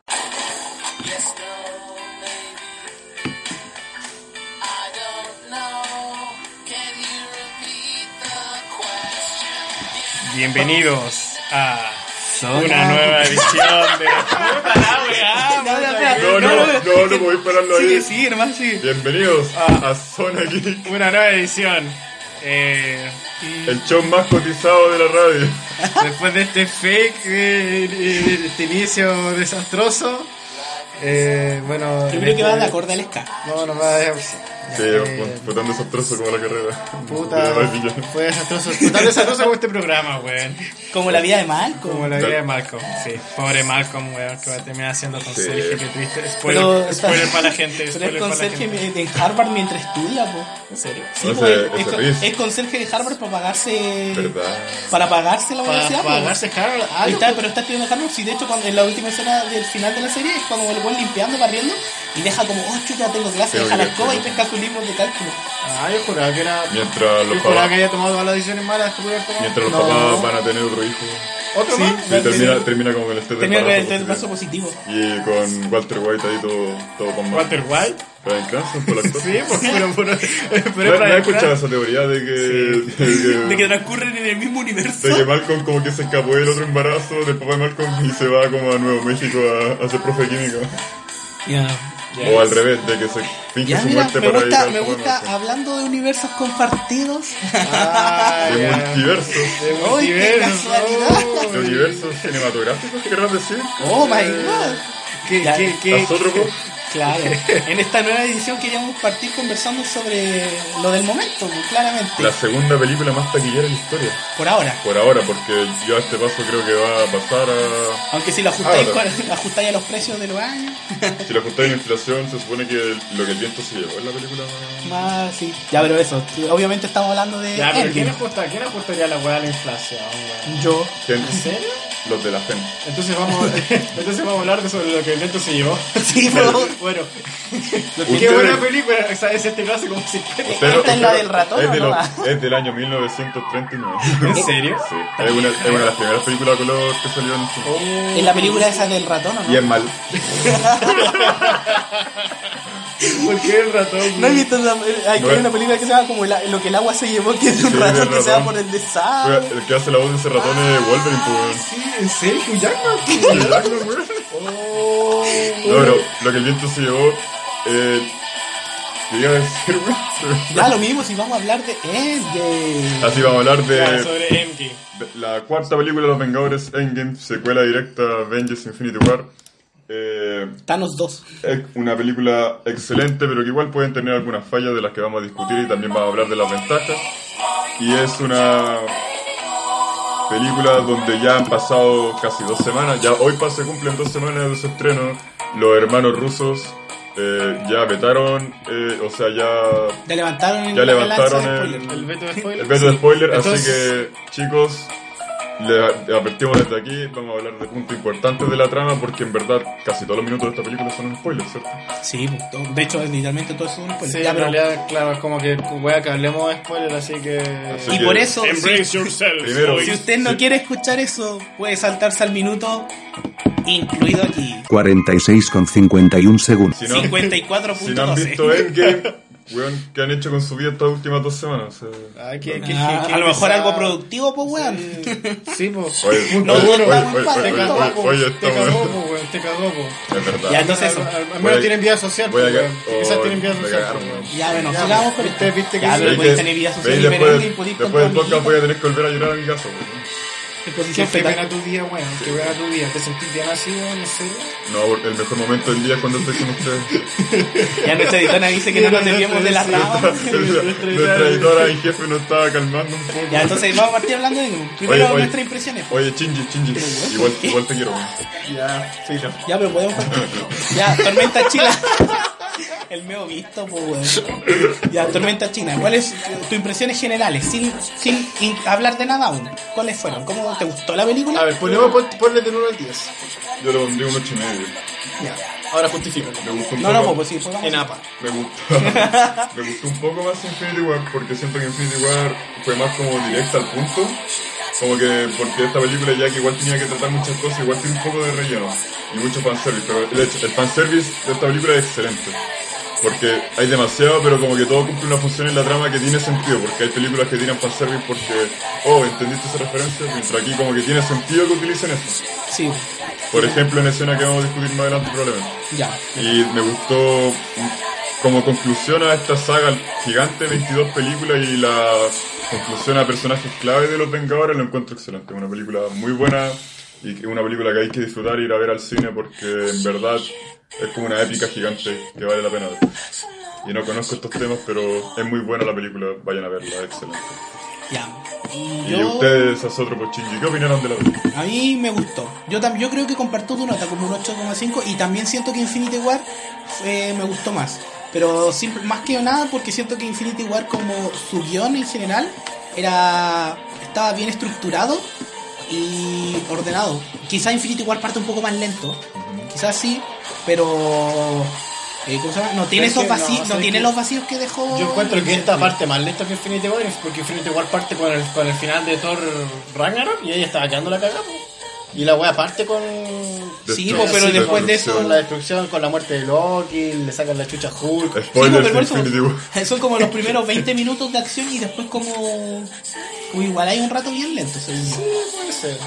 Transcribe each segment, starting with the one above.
Let's go, baby. I don't know. Can you repeat the question? Bienvenidos a una nueva edición de. No, no, no, no voy parando ahí. Sí, hermano, sí. Bienvenidos a Zona Geek, Una nueva edición. Eh, el show más cotizado de la radio. después de este fake, eh, eh, este inicio desastroso. eh, bueno. Primero que va de acorde al ska. No, no me va a dejar. Sí, pues, Eh, fue tan desastroso como la carrera. Puta. De maravilla. Fue desastroso. Fue tan desastroso como este programa, weón. Como la vida de Malcolm. Como la vida de Malcolm, sí. Pobre Malcolm, weón, que va a terminar siendo conserje, qué triste. Spoiler, Pero, spoiler para la gente, Pero spoiler para es la conserje gente. en Harvard mientras estudia, po. En serio. Sí, Ese- po, es, ese es- Riz. es conserje de Harvard para pagarse. ¿Verdad? Para pagarse la Para universidad, po. pagarse Harold Ahí algo. está, pero está estudiando Harvard. Sí, de hecho, cuando, en la última escena del final de la serie es cuando lo ponen limpiando, barriendo y deja como, oh, ya tengo clase, Sí, deja la obvio, escoba y sí. pesca sus libros de cálculo. Ah, yo juraba que era. Mientras los Yo juraba que papás, había tomado todas las decisiones malas, tú hubieras tomado. mientras los No. papás van a tener otro hijo. ¿Otro Sí. más? Sí, termina, termina como con el este pues. test de Tenía que embarazo ver el paso positivo. positivo. Y con Walter White ahí todo, todo con mal. Walter White, Brian Cranston por la cosa. Sí, pues puro, puro. ¿No, Pero no para he escuchado esa teoría de que, de De que, que transcurren en el mismo universo. de que Malcolm como que se escapó del otro embarazo del papá de Malcolm y se va como a Nuevo México a, a ser profe químico. O al revés, de que se finge Ya, su mira, muerte me para ir gusta, al me papá de gusta Malcolm. hablando de universos compartidos. Ah, De ya. multiversos. De ¡Ay, qué multiverso. casualidad! De universos cinematográficos, querrás decir. Oh my god. ¿Qué, Ya. qué, qué? Astrótropo. Claro, en esta nueva edición queríamos partir conversando sobre lo del momento, pues, claramente, La segunda película más taquillera de la historia. por ahora. Por ahora, porque yo a este paso creo que va a pasar a... Aunque si lo ajustáis, Ahora. con- ajustáis a los precios de los años, Si la juntáis en inflación, se supone que lo que el viento se llevó en la película... más sí. Ya, pero eso, tú- obviamente estamos hablando de Ya, pero ¿quién Endgame. ajusta, quién ajustaría la weá a la inflación, weón? Yo, ¿Quién? ¿En serio? Los de la FEM. Entonces vamos, entonces vamos a hablar de sobre lo que el viento se llevó. sí, pero Bueno, qué Ustedes- buena película. O sea, es este caso como si. Ustedes- ¿Esta es la ustedes- del ratón es, de o no los- va? es del año 1939. ¿En Oh. serio? Sí, es una, es una de las primeras películas a color que salieron en su... en la película esa del ratón, ¿o Y es no? mal. ¿Por qué el ratón? No he visto esa, eh, hay, No hay es- una película que se llama como la- lo que el agua se llevó, que es Sí, un ratón del que se va ratón. por el desagüe. El que hace la voz de ese ratón Ah, es Wolverine, pues, weón. Sí, en serio, Hugh Jackman. El Jackman, weón. No, pero lo que el viento se llevó. Eh, ¿Qué iba a decir, weón? Ya lo mismo, si vamos a hablar de Endgame. Así vamos a hablar de, ya, sobre MK. de la cuarta película de Los Vengadores, Endgame, secuela directa Avengers Infinity War. Eh, Thanos 2. es una película excelente, pero que igual pueden tener algunas fallas de las que vamos a discutir y también vamos a hablar de las ventajas. Y es una película donde ya han pasado casi dos semanas, ya hoy pa- se cumplen dos semanas de su estreno, los hermanos rusos eh, ya vetaron, eh, o sea, ya, Ya levantaron en ya la balanza levantaron de el, spoiler. El veto de spoiler. el veto de spoiler, así Entonces- que chicos, le le advertimos desde aquí, vamos a hablar de puntos importantes de la trama, porque en verdad casi todos los minutos de esta película son spoilers, ¿cierto? Sí, to- de hecho, literalmente todo eso es un spoiler. Sí, Ya, en pero- realidad, claro, es como que, wea, que hablemos de spoiler, así que. Así Y que- por eso, si, Embrace yourself. Primero, boy. si usted no Sí. quiere escuchar eso, puede saltarse al minuto incluido aquí. 46,51 segundos. Si no, si no han 54.12. visto Endgame, weón, ¿qué han hecho con su vida estas últimas dos semanas? O sea, Ay, qué- qué- Ah, qué- a lo qué mejor pesado. algo productivo, pues, weón. Sí, pues. Oye, No, oye, bueno, oye, vamos, oye, vale, oye, Te oye, cagó, po, oye, te estamos- cagó, po, weón, te cagó, po. Es verdad. Ya, entonces eso. Al- Al al Voy a- menos tienen vida social, voy a po, cagar. weón. Quizás Oh, tienen vida me social. cagaron, po, weón. Ya, bueno, Ya, sigamos con viste- viste que Ya, sí. pero pues, Veis podéis que- tener vida veis social después, y podéis después del comprar podcast amiguitos. voy a tener que volver a llorar a mi casa. weón. Exposición Qué pena fetal. tu día, weón. Qué pena tu día. Te sentís bien así, weón, no sé. No, el mejor momento del día es cuando estoy con ustedes. Ya nuestra editora dice que no nos desviemos de las ramas. Nuestra editora en jefe nos estaba calmando un poco. Ya, entonces vamos a partir hablando de primero Oye, oye. nuestras impresiones. pues. Oye, chingi, chingi. Igual, igual te quiero. weón. Ya, sí, no. Ya, pero podemos partir. Ya, tormenta china. El meo visto, pues, weón. Ya, tormenta china. ¿Cuáles tus impresiones generales? Sin, sin in- hablar de nada aún. ¿Cuáles fueron? ¿Cómo te gustó la película? A ver, ponemos, pon, ponle del 1 al 10. Yo le pondría un 8 y medio. Ya. Ahora justifícalo. Me gustó un no, no, poco. pues, pues sí, pues vamos. En APA. Me gustó, me gustó un poco más Infinity War porque siento que Infinity War fue más como directa al punto. Como que porque esta película ya que igual tenía que tratar muchas cosas, igual tiene un poco de relleno y mucho fanservice. Pero el, hecho- el fanservice de esta película es excelente. Porque hay demasiado, pero como que todo cumple una función en la trama que tiene sentido. Porque hay películas que tiran fanservice porque, oh, entendiste esa referencia, mientras aquí como que tiene sentido que utilicen eso. Sí, Por ejemplo, en escena que vamos a discutir más adelante probablemente. ya. Y me gustó como conclusión a esta saga gigante, 22 películas y la conclusión a personajes clave de Los Vengadores, lo encuentro excelente. Una película muy buena y que- una película que hay que disfrutar y ir a ver al cine porque en verdad es como una épica gigante que vale la pena ver. Y no conozco estos temas, pero es muy buena la película, vayan a verla, excelente. Ya. Y Y ustedes, Azotro Pochinji, ¿qué opinaron de la película? A mí me gustó. Yo también yo creo que comparto tu nota como un 8,5 y también siento que Infinity War eh, me gustó más. Pero simple- más que nada porque siento que Infinity War como su guión en general era estaba bien estructurado y ordenado. Quizás Infinity War parte un poco más lento. Quizás sí, pero eh, ¿cómo se llama? no tiene Es que esos no, vacíos, no, ¿sabes tiene qué? los vacíos que dejó Yo encuentro que esta parte más lenta que Infinity War es porque Infinity War parte con el, con el final de Thor Ragnarok y ella estaba quedando la cagada. po. Y la wea parte con. pues, Sí, Destrucción, pero después de Con eso la destrucción, con la muerte de Loki, le sacan la chucha a Hulk. destrucción. Sí, Spoilers, pero por eso- Infinity War. son como los primeros 20 minutos de acción y después como, como igual hay un rato bien lento. según yo. Eh, Puede ser.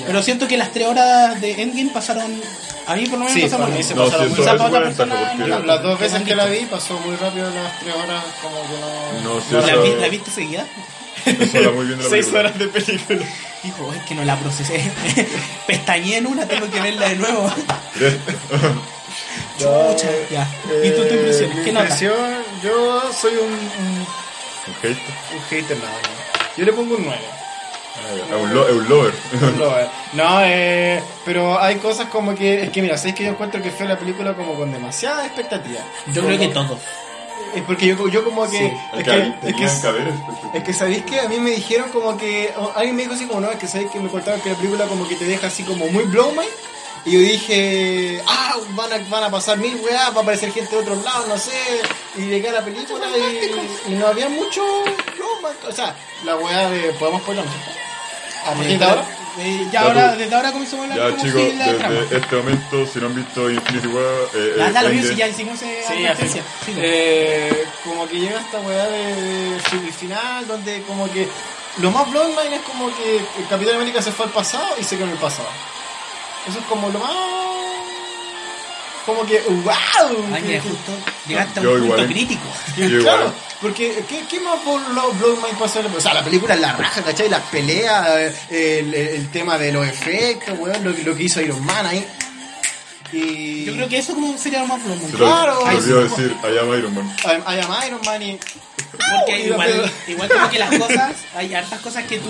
Ya. Pero siento que las 3 horas de Endgame pasaron, a mí por lo menos Sí, para pasaron mí bien. se No, pasaron sí, muy eso Quizá es para una otra ventaja persona porque... no Las dos veces que la vi pasó muy rápido las tres horas, como que no. No, sí, ¿La, eso- vi- la viste seguida? eso habla muy bien de la Seis película. horas de película. Dijo, es que no la procesé. Pestañé en una, tengo que verla de nuevo. Chucha, ya. ¿Y tú tu Eh, impresiones? mi ¿Qué nota? impresión, yo soy un, un, Un hate. un hater, nada más. Yo le pongo un 9. Ah, un, lo- un lover. No, eh, pero hay cosas como que. Es que mira, ¿sabes que yo encuentro que fue la película como con demasiada expectativa? Yo creo que todo. Es porque yo, yo como que. Es que. Es que, Tenían que haber este expectativas. es que sabéis que a mí me dijeron como que. o alguien me dijo así como, no, es que sabéis que me contaron que la película como que te deja así como muy blow mind. Y yo dije, ah, van a, van a pasar mil weas, va a aparecer gente de otros lados, no sé. Y llegué a la película y, y no había mucho blow mind. O sea, la wea de. Podemos ponerla. ¿no? A partir de ahora. Eh, ya Ya, ahora, tú. desde ahora comenzamos a hablar Ya cómo chicos, sigue la trama. desde este momento, si no han visto Infinity War, eh, Ya, eh, da lo mismo Endgame- si ya hicimos eh, Sí, así. advertencia. Sí, no. Eh, como que llega esta weá de semifinal, donde como que lo más Bloodline es como que el Capitán América se fue al pasado y se quedó en el pasado. Eso es como lo más. Como que, wow. Ay, mira, justo llegaste a Yo un punto igual, eh. crítico. Yo igual. Claro, porque ¿qué, qué más por lo- Bloodline pasó? en la- O sea, la película es la raja, ¿cachai? Las peleas, eh, el, el- el tema de los efectos, weón, lo, lo que hizo Iron Man ahí. Y... Yo creo que eso como sería lo más plomo. Se lo- Claro, se ahí lo olvidó sí. decir, allá va Iron Man. I, I am Iron Man y... Porque Y la igual, pega. igual como que las cosas, hay hartas cosas que tú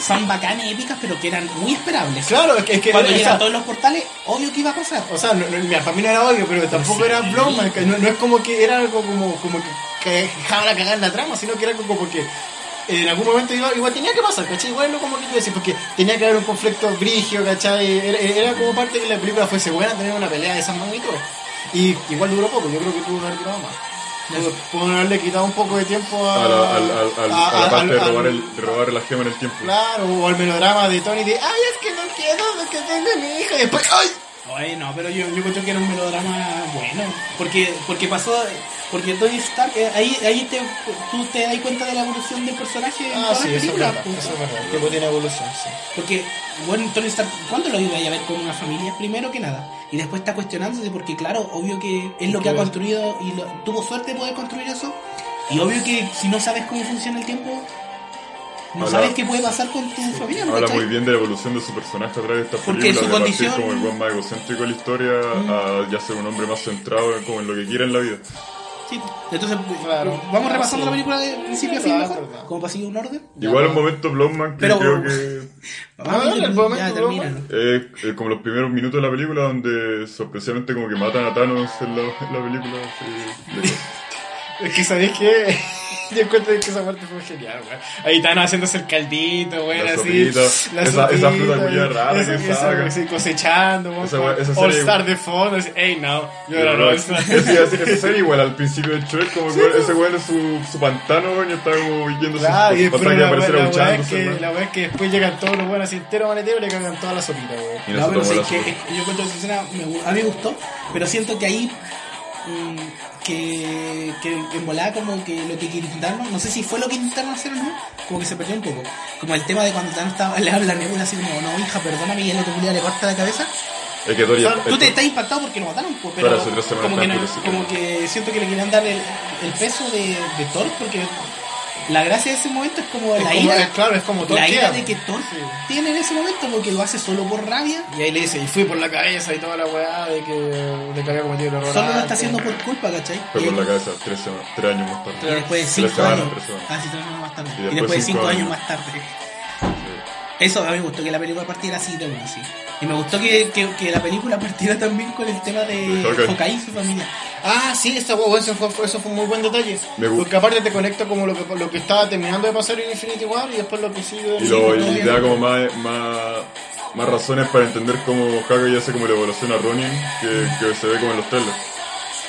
son bacanas, épicas, pero que eran muy esperables. Claro, es que, es que Cuando o sea, llegan todos los portales, obvio que iba a pasar. O sea, no, no, mira, para mí no era obvio, pero tampoco Sí. era broma. que No, no es como que era algo como, como que, que dejaba la cagada en la trama, sino que era algo como que en algún momento iba, igual tenía que pasar, ¿cachai? Igual no como que tú decís, porque tenía que haber un conflicto brigio, ¿cachai? Era, era como parte de que la película fuese buena tener una pelea de esas magnitudes. Y igual duró poco, yo creo que tuvo una durado más. Pudo- Pudo haberle quitado un poco de tiempo a, A la, al, al, al- a- a la a- parte de Ah, al- robar, al- el, de robar la gema en el tiempo. Claro, o al melodrama de Tony de, ay, es que no quiero, es que tengo a mi hija, y después, ay, Oye, no, pero yo, yo creo que era un melodrama bueno. Porque, porque pasó, porque Tony Stark, eh, ahí, ahí te, tú te das cuenta de la evolución del personaje en Ah, todas sí, las eso es películas. verdad. pues. Eso es verdad. El tipo tiene evolución, sí. Porque, bueno, Tony Stark, ¿cuándo lo iba a ir a ver con una familia? Primero que nada. Y después está cuestionándose porque, claro, obvio que es lo que ha construido y lo- tuvo suerte de poder construir eso. Y obvio que si no sabes cómo funciona el tiempo, No Habla- sabes qué puede pasar con tu familia. Habla ¿cachai? muy bien de la evolución de su personaje a través de esta Porque película, su de partir condición- como el buen más egocéntrico de la historia a ya ser un hombre más centrado en, como en lo que quiere en la vida. Sí, pues. entonces, Claro. vamos Sí. repasando la película de principio a fin, Claro, mejor, verdad. como para seguir un orden. Igual un momento Blomman que Pero- creo que Ah, dale, el momento, ya, el termínalo. es eh, como los primeros minutos de la película donde sorpresivamente como que matan a Thanos en la, en la película. así, de- Es que sabéis que. Yo encuentro que esa parte fue genial, weón. Ahí Thanos haciéndose el caldito, weón, La así. sopita. Esa- esa fruta culiada rara esa- que esa, saca. así, cosechando, weón. Esa weá- esa All serie- Star de fondo, así, hey, no, yo era Es rosa. decir, ese ser igual al principio de Shrek, como que ese weón en su, su pantano, weón, y estaba como yéndose Claro, y su después pantalla la y weá- la apareciera weá es duchándose, que- weón. la weá es que después llegan todos los buenos así enteros maneteros y le cagan toda la sopita, weón. Y no No, se pero tomó sí, la que, sopa. yo encuentro esa escena, me gu- a mí me gustó, pero siento que ahí, mm, que, que en volada como que lo que intentaron, no sé si fue lo que intentaron hacer o no, como que se perdió un poco. Como el tema de cuando Thanos estaba, le habla a Nebula así como, no hija, perdóname, y él le, le corta la cabeza. Es que Dory- O sea, el- tú te estás impactado porque lo mataron, pues, pero Claro, hace tres semanas como que, no- estaba en como que siento que le querían dar el, el peso de, de Thor porque la gracia de ese momento es como Es la como- ira. es claro, es como Thor la ira queda. de que Thor Sí. tiene en ese momento porque lo hace solo por rabia. Y ahí le dice, y fui por la cabeza y toda la weá de que, de que había cometido el error. Solo lo está antes. haciendo por culpa, ¿cachai? Ah, Fue y, por la cabeza tres, sema- tres años más y tarde. después de Tres 5 semanas, pues, años. tres semanas. Ah, sí, tres años más tarde. Y Y después después, de cinco 5 años. años. más tarde. Eso a mí me gustó que la película partiera así de una, así. Y me gustó que, que, que la película partiera también con el tema de De Hawkeye. Hawkeye y su familia. Ah, sí, esa weá, eso fue, eso fue un muy buen detalle. Me gusta. Porque aparte te conecta como lo que, lo que estaba terminando de pasar en Infinity War y después lo que sigue. Y, Sí, lo, todo y bien. te da como más, más, más razones para entender cómo Hagrid hace como la evolución a Ronin, que, que se ve como en los trailers.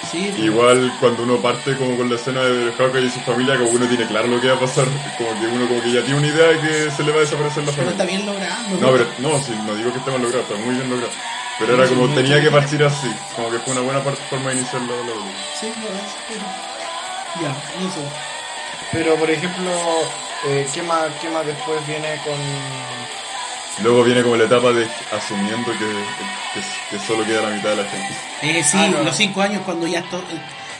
Sí, Igual cuando uno parte como con la escena de Hawkeye y su familia, como uno tiene claro lo que va a pasar, como que uno como que ya tiene una idea de que se le va a desaparecer la pero familia. está bien logrado. me No, gusta. pero no, sí, no digo que esté mal logrado, está muy bien logrado. Pero era como tenía que partir así, como que fue una buena par- forma de iniciar la la película. Sí, lo es, pero- Ya, eso. Pero por ejemplo, eh, ¿qué, más, ¿qué más después viene con. Luego viene como la etapa de asumiendo que, que- que solo queda la mitad de la gente. Eh, sí, Ah, no. los 5 años cuando ya to-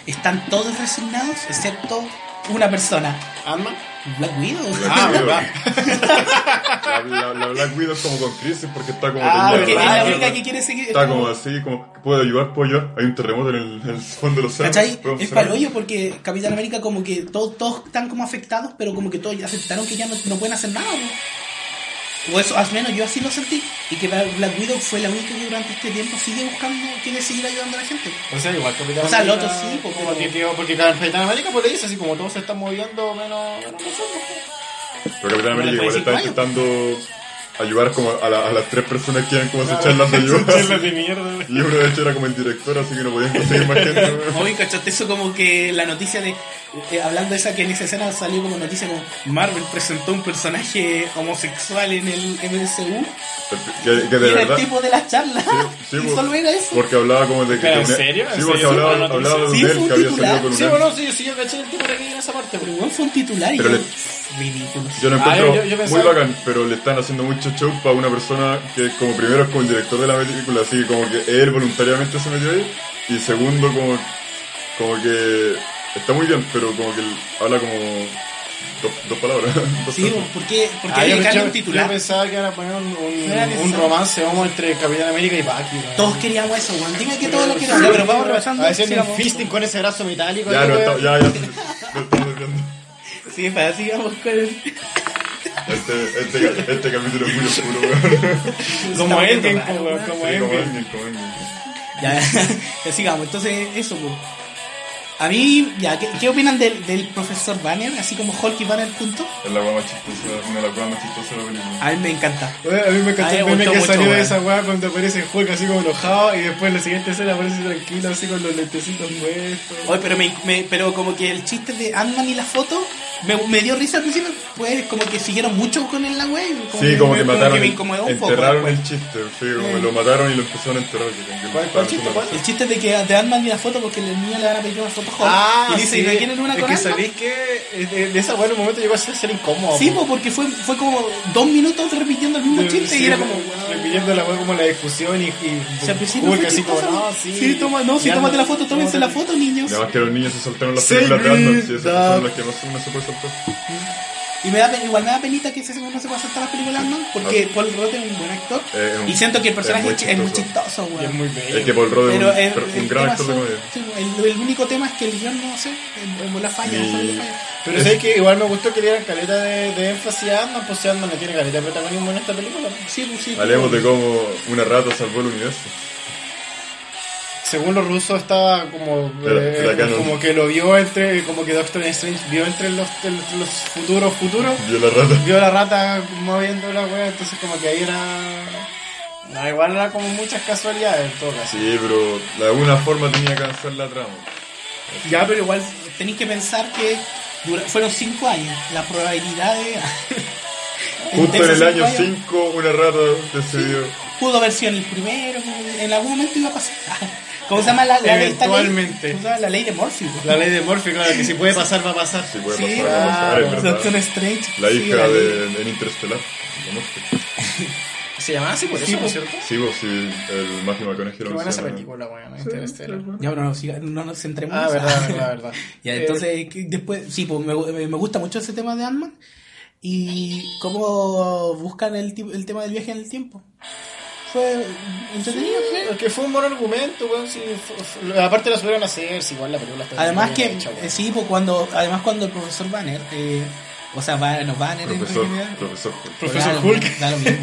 están todos resignados, excepto una persona. Ant-Man? Black Widow. Ah, Ah, verdad. La, la- la Black Widow es como con crisis porque está como... Ah, porque es verdad, la verdad. única que quiere seguir. Está como así, como, ¿puedo ayudar? ¿Puedo ayudar? Hay un terremoto en el, en el fondo de los ¿Cachai? Es palollo porque Capitán América como que todos, todos están como afectados, pero como que todos ya aceptaron que ya no, no pueden hacer nada. ¿no? O eso, al menos yo así lo sentí. Y que Black Widow fue la única que durante este tiempo sigue buscando, quiere seguir ayudando a la gente. O sea, igual Capitán O sea, el América, otro sí, porque- porque, que- porque Capitán América por ahí es así como todos se están moviendo menos, menos nosotros. Pero Capitán América igual está 35 intentando ayudar como a, la- a las tres personas que eran como sus charlas de ayuda. de mierda. Y uno de hecho era como el director, así que no podían conseguir más gente. weón. Hoy cachaste eso como que la noticia de. eh, hablando de esa que en esa escena salió como noticia como Marvel presentó un personaje homosexual en el MCU. Que, que Y de era el verdad... tipo de las charlas. sí, pues, y por- solo era eso. Porque hablaba como de que... ¿Pero en tenía- serio? ¿En Sí, serio? porque Sí, hablaba, fue una noticia. hablaba de Sí, él, fue un que había titular. salido con un... Sí, bueno, sí, sí, yo caché el tipo que viene esa parte. Pero bueno, fue un titular Pero y le- ridículo. Yo lo Ah, encuentro yo- yo muy pensaba- bacán, pero le están haciendo mucho show para una persona que como primero es como el director de la película, así que como que él voluntariamente se metió ahí, y segundo como, como que está muy bien, pero como que él habla como dos, dos palabras. dos Sí, pues, cosas. porque, porque Ah, yo, había que yo- cambiar un yo titular. pensaba que iban a poner un, un- No era un necesario. romance homo entre Capitán América y Bucky. weón. Todos queríamos eso, weón. Dime que todos lo querían. Ya, pero vamos repasando. pues. A veces un sigamos. fisting con ese brazo metálico. ya, ahí, no, weón. está, ya, ya, lo estamos viendo. Sí, para sigamos con el. Este, este, este capítulo es muy oscuro, weón. Como Estamos Endgame, pues, viendo raro, como- weón. como Sí, como Endgame. Endgame, como Endgame. Ya, ya sigamos. Entonces, eso, pues. A mí, ya, ¿qué, qué opinan del, del profesor Banner? Así como Hulk y Banner juntos. Es la weá más chistosa, una de las weas más chistosas de la película. A mí me encanta. Weón, A mí me encantó Ay, el me meme gustó que mucho, salió de weón. esa weá cuando aparece Hulk así como enojado y después en la siguiente escena aparece tranquilo así con los lentecitos puestos. Oye, pero, me, me- pero como que el chiste de Ant-Man y la foto me, me dio risa al principio. Pues como que siguieron mucho con él la wey. Sí, como que mataron, me incomodó un poco. enterraron después. el chiste, sí, como que lo mataron y lo empezaron a enterrar. que como ¿Cuál- que lo cuál estaban chiste? haciendo ¿Cuál? El chiste de que de Ant-Man y la foto porque el niño le van a pedir una foto a Hulk. Ah, y dice, ¿y no quieren una Ah, es con que Ant-Man? sabéis que de, de esa weá en un momento llegó a ser, ser incómodo. Sí, po. po, porque fue, fue como dos minutos repitiendo el mismo chiste y era como, weón. pues, repitiendo la weá como la discusión y, y O sea, pues sí, Hulk fue así como, chistosa, no, weón. sí. toma, no, sí, ya tómate no, la foto, tómense tómate la foto, niños. Además que los niños se saltaron las Sí, películas de Batman, sí, esas verdad. son las que más uno se puede saltar. Y me da pe- igual me da penita que ese segundo no se pueda saltar las películas Ant-Man, porque No. Paul Rudd es un buen actor. Eh, es un- y siento que el es personaje muy es chi- es muy chistoso. chistoso, Y es weón. muy bello. Es que Paul Rudd es un, Pero el, per- un el gran tema actor de son- comedia. sí, el, el único tema es que el guión no sé, en, en la falla, Sí. no sabe la falla. Pero sé que igual me gustó que le dieran caleta de, de énfasis a Ant-Man, pues si Ant-Man no tiene caleta de protagonismo en esta película. Sí, pues sí. Hablemos de pues, cómo una rata salvó el universo. Según los rusos estaba como Pero- eh, pero acá no. como que lo vio entre como que Doctor Strange vio entre los, entre los futuros futuros Vio la rata. vio a la rata moviendo la wea entonces como que ahí era no, igual era como muchas casualidades en todo caso Sí, pero de alguna forma tenía que avanzar la trama. Ya, pero igual tenéis que pensar que dura- fueron 5 años. La probabilidad de. Justo en esos el cinco año años, 5 una rata decidió. Pudo haber sido en el primero, en algún momento iba a pasar. ¿Cómo se llama la, la ley? esta ley? Eventualmente. ¿Cómo se llama? La ley de Murphy. weón. la ley de Morphy claro que si puede pasar va a pasar Si puede Sí, ah, pasar, va a pasar, Ah, es verdad. Doctor Strange. La sí, hija ley. de, en Interstellar. la muerte. se llamaba así por Sí, eso ¿no pues. es cierto? Sí, vos, sí, el mágico conejo qué lo buena esa menciona. película weón Interstellar Ya, pero no, siga- no nos centremos en ah eso. verdad verdad verdad Ya, Eh, entonces, que después, sí, pues me, me gusta mucho ese tema de Ant-Man y cómo buscan el, ti- el tema del viaje en el tiempo. Fue entretenido. Eh, Sí, que fue un buen argumento, weón. sí, fue- fue- aparte la subieron a hacer, si igual la película está Además bien que, hecha, weón. eh, sí, pues cuando, además cuando el profesor Banner, eh, o sea, Banner, no, Banner en Profesor, realidad, profesor Hulk. Profesor da lo- Hulk. Da lo mismo.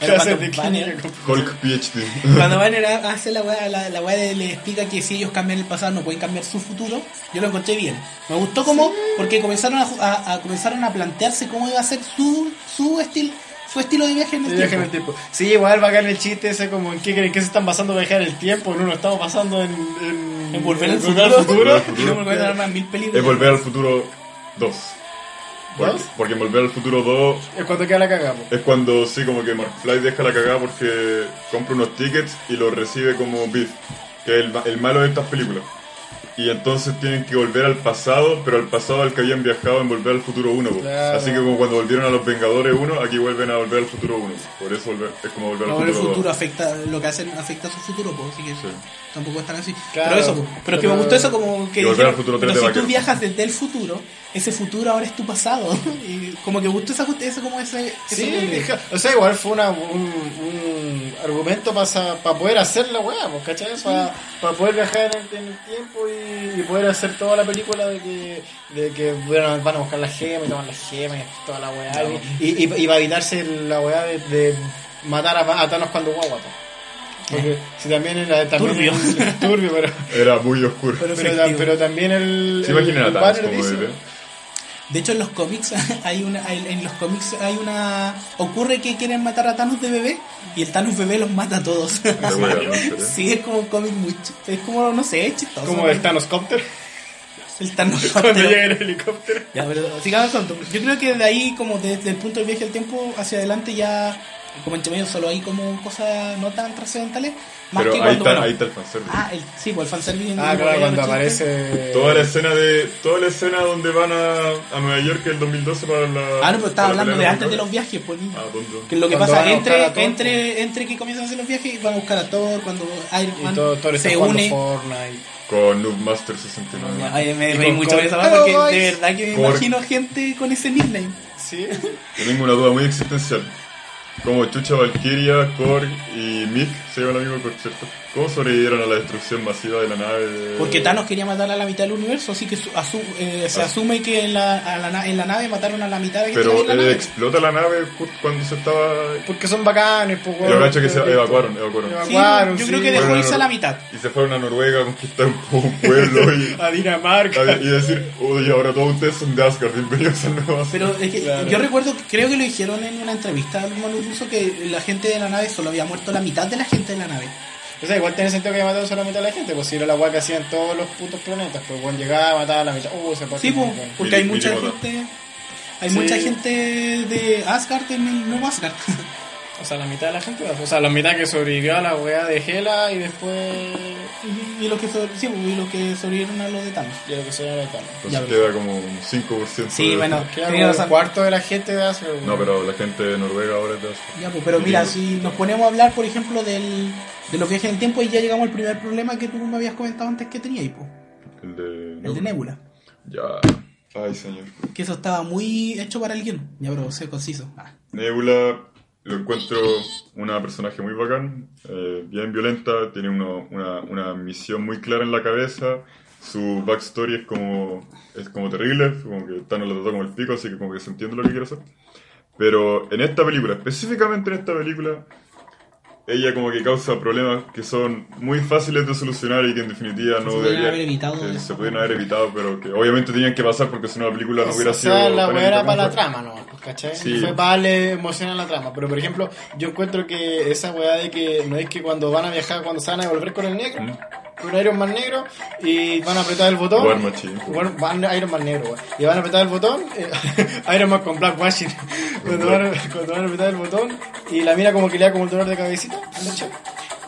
Pero Clase cuando de Banner, química. Hulk PhD. cuando Banner ha- hace la weá, la, la weá de- le explica que si ellos cambian el pasado no pueden cambiar su futuro, yo lo encontré bien. Me gustó como, porque comenzaron a, ju- a- a- comenzaron a plantearse cómo iba a ser su, su estilo, su estilo de viaje en el De viaje en tiempo. el tiempo. Sí, igual bacán el chiste ese como en qué creen que se están basando para viajar en el tiempo, no lo estamos pasando en, en, En volver al en futuro. futuro. Y luego volver a armar mil películas. es Volver al Futuro 2. Porque, ¿Dos? porque en Volver al Futuro 2 Es cuando queda la cagamos. es cuando sí, como que McFly deja la cagada porque compra unos tickets y los recibe como Biff, que es el, ma- el malo de estas películas. Y entonces tienen que volver al pasado, pero al pasado al que habían viajado en Volver al Futuro 1. po. Claro. Así que como cuando volvieron a los Vengadores 1, aquí vuelven a Volver al Futuro 1. Por eso volver- es como Volver al No, el Futuro 2. futuro afecta, lo que hacen afecta a su futuro, pues, así que tampoco es tan así. Claro, pero eso, pues, pero es que me pero- gustó eso como que Y volver dijeron, al futuro pero tres de si tú vaquero. viajas desde el futuro, ese futuro ahora es tu pasado. y como que gustó esa just- eso como ese, ese Sí, cambio. deja- o sea, igual fue una, un, un argumento para poder hacer la weá, pues, ¿cachai? Para poder viajar en, en el tiempo y, y poder hacer toda la película de que, de que bueno, van a buscar la gema y toman las gemas y toda la weá. Y, y, y va a evitarse la weá de, de matar a, a Thanos cuando guagua. pues. Porque si también era también Turbio. era- turbio, pero, Era muy oscuro. pero, Efectivo. pero también el. ¿Se imaginan a el Thanos banner como dice- bebé? De hecho en los cómics hay una hay- en los cómics hay una ocurre que quieren matar a Thanos de bebé y el Thanos bebé los mata a todos. Era muy grande, ¿eh? sí, es como un cómic muy ch- es como no sé, es chistoso. Como el Thanos Copter, el Thanos cuando llega el helicóptero. Ya, pero sigamos con tu- Yo creo que de ahí, como desde el punto del viaje al tiempo hacia adelante, ya, como entre medio, solo hay como cosas no tan trascendentales. Más Pero que ahí cuando. está, bueno, ahí está el fanservice. Ah, eh. el, sí, pues el fanservice. en- Ah, en- claro, en cuando los chistes. aparece. Toda la escena de toda la escena donde van a, a Nueva York el 2012 para la Ah, no, pero para estaba la hablando de pelea antes de los Vengadores. viajes, pues. niño. Ah, ¿dónde? Que lo que Cuando van pasa a buscar entre, a Thor, entre, entre que comienzan a hacer los viajes y van a buscar a Thor, cuando Iron Y Man todo, todo se une. Fortnite. Con Noob Master 69. Ya, oye, me Y reí con mucho Cor- de esa weá Hello, porque de guys. verdad que me Cor- imagino gente con ese nickname. Sí. Yo tengo una duda muy existencial. Como Chucha Valkyria, Korg y Mick se llaman amigos por cierto. ¿Cómo sobrevivieron a la destrucción masiva de la nave? de- Porque Thanos quería matar a la mitad del universo, así que su- asu- eh, se Ah. asume que en la, a la na- en la nave mataron a la mitad de que Pero estaba en la eh, nave. explota la nave justo cuando se estaba. Porque son bacanes, pues, Yo cacho que se evacuaron, evacuaron. Sí, Evacuaron, yo sí. creo que dejó Bueno, irse a la mitad. Y se fueron a Noruega a conquistar un pueblo y. A Dinamarca. y decir, oye, ahora todos ustedes son de Asgard, bienvenidos al nuevo Asgard. Pero es que Claro. yo recuerdo, que- creo que lo dijeron en una entrevista al hermano ruso que la gente de la nave solo había muerto la mitad de la gente de la nave. O sea, igual tiene sentido que mataron solo a la mitad de la gente, pues si era la weá que hacían todos los putos planetas, pues bueno, llegaba, mataba a la mitad. Uh, se pasó. Sí, pues. po, porque hay Mili- mucha Milimota. gente. Hay Sí. mucha gente de Asgard en el nuevo Asgard. O sea, la mitad de la gente, o sea, la mitad que sobrevivió a la weá de Hela y después. y los que, sobre- sí, y los que sobrevivieron a los de Thanos. Y lo que se llama la Thanos. pues, Entonces Ya, pero- queda como un 5%. Sí, de- bueno. Queda Tenía como razón. un cuarto de la gente de Asgard, weón. No, pero la gente de Noruega ahora es de Asgard. Ya, pues, pero mira, si nos ponemos a hablar, por ejemplo, del, de los viajes en el tiempo, y ya llegamos al pues, primer problema que tú me habías comentado antes que teníais, po, El de. el de Nebula. Ya. Ay, señor. Que eso estaba muy hecho para el guión. Ya, pero sé conciso. Ah. Nebula lo encuentro una personaje muy bacán, eh, bien violenta, tiene uno- una, una misión muy clara en la cabeza. Su backstory es como, es como terrible, como que Thanos lo trató como el pico, así que como que se entiende lo que quiere hacer. Pero en esta película, específicamente en esta película, ella como que causa problemas que son muy fáciles de solucionar y que en definitiva no pudieron deberían- haber evitado que eso. se pudieran haber evitado, pero que obviamente tenían que pasar porque si no la película no hubiera o sea, sido... la tan weá era evitable. para la trama, ¿no? ¿Cachai? Sí. Fue para darle emoción a la trama. Pero, por ejemplo, yo encuentro que esa weá de que no es que cuando van a viajar, cuando se van a volver con el negro, con Iron Man negro, y van a apretar el botón. War Machine. War- van Iron Man negro, weá. Y van a apretar el botón, eh, Iron Man con Black Washing. cuando, van a, cuando van a apretar el botón, y la mina como que le da como el dolor de cabecita, ¿cachai?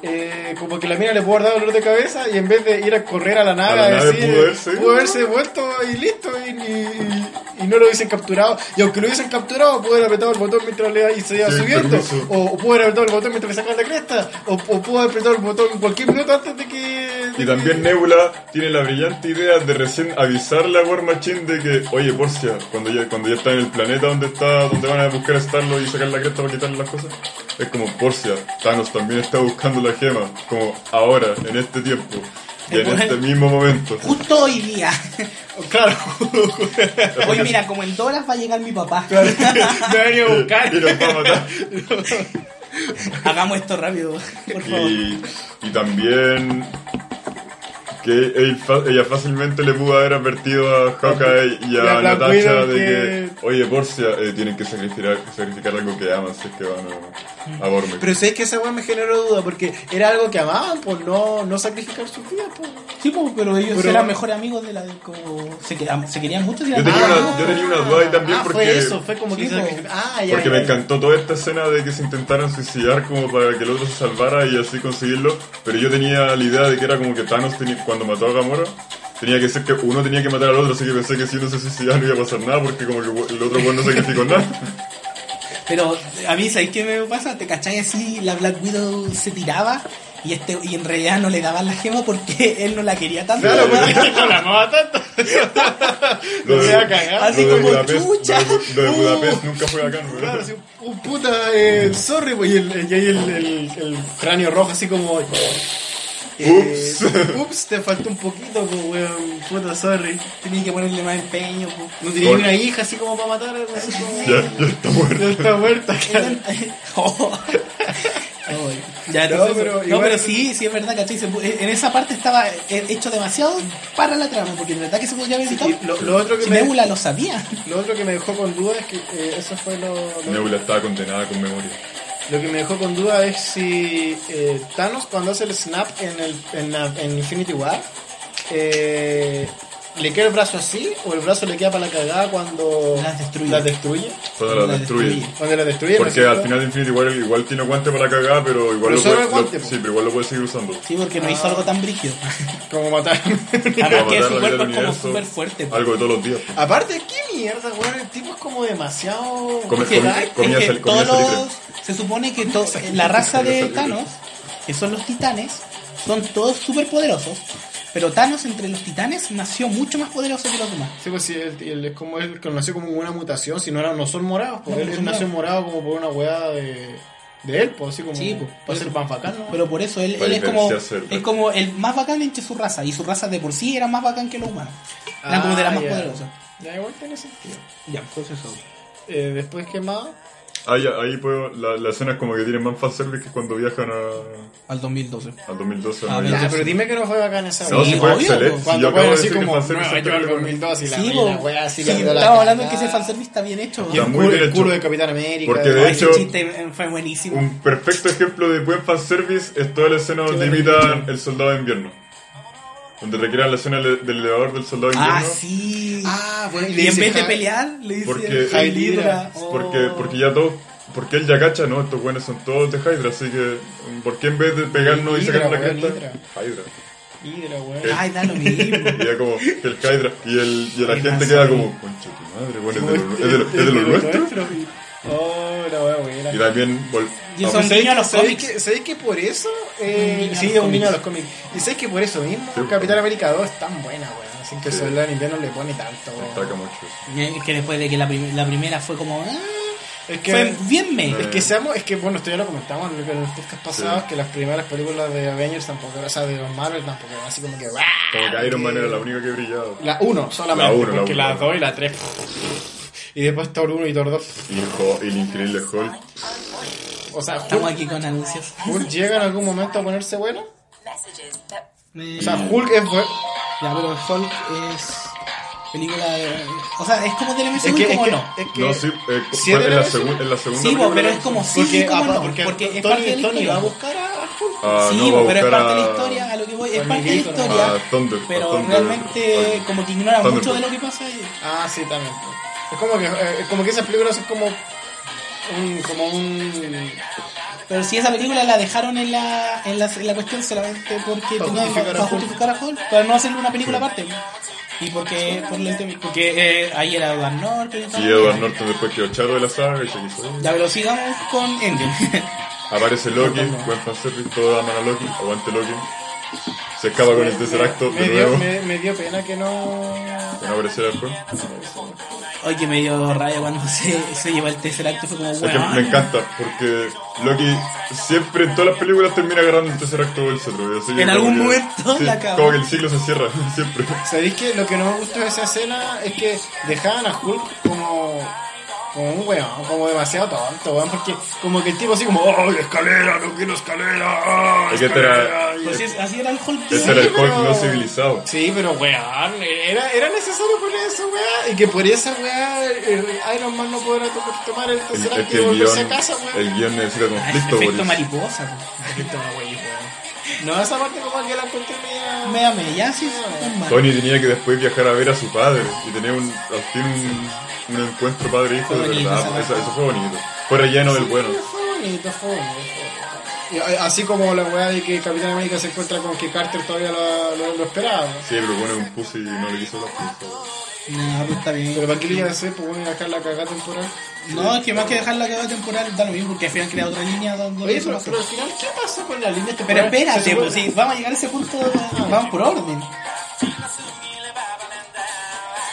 Eh, como que la mina le pudo dar dolor de cabeza y en vez de ir a correr a la nave, la nave decir, pudo irse. pudo haberse devuelto y listo, y, y- y no lo hubiesen capturado. Y aunque lo hubiesen capturado, pudo haber apretado el botón mientras le y se iba Sí, subiendo, permiso. o, o pudo haber apretado el botón mientras le sacaban la cresta, o, o pudo haber apretado el botón cualquier minuto antes de que. de Y también que- Nebula tiene la brillante idea de recién avisarle a War Machine de que, oye, Porcia, cuando ya, cuando ya está en el planeta donde está, donde van a buscar a Starlo y sacar la cresta para quitarle las cosas, es como, Porcia, Thanos también está buscando la gema, como ahora, en este tiempo, y en este mismo momento. Justo hoy día. Claro, Hoy mira, como en dólares va a llegar mi papá. me ha venido a buscar. Y nos va a matar. Hagamos esto rápido, por favor. Y, y también que él fa- ella fácilmente le pudo haber advertido a Hawkeye y Y a, a Black Natasha Widow de que, que- oye, Porcia, eh, tienen que sacrificar, sacrificar algo que aman si es que van a, a Boromir. Pero sabes que esa weá me generó duda porque era algo que amaban, por no, no sacrificar sus vidas. Por... Sí, pues, pero ellos Pero- eran mejores amigos de la. Como, se, quedaban- se querían mucho. Yo tenía, Ah, una, yo tenía una duda ahí también ah, porque, fue eso, fue como que. Sí, pues. se- po. Ah, ya. porque ya, me ya. encantó toda esta escena de que se intentaron suicidar como para que el otro se salvara y así conseguirlo. Pero yo tenía la idea de que era como que Thanos tenía- cuando mató a Gamora. Tenía que ser que uno tenía que matar al otro, así que pensé que si uno se suicidaba no iba a pasar nada porque como que el otro pues no sacrificó nada. Pero a mí, ¿sabéis qué me pasa? ¿Te cachai así? La Black Widow se tiraba y este y en realidad no le daban la gema porque él no la quería tanto. Claro, pues. No la amaba tanto. Lo Me de- voy a cagar. Así lo de como, Budapest- chucha. Lo de, lo de Uh. Budapest nunca fue acá, ¿no? Claro, así, un puta, eh, sorry, pues, y, el, y ahí el, el- el cráneo rojo así como... eh, Ups. ups, te faltó un poquito, pues, weón, puta, sorry. Tenía que ponerle más empeño. po. No tenía Con- una hija así como para matar, así como... Ya, ya está muerto. Ya está muerta, claro. Oh. Ay. Ya no, No, pero pero, no, igual- pero sí, sí es verdad, ¿cachai? Se pu- En esa parte estaba eh, hecho demasiado para la trama, porque en verdad que se podría haber evitado. Y lo, lo otro que Si me, Nebula lo sabía. lo otro que me dejó con duda es que eh, eso fue lo, lo- Nebula estaba condenada con memoria. lo que me dejó con duda es si eh, Thanos cuando hace el snap en, el, en, la- en Infinity War eh, le queda el brazo así o el brazo le queda para la cagada cuando Las destruye. las destruye. Cuando la destruye. Cuando la destruye. ¿no es Porque al cierto? final de Infinity War igual tiene guante para la cagada, pero igual Pero lo solo puede, el guante, lo- po. sí, pero igual lo puede seguir usando. Sí, porque no hizo algo tan brígido. Como matar. Además Para que matar la su vida cuerpo del es como universo, súper fuerte. po. Algo de todos los días. po. Aparte, ¿qué mierda, weón? El tipo es como demasiado. Come- Porque comi- es comía que sal- comía todos salitre. los- se supone que to- la raza Comía de salitre. Thanos, que son los titanes, son todos súper poderosos. Pero Thanos entre los titanes nació mucho más poderoso que los demás. Sí, pues sí, él, él es como él que nació como una mutación, si no, era, no son morados, porque No, él, no él son nació morado como por una weá de, de él, pues así como Sí, pues, para pero- ser pan bacán, ¿no? Pero por eso él, Para él es como diferenciarse del es resto. como el más bacán entre su raza. Y su raza de por sí era más bacán que los humanos. Era como de Ah, las más ya. poderosas. Ya igual tiene sentido. Ya, pues eso. Eh, después que más, Ahí, ahí puedo, la, la escena es como que tienen más fanservice que cuando viajan a, Al 2012. al 2012. Ah, ¿no? ya, ya, sí. pero dime que no fue bacán esa No, sí, sí, fue obvio, excelente. po. Si Cuando yo acabo fue de así decir que como el fanservice Nueva está York terrible, 2002 y Ah, la, Sí, y po. la weá así Sí, que quedó la estaba hablando de que cagada. ese fanservice está bien hecho. Y el, Está muy culo, bien el hecho. culo de Capitán América. Porque de Ay, hecho- ese chiste eh, fue buenísimo. Un perfecto ejemplo de buen fanservice es toda la escena donde imitan El Soldado de Invierno. Donde recrean la escena le- del elevador del Soldado de ah, Invierno. sí. Ah, bueno, y le y en dice vez de Hal- pelear, le dice Porque- "Hal Hal Hydra". Oh. Pues Porque, porque ya todos, porque él ya cacha, ¿no? Estos buenos son todos de Hydra, así que mm, ¿por qué en vez de pegarnos y Hydra, sacar la weón, cresta? Hydra. Hydra. Hydra, weón. Eh. Ay, da lo mismo. Y ya como que el Hydra y el y la Ay, gente más queda ahí. como, concha tu madre, bueno, es de lo, es de lo- es de lo nuestro. Oh, la weá buena, Y también vol- Y ah, son- sí, un guiño a los ¿Sabéis cómics. que, sabéis que por eso? Un Eh, guiño a sí, los es un niño cómics. a los cómics. Y sabéis que por eso mismo Sí. Capitán América 2 es tan buena, weón. Así que el Sí. soldado del invierno le pone tanto. weón. destaca mucho. Es que después de que la, prim- la primera fue como. ah, Es que, fue bien me. es que seamos, es que bueno, esto ya lo comentamos en los podcasts pasados, que las primeras películas de Avengers tampoco, o sea, de los Marvel tampoco eran así como que. ¡guau! Como que Iron Man era la única que brillaba. La 1 solamente, La uno, la porque uno. la 2 y la 3. Y después Thor 1 y Thor 2. Y Ho- y el increíble Hulk. O sea, Estamos Hulk, aquí con anuncios. Hulk llega en algún momento a ponerse bueno. Messages that O sea, Hulk es bueno. Ya, pero Hulk es película de... O sea, es como del Es MCU y que, es como que, no. es que No, sí, eh, ¿Sí ¿cuál- era en, la eso? segun- en la segunda. Sí, bo, película pero era es eso? como sí, y como apa- no. Porque, porque es Tony, parte de la Tony historia. va a buscar a Hulk. Ah, sí, no, bo, va a pero es buscar parte de la a- historia, a lo que voy. Es Tony parte de la Gator. historia. Ah, Thunder, a pero Thunder, realmente, Thunder. como que ignoran Thunder. mucho de lo que pasa. y- Ah, sí, también. Es como que, eh, como que esas películas son como un, como un Pero si esa película la dejaron en la, en la, en la cuestión solamente porque Para tenía- justificar a para Hulk. justificar a Hulk, para no hacerle una película aparte. Y porque, por el tema- porque eh, ahí era Edward Norton y todo. Y Edward Norton después quedó charo de la saga y se quiso. ir. Ya, pero sigamos con Endgame. Aparece Loki, buen fanservice, todos aman a Loki, aguante Loki. Se escapa con el tercer acto me, de dio, nuevo. me, me dio pena que no. Que no apareciera después. Oye, que me dio raya cuando se, se lleva el tercer acto. Fue como, Es que bueno, me encanta, porque Loki siempre en todas las películas termina agarrando el tercer acto del centro. así que En como algún que- momento sí, la acaba. Como que el ciclo se cierra, siempre. ¿Sabéis que lo que no me gustó de esa escena es que dejaban a Hulk como. Como un weón, como demasiado tonto, weón, porque como que el tipo así como, oh, escalera, no quiero escalera, ah, Es que este era, escalera", y- pues es- así era el Hulk. este era el Hulk pero- no civilizado. Sí, pero weón, era, era necesario poner esa weá. Y que por esa weá eh, Iron Man no podrá to- tomar el El, tercer es acto que y el volverse a guión, casa, weón. el guión necesita Ah, conflicto, Efecto Boris. mariposa. Perfecto, no, weón, weón. No, esa parte como que la encontré media... Mea, mea, ya sí. normal. Tony tenía que después viajar a ver a su padre y tener un, al fin un, un encuentro padre-hijo Fue de bonito verdad. esa Eso, eso fue bonito. Fue relleno del bueno. Fue bonito, fue bonito. fue bonito. Y, eh, Así como la weá de que Capitán América se encuentra con que Carter todavía lo, lo- lo esperaba. ¿no? Sí, pero bueno, un pussy y no le quiso la pinza. No, pues está bien. Pero para qué le iba a decir, pues bueno, iba a dejar la cagada temporal. No, es que más que dejar la cagada temporal da lo mismo porque al final crea otra línea donde Oye, eso pero, pasa. pero al final, ¿qué pasó con la línea Pero temporal? Se espérate, supone- pues, si vamos a llegar a ese punto, vamos por orden.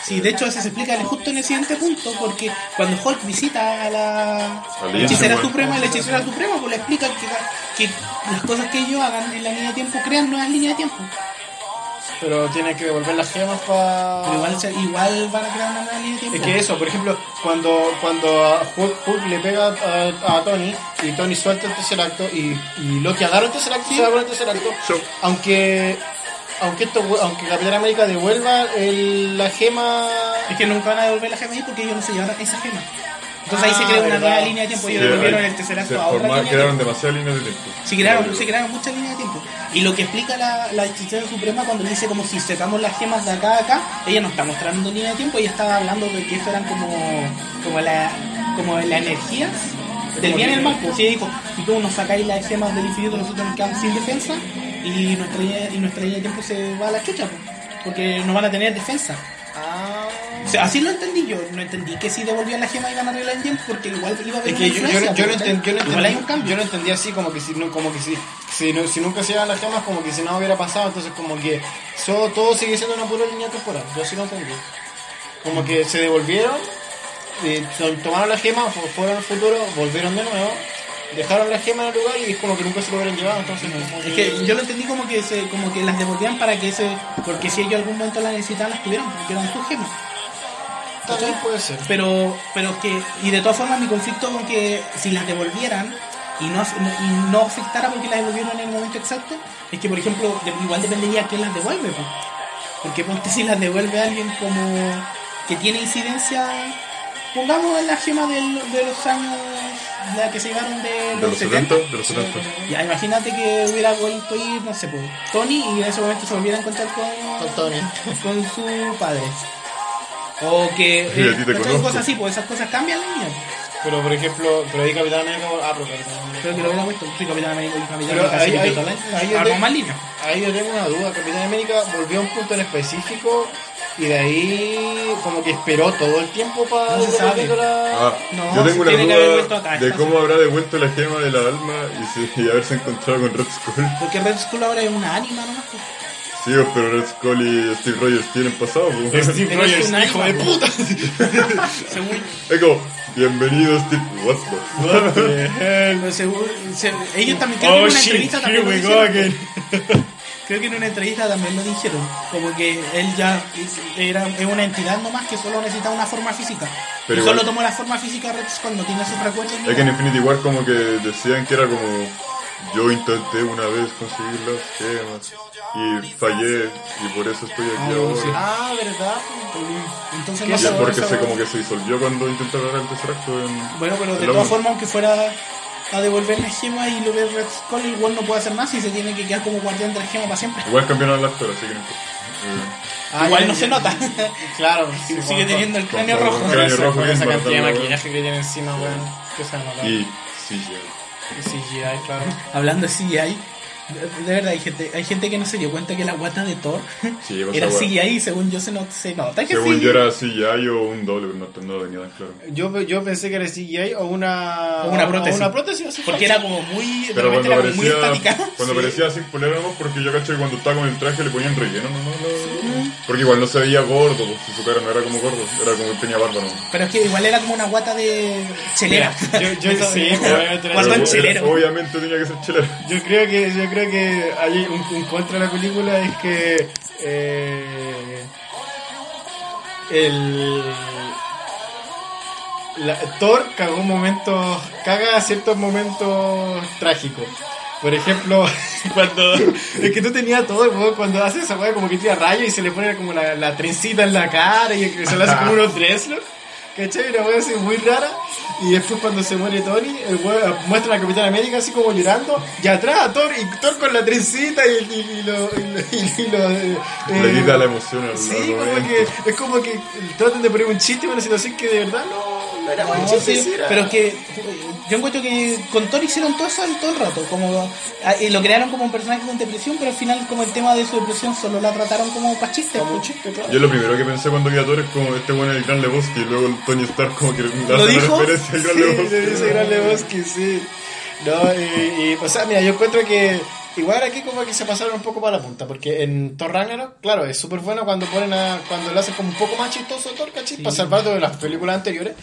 Sí, de hecho eso se explica justo en el siguiente punto, porque cuando Hulk visita a la Alianza, hechicera bueno. suprema, la hechicera suprema, pues le explica que, que las cosas que ellos hagan en la línea de tiempo crean nuevas líneas de tiempo. Pero tiene que devolver las gemas para... Pero igual, se- igual van a crear una nueva línea de tiempo. Es que eso, por ejemplo, cuando, cuando a Hulk, Hulk le pega a, a Tony y Tony suelta el tercer acto y, y Loki agarra el tercer acto y se va con el tercer acto, aunque aunque esto, aunque Capitán América devuelva el- la gema Es que nunca van a devolver la gema ahí porque ellos no se llevaron esa gema. Entonces ahí se Ah, crea una verdad. nueva línea de tiempo. Ellos Sí, devolvieron ahí el tercer se acto a otra formaron- línea de crearon tiempo. demasiadas líneas de tiempo. Se crearon, se Sí, crearon muchas líneas de tiempo. Y lo que explica la, la hechicera suprema cuando dice como si sacamos las gemas de acá a acá, ella no está mostrando línea de tiempo, ella estaba hablando de que eso eran como, como la como las energías del bien y el mal. Pues sí, dijo, si tú nos sacáis las gemas del infinito, nosotros nos quedamos sin defensa y nuestra línea, y nuestra línea de tiempo se va a la chucha, pues, porque no van a tener defensa. O sea, así lo entendí yo, no entendí que si devolvían la gema iban a arreglar el tiempo porque igual iba a haber Es una que yo, yo, influencia, yo no pues, entendí, yo no igual hay un entendí- cambio. yo no entendí así, como que si, no- como que si, si, no- si nunca se llevan las gemas, como que si no hubiera pasado, entonces como que so- todo sigue siendo una pura línea temporal, yo así lo entendí. Como que se devolvieron, eh, to- tomaron las gemas, fu- fueron al futuro, volvieron de nuevo, dejaron las gemas en el lugar y es como que nunca se lo hubieran llevado, entonces como Es que yo lo entendí como que se, como que las devolvían para que ese, porque si ellos en algún momento las necesitaban las tuvieran, porque eran sus gemas. también puede ser. Pero, pero es que, y de todas formas mi conflicto con que si las devolvieran y no, y no afectara porque las devolvieron en el momento exacto, es que por ejemplo, de- igual dependería quién las devuelve, pues. porque ponte si las devuelve alguien como que tiene incidencia, pongamos la gema del- de los años, la que se llevaron de De los 70, de los 70. ya, imagínate que hubiera vuelto a ir, no sé, pues, Tony y en ese momento se volviera a encontrar con, Con Tony. con su padre. O que. Sí, a ti te ¿cachai? conozco. cosas así, pues esas cosas cambian la línea. Pero por ejemplo, pero ahí Capitán América, ah, pero Capitán América. Pero que lo hubiera puesto, soy Capitán América y Capitán Pero América ahí- se metió ahí- toda la- ahí yo armó te- más líneas. Ahí yo tengo una duda, Capitán América volvió a un punto en específico y de ahí como que esperó todo el tiempo para No se sabe. Ah, No, yo se tengo una tiene que haber vuelto duda acá, de está cómo habrá devuelto la gema de la alma y, si, y haberse encontrado con Red Skull. Porque Red Skull ahora es una ánima nomás. pues. Sí, pero Red Skull y Steve Rogers tienen pasado. pues. po. Steve Pero es Rogers, un hijo de ánima, puta. Según, Es como, bienvenido Steve. What the- pero según- se- ellos Oh, también creo que en una entrevista también lo dijeron. Creo que en una entrevista también lo dijeron. Como que él ya es- era, es una entidad nomás que solo necesitaba una forma física. Pero y igual- solo tomó la forma física Red Skull, no tiene sus recuerdos. ni Es que en nada. Infinity War como que decían que era como yo intenté una vez conseguir las gemas y fallé y por eso estoy aquí Oh, ahora. Ah, verdad. Entonces Y no es se porque se como que se disolvió cuando intentó agarrar el tesoro en Bueno, pero en de la todas uno. formas, aunque fuera a devolver la gema y lo ve Red Skull, igual no puede hacer más y se tiene que quedar como guardián de la gema para siempre. Igual cambiaron las actor, así que no importa. Eh, igual no se nota. Claro. Y Ah, sí, sigue con- teniendo el cráneo con- rojo. con- Cráneo esa- rojo con bien esa cantidad de marcado, maquillaje que tiene encima, weón. Que se ha notado. Y sí, ya. Y CGI, claro. Hablando de CGI, de, de verdad, hay gente, hay gente que no se dio cuenta que la guata de Thor Sí, o sea, era bueno. CGI y según yo se, no, se nota que Según sí. yo era así ya yo un doble, no, no lo tenía tan claro. Yo, yo pensé que era CGI o una, O una prótesis. una prótesis así Porque era como muy. Pero realmente cuando era como muy parecía, estática. cuando pues, Sí. parecía sin polera nomás, porque yo caché que cuando estaba con el traje le ponían relleno nomás. la- Porque igual no se veía gordo, pues, si su cara no era como gordo, era como que tenía barba nomás. Pero es que igual era como una guata de chelera. Yo, yo, sí, obviamente era Guarda CGI. Pero el era- chelero. Obviamente tenía que ser chelero. Yo creo que, yo creo que hay un, un contra de la película es que eh, el la- Thor cagó momentos, caga ciertos momentos trágicos. Por ejemplo, cuando es que tú tenías todo weón, cuando hace esa weá como que tira rayos y se le pone como la, la trencita en la cara y que se le hace como unos dreadlocks. ¿Cachai? Una wea así muy rara. Y después cuando se muere Tony, el wea- muestra a la Capitán América así como llorando. Y atrás a Thor, y Thor con la trencita y, y- y lo... y- y lo, eh, Le eh, quita la emoción al Sí, al como momento. que, es como que tratan de poner un chiste en una situación que de verdad no, no era un No, chiste. sí, sí era. pero es que eh, yo encuentro que con Thor hicieron todo eso el- todo el rato, como ah, y lo crearon como un personaje con depresión, pero al final como el tema de su depresión solo la trataron como para chistes. Como un pues. chiste, claro. Yo lo primero que pensé cuando vi a Thor es como este bueno es el gran Lebowski y luego el Tony Stark como que le hace una dijo? referencia al gran Sí, Lebowski. le dice Gran Lebowski, sí. No, y, y, o sea, mira, yo encuentro que igual aquí como que se pasaron un poco para la punta, porque en Thor Ragnarok, claro, es súper bueno cuando ponen a, cuando lo hacen como un poco más chistoso Thor, ¿cachai? Para salvarlo de las películas anteriores,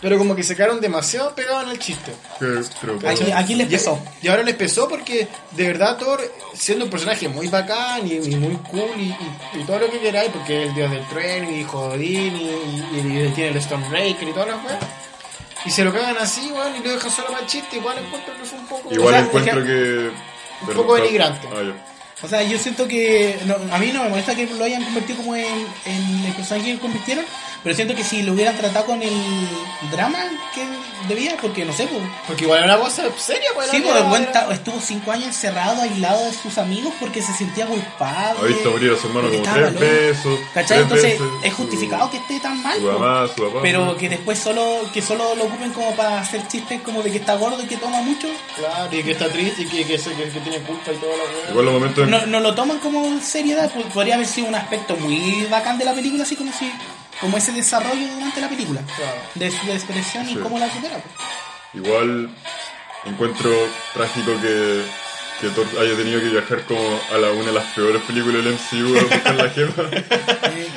pero como que se quedaron demasiado pegados en el chiste. Que- pero- Aquí, aquí les pesó. Y ahora les pesó porque de verdad Thor, siendo un personaje muy bacán y, y muy cool y, y- y todo lo que queráis, porque es el dios del trueno y Jodín y, y- y tiene el Stonebreaker y todas las cosas. Y se lo cagan así, weón, y lo dejan solo para el chiste, igual encuentro que fue un poco... Igual O sea, encuentro es que... un perdón, poco Thor- denigrante. Ah, ya. O sea, yo siento que no, a mí no me molesta que lo hayan convertido como en, en el personaje que convirtieron, pero siento que si lo hubieran tratado con el drama que debía, porque no sé, pues, Porque igual era una cosa seria, pues, sí, era- pues, el buen era- ta- estuvo cinco años encerrado, aislado de sus amigos porque se sentía culpable. Ha visto morir a su hermano porque como estaba tres loco. veces. Eh, ¿Cachai? tres Entonces veces, es su- justificado que esté tan mal. Su po. mamá, su papá. Pero que después solo que solo lo ocupen como para hacer chistes como de que está gordo y que toma mucho. Claro, y que está triste y que, que, se- que, que tiene culpa y todo lo que... Igual los momentos en- No, no lo toman como seriedad. po- Podría haber sido un aspecto muy bacán de la película, así como si como ese desarrollo durante la película. Claro. De su expresión y Sí. cómo la supera. po. Igual encuentro trágico que, que Thor haya tenido que viajar como a la una de las peores películas del MCU a buscar la gema.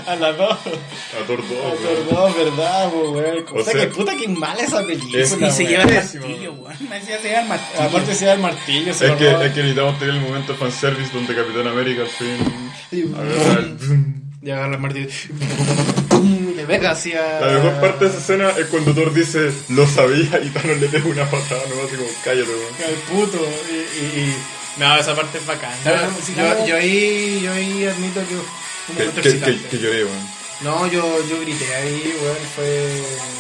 A las dos. A Thor 2, A las weón. dos, ¿verdad, pues, weón? O Puta, sea- que puta, que mala esa película, Es- Y se weón. lleva el Pésimo, martillo, weón. Me decía se lleva el martillo. Aparte se da el martillo, se Es lo que, roba. es que necesitamos tener el momento fanservice donde Capitán América al fin. Sí, agarra el- Y agarra el martillo. Le pega hacia. La mejor parte de esa escena es cuando Thor dice lo sabía y Thanos le pega una patada nomás así como cállate, weón. Al puto. Y, y- y- No, esa parte es bacán. No, no, Yo- si yo, no- yo ahí, yo ahí admito que. fue un Que, momento que, que, excitante. que lloré, weón. No, yo, yo grité ahí, weón, fue...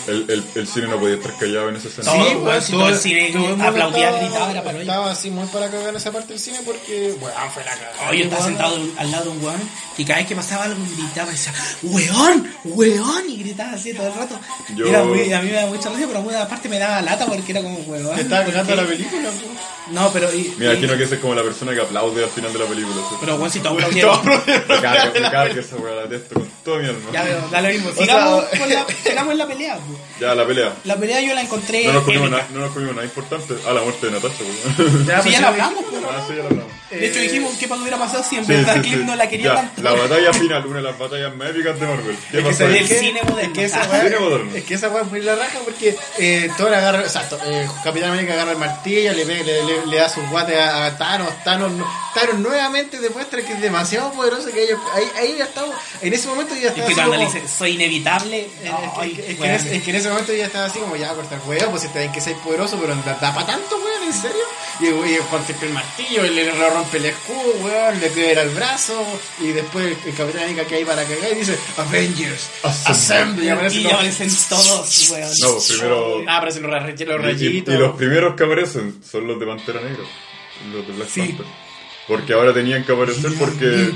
El, el, el cine no podía estar callado en ese sentido. Sí, weón, si todo el cine todo mundo aplaudía, estaba- gritaba, era para hoy. Estaba así muy para cagar en esa parte del cine porque, weón, fue la cagada. Oye, yo estaba Weón, sentado al lado de un weón y cada vez que pasaba algo gritaba y decía, weón, weón, y gritaba así todo el rato. Yo- Y era muy- a mí me daba mucha risa, pero bueno, aparte me daba lata porque era como weón. Te estaba ¿por cagando qué?". la película, weón. No, pero. y- Me y- imagino que esa es como la persona que aplaude al final de la película. así. Pero weón, si todos aplaudieron. Me carga, me carga esa weá, la detesto con toda mi alma. Ya Ya, veo, da lo mismo. Sigamos, sea- con la, sigamos en la pelea. pues. la pelea. La pelea yo la encontré. No nos comimos épica. nada, no nos comimos nada importante. Ah, la muerte de Natasha, weón. Sí, pues, ya sí, la hablamos, pues. Ah, sí, ya la hablamos. De hecho, dijimos que hubiera pasado si en Sí, vez de sí, Clip sí. no la quería Ya, tanto. La batalla final, una de las batallas más épicas de Marvel. ¿Qué Es que pasó sabía ahí? el que- cine moderno. Es que esa Cine moderno. weá, es que esa weá es muy la raja porque eh, Thor agarra, o sea, to- eh, Capitán América agarra el martillo, le, pega- le, le- le da sus guates a, a Thanos, Thanos, no- Thanos nuevamente demuestra que es demasiado poderoso que ellos, ahí, ahí ya estaba, en ese momento ya Y estaba así que cuando le como- dice, soy inevitable. eh, ay, es que- es que en weón. ese- es que en ese momento yo ya estaba así como ya cortar huevo, pues si te ven que soy poderoso, pero da, da pa' tanto, weón, en serio. Y el weón contesta el martillo, le, le rompe el escudo, weón, le quiebra el brazo, y después el, el capitán América que hay para cagar y dice Avengers, Assemble, y aparece Y como- aparecen todos, weón. No, pues primero. Ah, aparecen los, ray- los Y, y- rayitos. y los primeros que aparecen son los de Pantera Negra, los de Black Panther. Porque ahora tenían que aparecer porque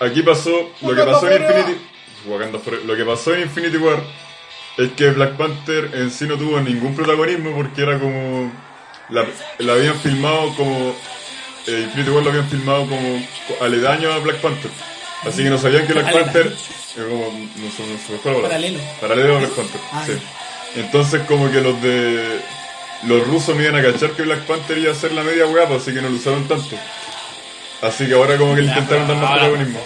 aquí pasó lo que pasó en Infinity Wakanda Forever. lo que pasó en Infinity War es que Black Panther en sí no tuvo ningún protagonismo porque era como la, la habían filmado como eh, Infinity War lo habían filmado como co- aledaño a Black Panther. Así que no sabían que Black Aledaño. Panther era como no sé, no se me fue la palabra. Paralelo. Paralelo a Black Panther. Ah, sí. Entonces como que los de los rusos me iban a cachar que Black Panther iba a ser la media weá, pues, así que no lo usaron tanto. Así que ahora como que le intentaron dar más protagonismo.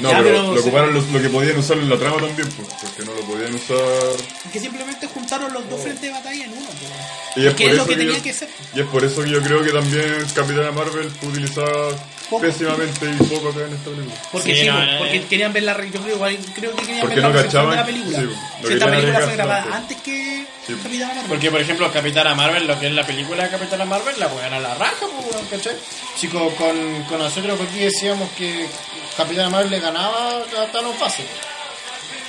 No, Ya, pero, pero lo se- ocuparon los- lo que podían usar en la trama también, pues, porque no lo podían usar. Que simplemente juntaron los dos frentes de batalla en uno. pues. Y es, Que por es eso lo que tenía yo, que ser. Y es por eso que yo creo que también Capitana Marvel fue utilizada Poco. pésimamente y poco acá en esta película. Porque Sí, sí, no, pues, no, porque no. querían ver la re- yo creo, igual, creo que querían Porque ver la no recepción de la cachaban, película. sí, pues, lo si esta querían película fue arriesgar grabada tanto. antes que Sí. Capitana Marvel. Porque, por ejemplo, Capitana Marvel, lo que es la película de Capitana Marvel, la juegan a la raja, pues, weón, ¿cachai? Chicos, con, con nosotros aquí decíamos que Capitana Marvel le ganaba a Thanos fácil.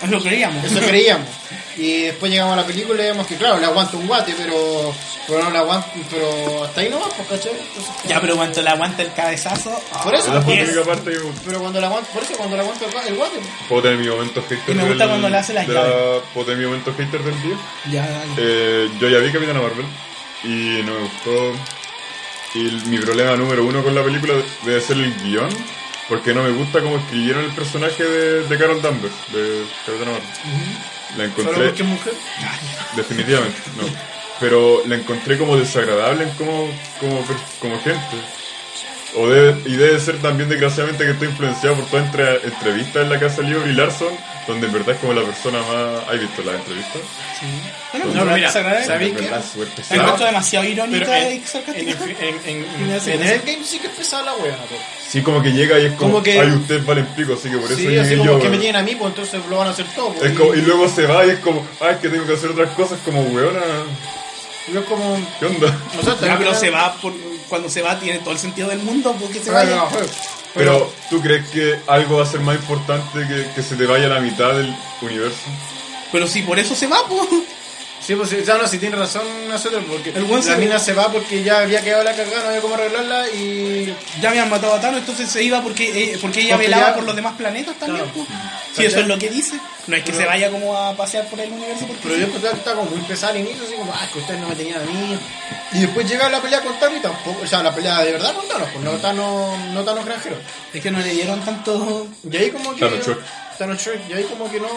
lo creíamos. Eso creíamos. Y después llegamos a la película y vemos que, claro, le aguanta un guate, pero, pero no le aguanta, pero hasta ahí nomás, pues, ¿cachai? Entonces, Ya, pero cuando le aguanta el cabezazo. ah, Por eso, Esa fue la Yes. única parte que me gustó. pero cuando le aguanta, por eso cuando le aguanta el gua- el guate, pues. Puedo tener mi momento hater Y me gusta del- cuando le hace las de la- Puedo tener mi momento hater del día. Ya, dale. Eh, yo ya vi Capitana Marvel y no me gustó. Y el- mi problema número uno con la película debe ser el guión, porque no me gusta cómo escribieron el personaje de, de Carol Danvers, de Capitana Marvel. solo La encontré, porque es mujer. definitivamente, no. Pero la encontré como desagradable en como, como, per- como gente. O debe- y debe ser también desgraciadamente que estoy influenciado por toda entre, entrevista en la casa Libre y Larson, donde en verdad es como la persona más... ¿Has visto las entrevistas? Bueno, no, pero mira, se agradece. ¿sabes En qué? verdad, súper pesado. Me encuentro demasiado Pero irónica en, y en, sarcástica. en, Me en, hace en gracia. Endgame sí que es pesada la weá, pues. Sí, como que llega y es como, Como que- ay, ustedes valen pico, así que por eso Sí, llegué así yo. como que weón". me tienen a mí, pues entonces lo van a hacer todo. pues. Es como- y luego se va y es como, ay, es que tengo que hacer otras cosas, como weona, Y yo como... ¿qué onda? O sea, Ya, pero también- se va por, cuando se va tiene todo el sentido del mundo porque se Ah, vaya. no, eh. Pero, ¿tú crees que algo va a ser más importante que, que se te vaya la mitad del universo? Pero si por eso se va, pues. Sí, pues sí, ya no, si tiene razón nosotros, porque El buen la se- mina se va porque ya había quedado la cargada, no había cómo arreglarla y... Ya habían matado a Thanos, entonces se iba porque, eh, porque ella Porque velaba ya- por los demás planetas también, Claro. pues. Si ¿Cachai? eso es lo que dice. No es que Pero- se vaya como a pasear por el universo porque Pero sí. yo encontraba que estaba como muy pesado al inicio, así como, ah, es que ustedes no me tenían a mí. Y después llega la pelea con Thanos y tampoco, o sea, la pelea de verdad con Thanos, pues no Thanos, no Thanos granjero. es que no le dieron tanto. Y ahí como que... Thanos Shrek. Thanos Shrek, y ahí como que no...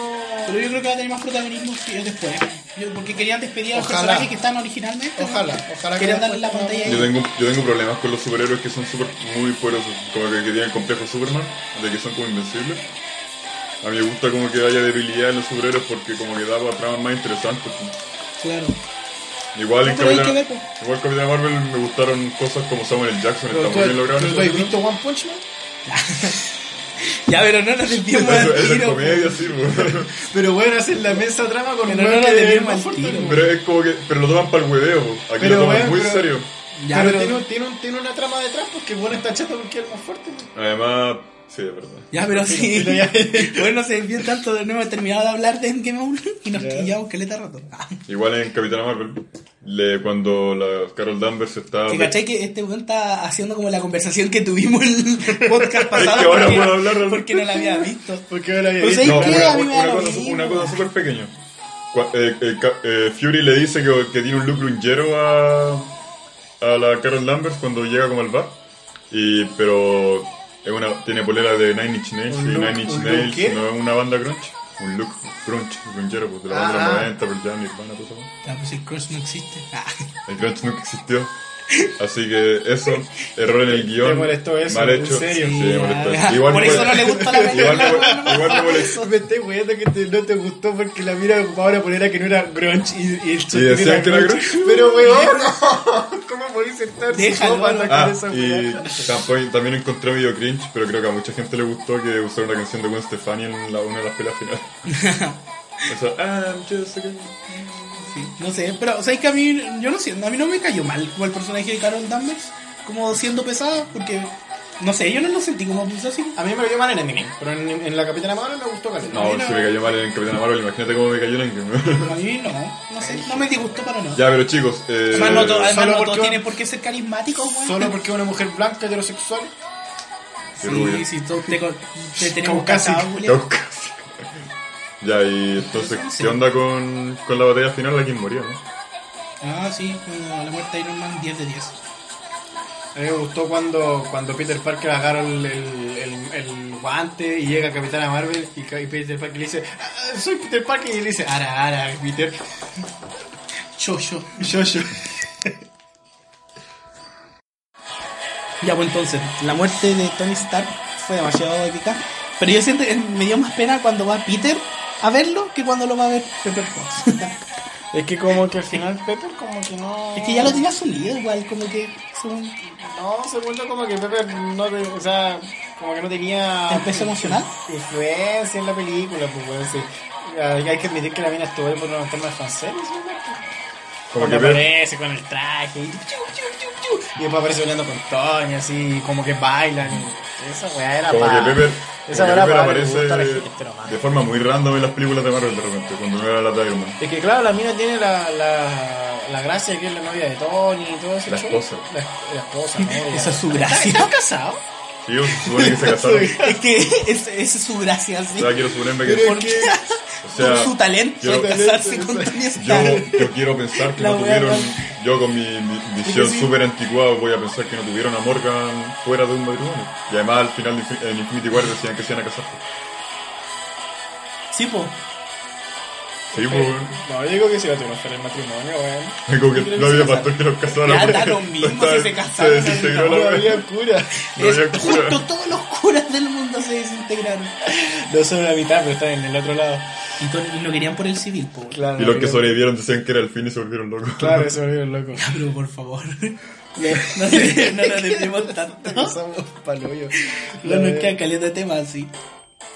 Pero yo creo que va a tener más protagonismo que después. Yo- porque querían despedir a los Ojalá. personajes que están originalmente. ¿no? Ojalá, ojalá Querían que darle la después pantalla no- Yo tengo, yo tengo problemas con los superhéroes que son super, muy poderosos, como que, que tienen el complejo Superman, de que son como invencibles. A mí me gusta como que haya debilidad en los superhéroes porque como que da para tramas más interesantes. pues. Claro. Igual, en No, pero hay Capitana- que ver, pues. igual Capitana Marvel me gustaron cosas como Samuel L. Jackson, Pero está tú, muy bien pero logrado. tú eso. has visto One Punch Man? Ya, pero no nos desviemos Eso, eso al es tiro. comedia, sí, pues. Pero bueno, hacen la mesa trama con Pero un no weón nos que desviemos es al más tiro. fuerte, Pero es como que, pero lo toman para el hueveo, po. aquí Pero, lo toman weón, muy pero- serio. Ya, pero pero- tiene, un- tiene, un- tiene una trama detrás porque el bueno está chato porque es el más fuerte. Además, Sí, es verdad. Ya, pero sí. pero ya- bueno, se desvió tanto, no hemos terminado de hablar de Endgame aún y nos quillamos caleta rato. Ah. Igual en Capitana Marvel, le- cuando la Carol Danvers está... Que cachai que este weón está haciendo como la conversación que tuvimos el podcast pasado. que ahora porque, puedo hablar, ¿no? porque no la había visto. Porque ahora Pues ahí- No, ¿Qué? una, A mí me da una lo cosa, mismo. una cosa súper pequeña. Cua- eh, eh, Ca- eh, Fury le dice que, que tiene un look lungero a, a la Carol Danvers cuando llega como al bar. Y, pero es una, tiene polera de Nine Inch Nails y ¿Un look- Nine Inch un look Nails qué? no es una banda grunge. Un look grunge, lungero, pues de la banda de Ah. los 90, Pearl Jam, Nirvana, todo eso. ¿no? Ah, pues el crush no existe. Ah, El grunge nunca existió. Así que eso, error en el guión. Te molestó eso, mal ¿en hecho. serio? Sí, me molestó. ah, Igual por me- eso no le gusta la película. Igual me- igual me molestó. Me estoy weyando que te- no te gustó porque la mira ocupaba una polera que no era grunge y, y el Y decían que era grunge. Pero weón, no. ¿Cómo podéis sentar su Déjalo. copa en la Ah, cabeza? y tampoco- también encontré video cringe, pero creo que a mucha gente le gustó que usara una canción de Gwen Stefani en la, una de las peleas finales. "Ah, Eso, I'm just a girl. Sí, no sé, pero sabes que a mí, yo no sé, a mí no me cayó mal como el personaje de Carol Danvers, como siendo pesada, porque no sé, yo no lo sentí como pues, así. A mí me lo llaman en Eminem, pero en, en la Capitana Marvel me gustó casi. No, si me cayó mal en Capitana Marvel, imagínate cómo me cayó en Endgame. A mí no, no sé, no me disgustó para nada. ya, pero chicos, eh, Además, no, to- además, solo no porque- todos tienen por qué ser carismáticos, weón. Solo porque es una mujer blanca heterosexual. qué rubio. Sí, sí, todos te, co- te tenemos Caucásico. cachado, Julián. Caucásico. Ya, y entonces, eh. Sí. ¿qué onda con, con la batalla final? ¿A quién murió, no? Ah, sí, bueno, la muerte de Iron Man 10 de 10. A mí me gustó cuando, cuando Peter Parker agarra el, el, el- el guante y llega Capitana Marvel y, ca- y Peter Parker le dice, "Ah, soy Peter Parker y él dice, ara, ara, Peter. Yo, yo. Yo, yo. Ya, pues entonces, la muerte de Tony Stark fue demasiado épica. Pero yo siento que me dio más pena cuando va Peter a verlo que cuando lo va a ver Pepper Potts. Es que como que al final Pepper como que no... es que ya lo tenía sumido igual, como que según No, según yo como que Pepper no, te- o sea, como que no tenía... el peso emocional. Influencia en la película, pues bueno, sí. Ah, Hay hay que admitir que la mina estuvo ahí por una tema de fanservice, ¿no? Como Porque que Pep- aparece con el traje y, chu, chu, chu, chu, y después aparece bailando con Tony, así, como que bailan. y Esa weá era Como pa- que Pepper, Esa como que weá era Pepper pa- aparece le gusta a la de, gente nomás. forma muy random en las películas de Marvel de repente, cuando no era la de Iron Man. Es que claro, la mina tiene la, la, la gracia de que es la novia de Tony y todo eso. La esposa. La, la esposa, ¿no? Esa es su ¿Están- gracia. ¿Están casados? Sí, yo supone que se casaron. Es que es- esa es su gracia, O sí. sea, quiero suponerme que... Porque O sea, por su talento yo- de casarse con Tony Stark. Yo, yo quiero pensar que La no wea tuvieron... mal. Yo con mi, mi visión súper anticuada voy a pensar que no tuvieron a Morgan fuera de un matrimonio. Y además al final de Infi- en Infinity War decían que se iban a casar. Sí, po. Sí, pues... bueno. No, yo digo que si va a triunfar el matrimonio, weón. Como que no había pastor que los casara. Ya, da lo mismo si se casaron, Se desintegró no la No wea. había cura. No Es- había cura. justo todos los curas del mundo se desintegraron. No solo la mitad, pero están en el otro lado. Y, Tony- y lo querían por el civil, po. Claro, Y no, los que pero- sobrevivieron decían que era el fin y se volvieron locos. Claro, eso es loco. Pero por favor. No, sé, no nos desviemos tanto. Somos palollo. No nos queda caleta de tema así.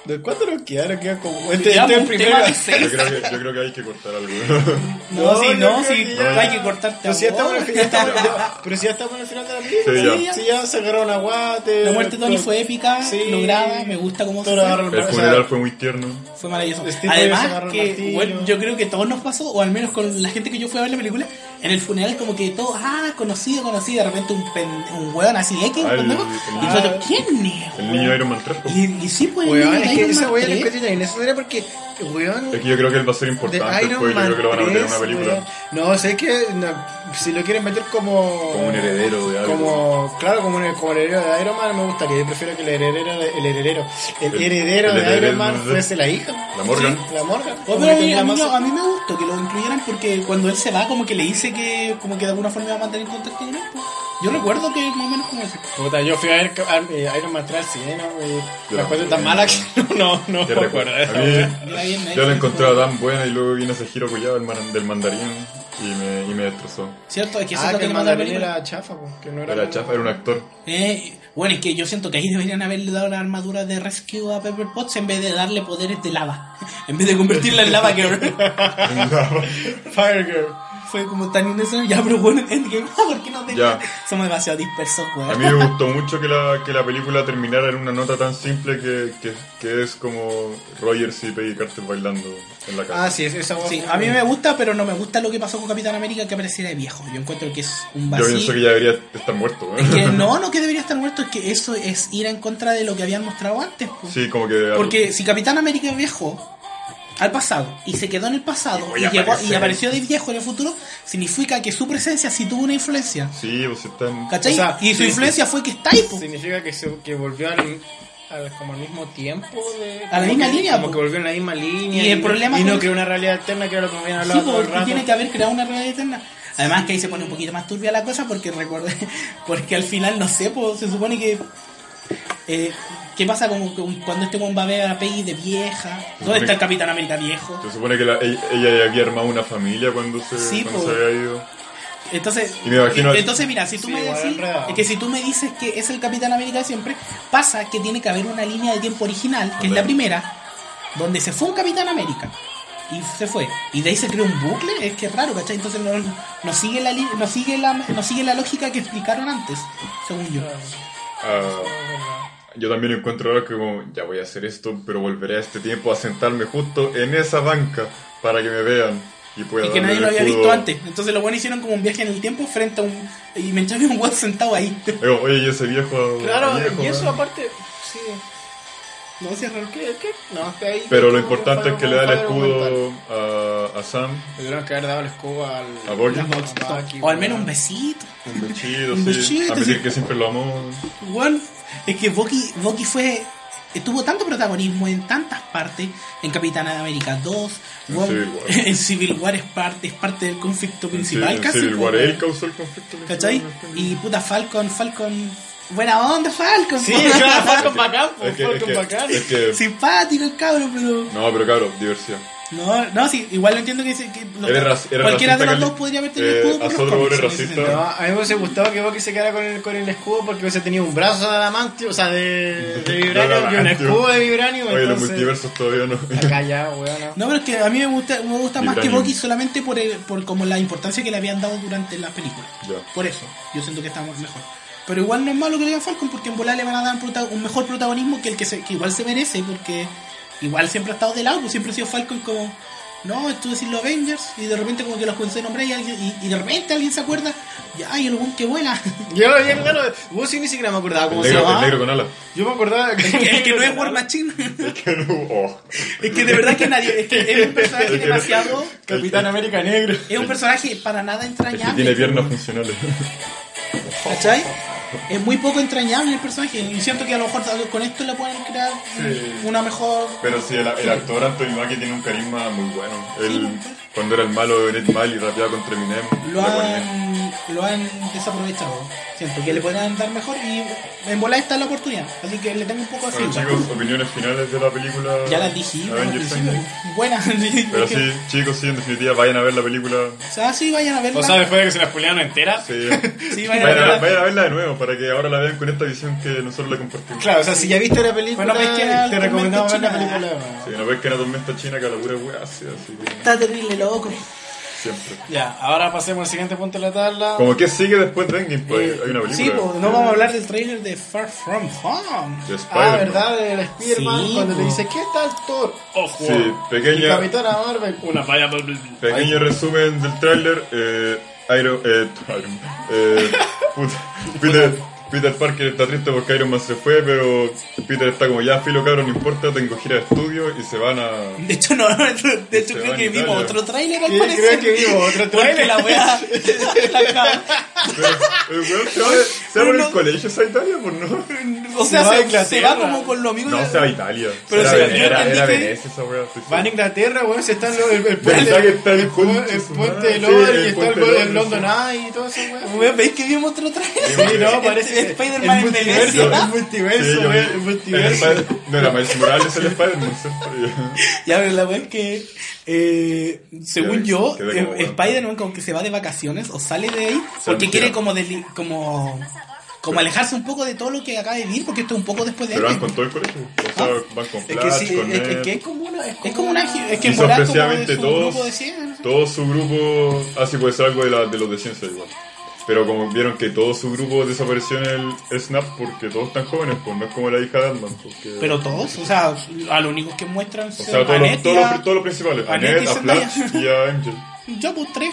¿De cuánto nos queda? Nos queda como. Este, este Llevamos es el un primero. tema de seis. Yo creo que, yo creo que hay que cortar algo. No, No, sí, yo no, creo sí. que ya- Hay que cortarte Pero si, ya estamos en ahora. el final, ya estamos- ya- pero si ya estamos en el final de la película. Sí, ya. Si ya se agarraron aguate. La muerte de Tony fue épica, Sí. lograda, me gusta cómo se Todo fue. agarró El O sea, funeral fue muy tierno. Fue maravilloso. Steve Rogers agarró Además, el que martillo. bueno, yo creo que todos nos pasó, o al menos con la gente que yo fui a ver la película, en el funeral como que todos, ah, conocido, conocido, de repente un, pen, un weón así, ¿eh? ¿Quién Ah, el- pendejo? el- Y nosotros, ¿quién es? El niño Iron Man 3. pues. Y, y sí, pues, Weón, el es Iron que esa Man weá la 3. encuentro tan innecesaria porque, weón. Es que yo creo que él va a ser de importante Iron después. Yo Man creo que lo van a meter en 3, una película. weón. No, sé que no, si lo quieren meter como. Como un heredero de algo. Como, claro, como, un- como el heredero de Iron Man me gustaría. Yo prefiero que el heredero, de- el heredero, el El- heredero el de heredero Iron Man de- fuese la hija. La Morgan. Sí, la Morgan. Oh, Como pero a que mí, tenga a mí más- no- a mí me gustó que lo incluyeran porque cuando él se va como que le dice que como que de alguna forma iba a mantener contacto con él. pues. Yo recuerdo que más o menos como eso. Puta, yo fui a ver a- eh, Iron Man 3 al cine, no, güey. Yo La no. encuentro tan mala que no, no, no Qué me recuerdo. acuerdo. Ah, A mí, Yo ahí yo en Netflix, la como- encontraba tan buena y luego vino ese giro cuidado del mandarín y me, y me destrozó. Cierto, es que eso es Ah, lo que que el le manda la mandarín película. era chafa, po, que no era. Era como- chafa, era un actor. Eh, bueno, es que yo siento que ahí deberían haberle dado la armadura de Rescue a Pepper Potts en vez de darle poderes de lava. En vez de convertirla en lava girl. Fire Girl. fue como tan innecesario. Ya, pero bueno, en Endgame, ah, ¿por qué no Ya. tenía? Somos demasiado dispersos, weón. A mí me gustó mucho que la, que la película terminara en una nota tan simple que, que, que es como Rogers y Peggy Carter bailando en la casa. Ah, sí, esa Sí, a mí me gusta, pero no me gusta lo que pasó con Capitán América que apareciera de viejo. Yo encuentro que es un Yo vacío. pienso que ya debería estar muerto. ¿eh? Es que no, no que debería estar muerto, es que eso es ir en contra de lo que habían mostrado antes. pues. po. Sí, como que... Porque si Capitán América viajó al pasado y se quedó en el pasado voy y, a llegó- aparecer. y apareció de viejo en el futuro, significa que su presencia sí tuvo una influencia. Sí, pues están... ¿Cachai? O sea, y su sí. influencia fue que está ahí, po. Significa que, se, que volvió al, al- como al mismo tiempo. De, A la como misma que- línea, Como po. que volvió en la misma línea. Y el problema Y con- no creó una realidad alterna, que era lo que me habían hablado Sí, todo el porque rato. tiene que haber creado una realidad eterna. Además que ahí se pone un poquito más turbia la cosa porque recuerde, porque al final no sé, pues, se supone que eh, ¿qué pasa con, con- cuando este Juan va a ver a Peggy de vieja? ¿Dónde está el Capitán América viejo? Se supone que la- ella, ella había armado una familia cuando se, Sí, cuando po. se había ido. Entonces, Y me imagino- entonces mira, si tú Sí, me igual decís enredado. es que si tú me dices que es el Capitán América de siempre, pasa que tiene que haber una línea de tiempo original, que es la Claro. primera, donde se fue un Capitán América y se fue. Y de ahí se creó un bucle, es que es raro, ¿cachai? Entonces no, no sigue la li- no sigue la no sigue la lógica que explicaron antes, según yo. Ah, yo también encuentro ahora que como, ya voy a hacer esto, pero volveré a este tiempo a sentarme justo en esa banca para que me vean y pueda Y que darle nadie el lo había escudo. visto antes. Entonces los buenos hicieron como un viaje en el tiempo frente a un y me echaron un guapo sentado ahí. Digo, Eh, Oye, y ese viejo... Claro, viejo, y eso man". aparte. Sí. No sé, es raro. ¿Qué? ¿Qué? No, es que ahí. Pero lo como importante es fue- que le da el fue argumental. escudo a, a Sam, Le tuvieron que haber dado el escudo al. a Bucky. a Bucky, O al menos weón. un besito. Un bechito, Un sí. bechito, A decir sí. que siempre lo amó. Bueno, es que Bucky, Bucky fue. eh, Tuvo tanto protagonismo en tantas partes, en Capitán América 2, En weón, Civil War. en Civil War es parte, es parte del conflicto principal Sí, en casi. Civil po, War, weón. él causó el conflicto. ¿Cachai? Y puta Falcon, Falcon. Buena onda, Falcon. Sí, po. claro, Falcon bacán, po, Es que, es Falcon bacán. que, es que- Simpático el cabro, pero. No, pero claro, diversión. No, no, sí, igual entiendo que, se- que los- Era raci- era cualquiera racista, de los dos Cali. podría haber tenido Eh, escudo por a los Sodro cómics era en ese racista. sentido. No, a mí me hubiese gustado que Bucky se quedara con el, con el escudo porque hubiese tenido un brazo de adamantio, o sea, de, de vibranio, y un adamantio. escudo de vibranio. Oye, los entonces, multiversos todavía no. acá ya, weón. No, pero es que a mí me gusta, me gusta más que Vibranium. Bucky solamente por, el- por como la importancia que le habían dado durante las películas. Ya. Por eso, yo siento que estamos mejor. Pero igual no es malo que le digan Falcon porque en volar le van a dar un, prota- un mejor protagonismo que el que, se- que igual se merece porque igual siempre ha estado de lado, pues siempre ha sido Falcon como, no, estuve decir los Avengers y de repente como que los comencé a nombrar y, alguien- y, y de repente alguien se acuerda, y ay, el buen que vuela. Yo lo vi claro, vos sí ni siquiera me acordaba El cómo se negro, el llamaba. negro con alas. Yo me acordaba el que no es War Machine. Es que no. oh. es que de verdad que nadie, es que es un personaje demasiado... Capitán América Negro. Es un personaje para nada Es entrañable. que tiene piernas funcionales. ¿Cachai? Es muy poco entrañable el personaje. Y siento que a lo mejor con esto le pueden crear Sí. una mejor. Pero sí, el, el actor Anthony Mackie tiene un carisma muy bueno. Él, cuando era el malo de Net Mal y rapeaba contra Eminem, pues. Lo la ponía. han, lo han desaprovechado. Siento que le podrían dar mejor y en volar está la oportunidad. Así que le tengo un poco de Bueno, feedback. chicos, opiniones finales de la película. Ya las dijimos al Avengers principio. Endgame. Buenas. Pero sí, chicos, sí, en definitiva, vayan a ver la película. O sea, sí, vayan a verla. O sea, después de que se la spoilearon entera. Sí. Sí, vayan, a vayan a verla. verla. vayan a verla de nuevo para que ahora la vean con esta visión que nosotros le compartimos. Claro, o sea, si ya viste la película, Bueno, pues, que era te el recomendamos ver la momento película. china. weón. Sí, no ves que una tormenta china que a la pura wea hace, así que Está terrible, loco. siempre. Ya, ahora pasemos al siguiente punto de la tabla. Como que sigue después de Endgame, pues, hay una película. Sí, pues, no vamos a hablar del trailer de Far From Home. de Ah, Spider-Man. ¿verdad? De la Spider-Man, Sí, cuando po. le dice, ¿qué tal Thor? Ojo. Sí, Y pequeña, Capitana Marvel. Una falla. pequeño resumen del tráiler. Eh, Iron, eh, Iron, eh, puta, Peter, Peter Parker está triste porque Iron Man se fue, pero Peter está como ya filo cabrón, no importa, tengo gira de estudio y se van a. De hecho, no, de hecho Se creo van que a vimos Italia. otro trailer Sí, al creo parecer. que vivo otro Porque trailer. la wea. Pero, el Eh, weón se va, se va Pero por el no- colegio a Italia, por no. o sea, Se va a se, Inglaterra. se va como con los amigos. No de- se va a Italia. Pero era si la- Ven- yo era, entendí era que- Venecia esa wea. estoy Van a seguro. Inglaterra, weón, se están los- el, el puente, ¿Verdad que está el el, conche el su puente madre? de Sí, Londres el y está puente de el, el Londres, London Eye y todo eso, weón. Wea, ¿Veis que vimos otro trailer? Sí, no, parece- Este- Spider-Man en multiverso, Venecia. el multiverso, Sí, yo vi- weón, el multiverso. el Spider- No era Miles Morales el Spider-Man, ¿cierto? Ya, pero la wea es que. eh, según Queda- yo, queda eh, como bueno. Spider-Man como que se va de vacaciones o sale de ahí porque mentira. quiere como. deli- como Como alejarse un poco de todo lo que acaba de vivir, porque esto es un poco después de Pero van Endgame. con todo el colegio. O Ah, sea, van con Es que Flash, sí, con es, es Ned. que es como una. Es como, Es como una. Es que Y en volar como de sorpresivamente su todos- grupo de 100. Todo su grupo. Ah, sí, puede ser algo de, la- de los de ciencia igual. Pero como vieron que todo su grupo desapareció en el Snap porque todos están jóvenes, pues no es como la hija de Ant-Man. porque- Pero todos, o sea, a los únicos que muestran O sea, todos, los, todos, los, todos los principales. A a Ned Ned, y a Zendaya. Flash y a Angel. Yo pues tres.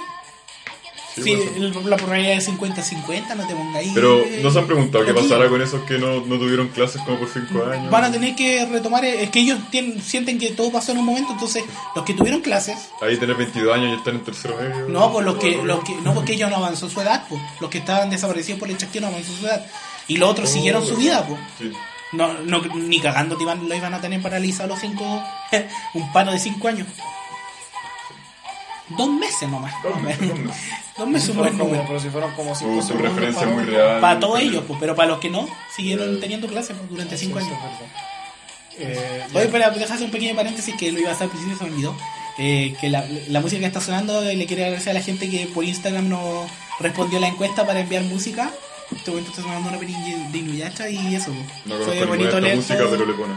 Sí, Sí, puede ser. el- la probabilidad es 50-50, no te pongas ahí. Pero no se han preguntado qué Aquí. pasará con esos que no, no tuvieron clases como por 5 años. Mm, Van a tener que retomar, es que ellos tienen- sienten que todo pasó en un momento, entonces los que tuvieron clases, Ahí tener 22 años y están en tercero medio. no, pues los que, los que, no porque ellos no avanzó su edad, pues, los que estaban desaparecidos por el que no avanzó su edad, y los otros siguieron Oh. su vida, pues. Sí. No, no, ni cagando te iban, lo iban a tener paralizado los cinco, un pano de cinco años. Dos meses nomás. Dos meses, dos meses. Dos meses un buen fueron como, número. pero si fueron como cinco Uh, Su, su segundos referencia para- muy real. Para todos Sí. ellos, pues, pero para los que no, siguieron teniendo clases pues, durante Sí, cinco eso años. es verdad. Eh, ya. Oye, pero deja hacer un pequeño paréntesis que lo iba a hacer al principio y se me olvidó. Eh, que la, la música que está sonando eh, le quiero agradecer a la gente que por Instagram nos respondió la encuesta para enviar música. En este momento está sonando una peringue de Inuyasha y eso. pues. No conozco ninguna de esta leer música, todo- pero le ponen.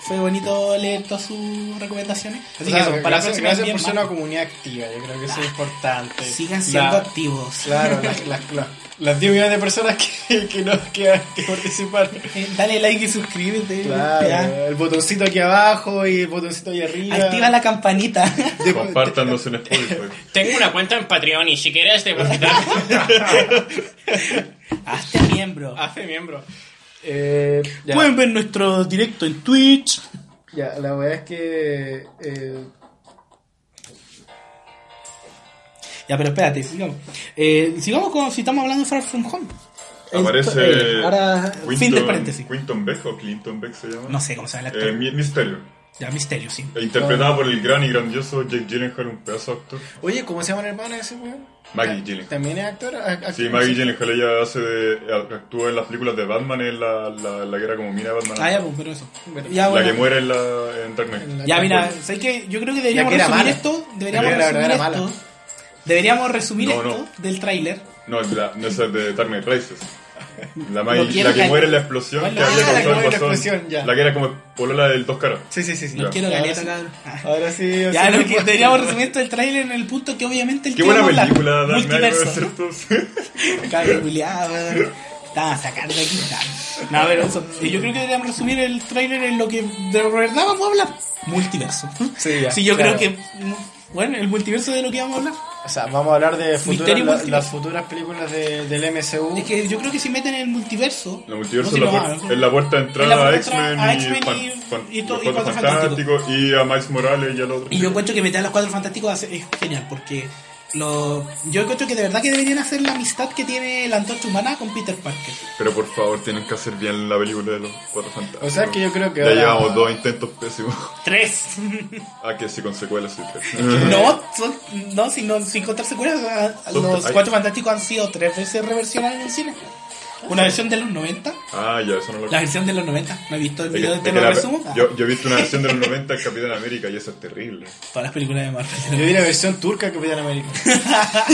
fue bonito leer todas sus recomendaciones. Así O sea, que eso, para la gracias, próxima gracias envíen por ser una más. comunidad activa, yo creo que eso es importante. Sigan La- siendo activos. Claro, las, las, las, las 10 millones de personas que, que, no, que, que participaron. Eh, Dale like y suscríbete. Claro, el botoncito aquí abajo y el botoncito ahí Ya. arriba. Activa la campanita. De- Compártanos en Spotify. eh, Tengo una cuenta en Patreon y si quieres depositar, Hazte miembro. hace miembro. Ah, Eh, ya, Pueden ver nuestro directo en Twitch. ya, la verdad es que. eh, Ya, pero espérate, sigamos. Eh, sigamos con si estamos hablando de Far From Home. El- Aparece. eh, ahora, fin del paréntesis. Quinton Beck o Clinton Beck se llama. No sé cómo se llama el actor. Eh, Mi- Misterio. E ya, misterio, sí. eh, Ah. Interpretada por el gran y grandioso Jake Gyllenhaal, un pedazo de actor. Oye, ¿cómo se llama la hermana de ese weón? Maggie Gyllenhaal. ¿También es actora? Ac- actriz. Sí, Maggie Gyllenhaal ella hace de, actúa en las películas de Batman, es la, la, la que era como mina de Batman. Ah, ya, pues, pero eso. Bueno, la ya, que bueno. muere en, la, en Dark Knight. En la- Ya, Ya, mira, bueno. sé que yo creo que pues. deberíamos que era resumir mala. esto. La Deberíamos que era resumir verdadera esto. mala. Deberíamos resumir No, no. esto del tráiler. No, es la, no esa es de Dark Knight Rises. La, Maggie- No quiero la que caer. muere en la explosión Bueno, que ah, había la que causado muere el en la guasón. explosión, ya. La que era como polola del dos caras. Sí, sí, sí. sí. Ya. No quiero Ahora galeta, sí. cabrón. Ah. Ahora sí. o Ya, sea, lo no que puedo- deberíamos resumir esto del tráiler en el punto que obviamente el Qué que buena vamos a hablar, película, Dark Knight, multiverso. ¿no es cierto? Cabrón, culiao, weón. Estaba sacando aquí. estaba. No, pero eso. sí, Yo creo que deberíamos resumir el tráiler en lo que de verdad vamos a hablar. Multiverso. Sí, ya, yo claro. creo que. Bueno, el multiverso de lo que vamos a hablar. O sea, vamos a hablar de futuras, Misterio la- múltiple. las futuras películas de, del MCU. Es que yo creo que si meten el multiverso. La multiverso no, si es, la lo puer- van a- es la puerta de entrada Es la a puerta de entrada a X-Men y, X-Men fan- y- fan- y to- los y Cuatro Cuatro Fantásticos. Fantásticos y a Miles Morales y al otro. Y yo encuentro que meter a los cuatro fantásticos hace- es genial, porque lo, yo encuentro que de verdad que deberían hacer la amistad que tiene la antorcha humana con Peter Parker. Pero por favor, tienen que hacer bien la película de los Cuatro Fantásticos. O sea que yo creo que Ya ahora- llevamos dos intentos pésimos. Tres. ah, que sí, con secuelas sí. tres. No, son- no, si no, sin contar secuelas, a- a Son- los hay- cuatro fantásticos han sido tres veces reversionados en el cine. Una versión de los 90, Ah, ya, eso no lo la versión de los 90, no he visto el Es que- video es de que lo la- resumo. Ah, yo, yo he visto una versión de los 90 de Capitán América y esa es terrible. Todas las películas de Marvel. Yo vi la versión turca de Capitán América.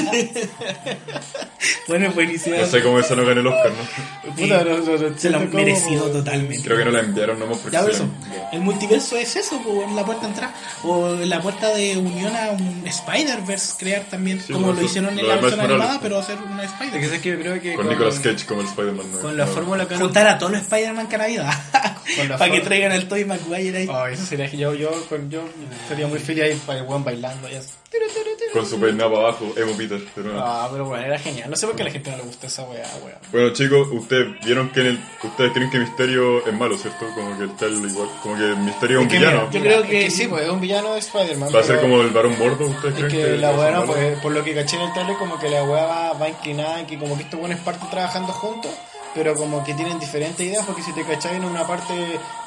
Bueno, buenísimo. No sé cómo esa no ganó el Oscar, ¿no? Puta, no, no, no, Se lo han siento merecido como- totalmente. Creo que no la enviaron nomás porque Ya, se por la eso. enviaron. El multiverso es eso, pues, la puerta de entrada. O la puerta de unión a un Spider-Verse, crear también, Sí, como pues, lo hicieron en lo la de versión Miles Morales, pues. animada, pero hacer una Es que Spider-Verse. sabes que yo creo que Con Nicolas Cage como el Spider-Man. ¿no? Con la No. fórmula que Juntar a todos los Spider-Man que han habido. Con la Para que foto. traigan al Toy Maguire ahí. Oh, eso sería que yo, yo, con, yo sería muy feliz ahí para el weón bailando y así. Turu, turu, turu. Con su peinado abajo, Emo Peter. pero no. Ah, pero bueno, era genial. No sé por qué a la gente no le gusta esa weá, weón. Bueno chicos, ustedes vieron que en el- ustedes creen que Misterio es malo, ¿cierto? Como que está el igual, como que Misterio es un que villano. mira, yo creo es que- sí, pues es un villano de Spider-Man. Va a ser pero como el varón gordo, ustedes Es creen que la va a ser weá, no, malo? pues, por lo que caché en el trailer, como que la weá va, va inclinada en que como que estos buenos parten trabajando juntos, pero como que tienen diferentes ideas, porque si te cacháis en una parte,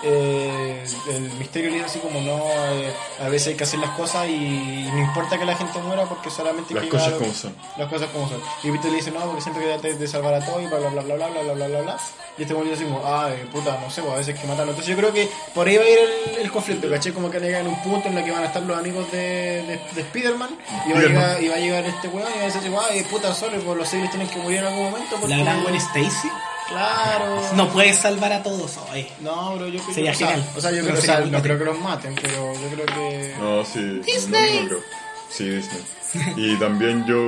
eh, el misterio le dice así como no, eh, a veces hay que hacer las cosas y no importa que la gente muera porque solamente Las que cosas va- como son. las cosas como son. Y Peter le dice, no, porque siempre que traté de salvar a todo y bla, bla, bla, bla, bla, bla, bla, bla, bla, bla. Y este momento así como, ah, eh, puta, no sé, pues, a veces hay que matarlo. Entonces yo creo que por ahí va a ir el, el conflicto, ¿cachai? Como que llegan a un punto en el que van a estar los amigos de, de, de Spider-Man y, va a Spider-Man. llegar- y va a llegar este weón y va a decir, así como, ah, eh, puta, sorry, pues los civiles tienen que morir en algún momento. Porque... La gran Gwen Stacy. Claro. No puedes salvar a todos hoy. No, bro, yo creo Sería o sea, genial. O sea, yo Pero creo, o sería sea, muy no bacán. creo que los maten, pero yo creo que. No, sí. Disney. no, no creo. Sí, Disney. Y también yo...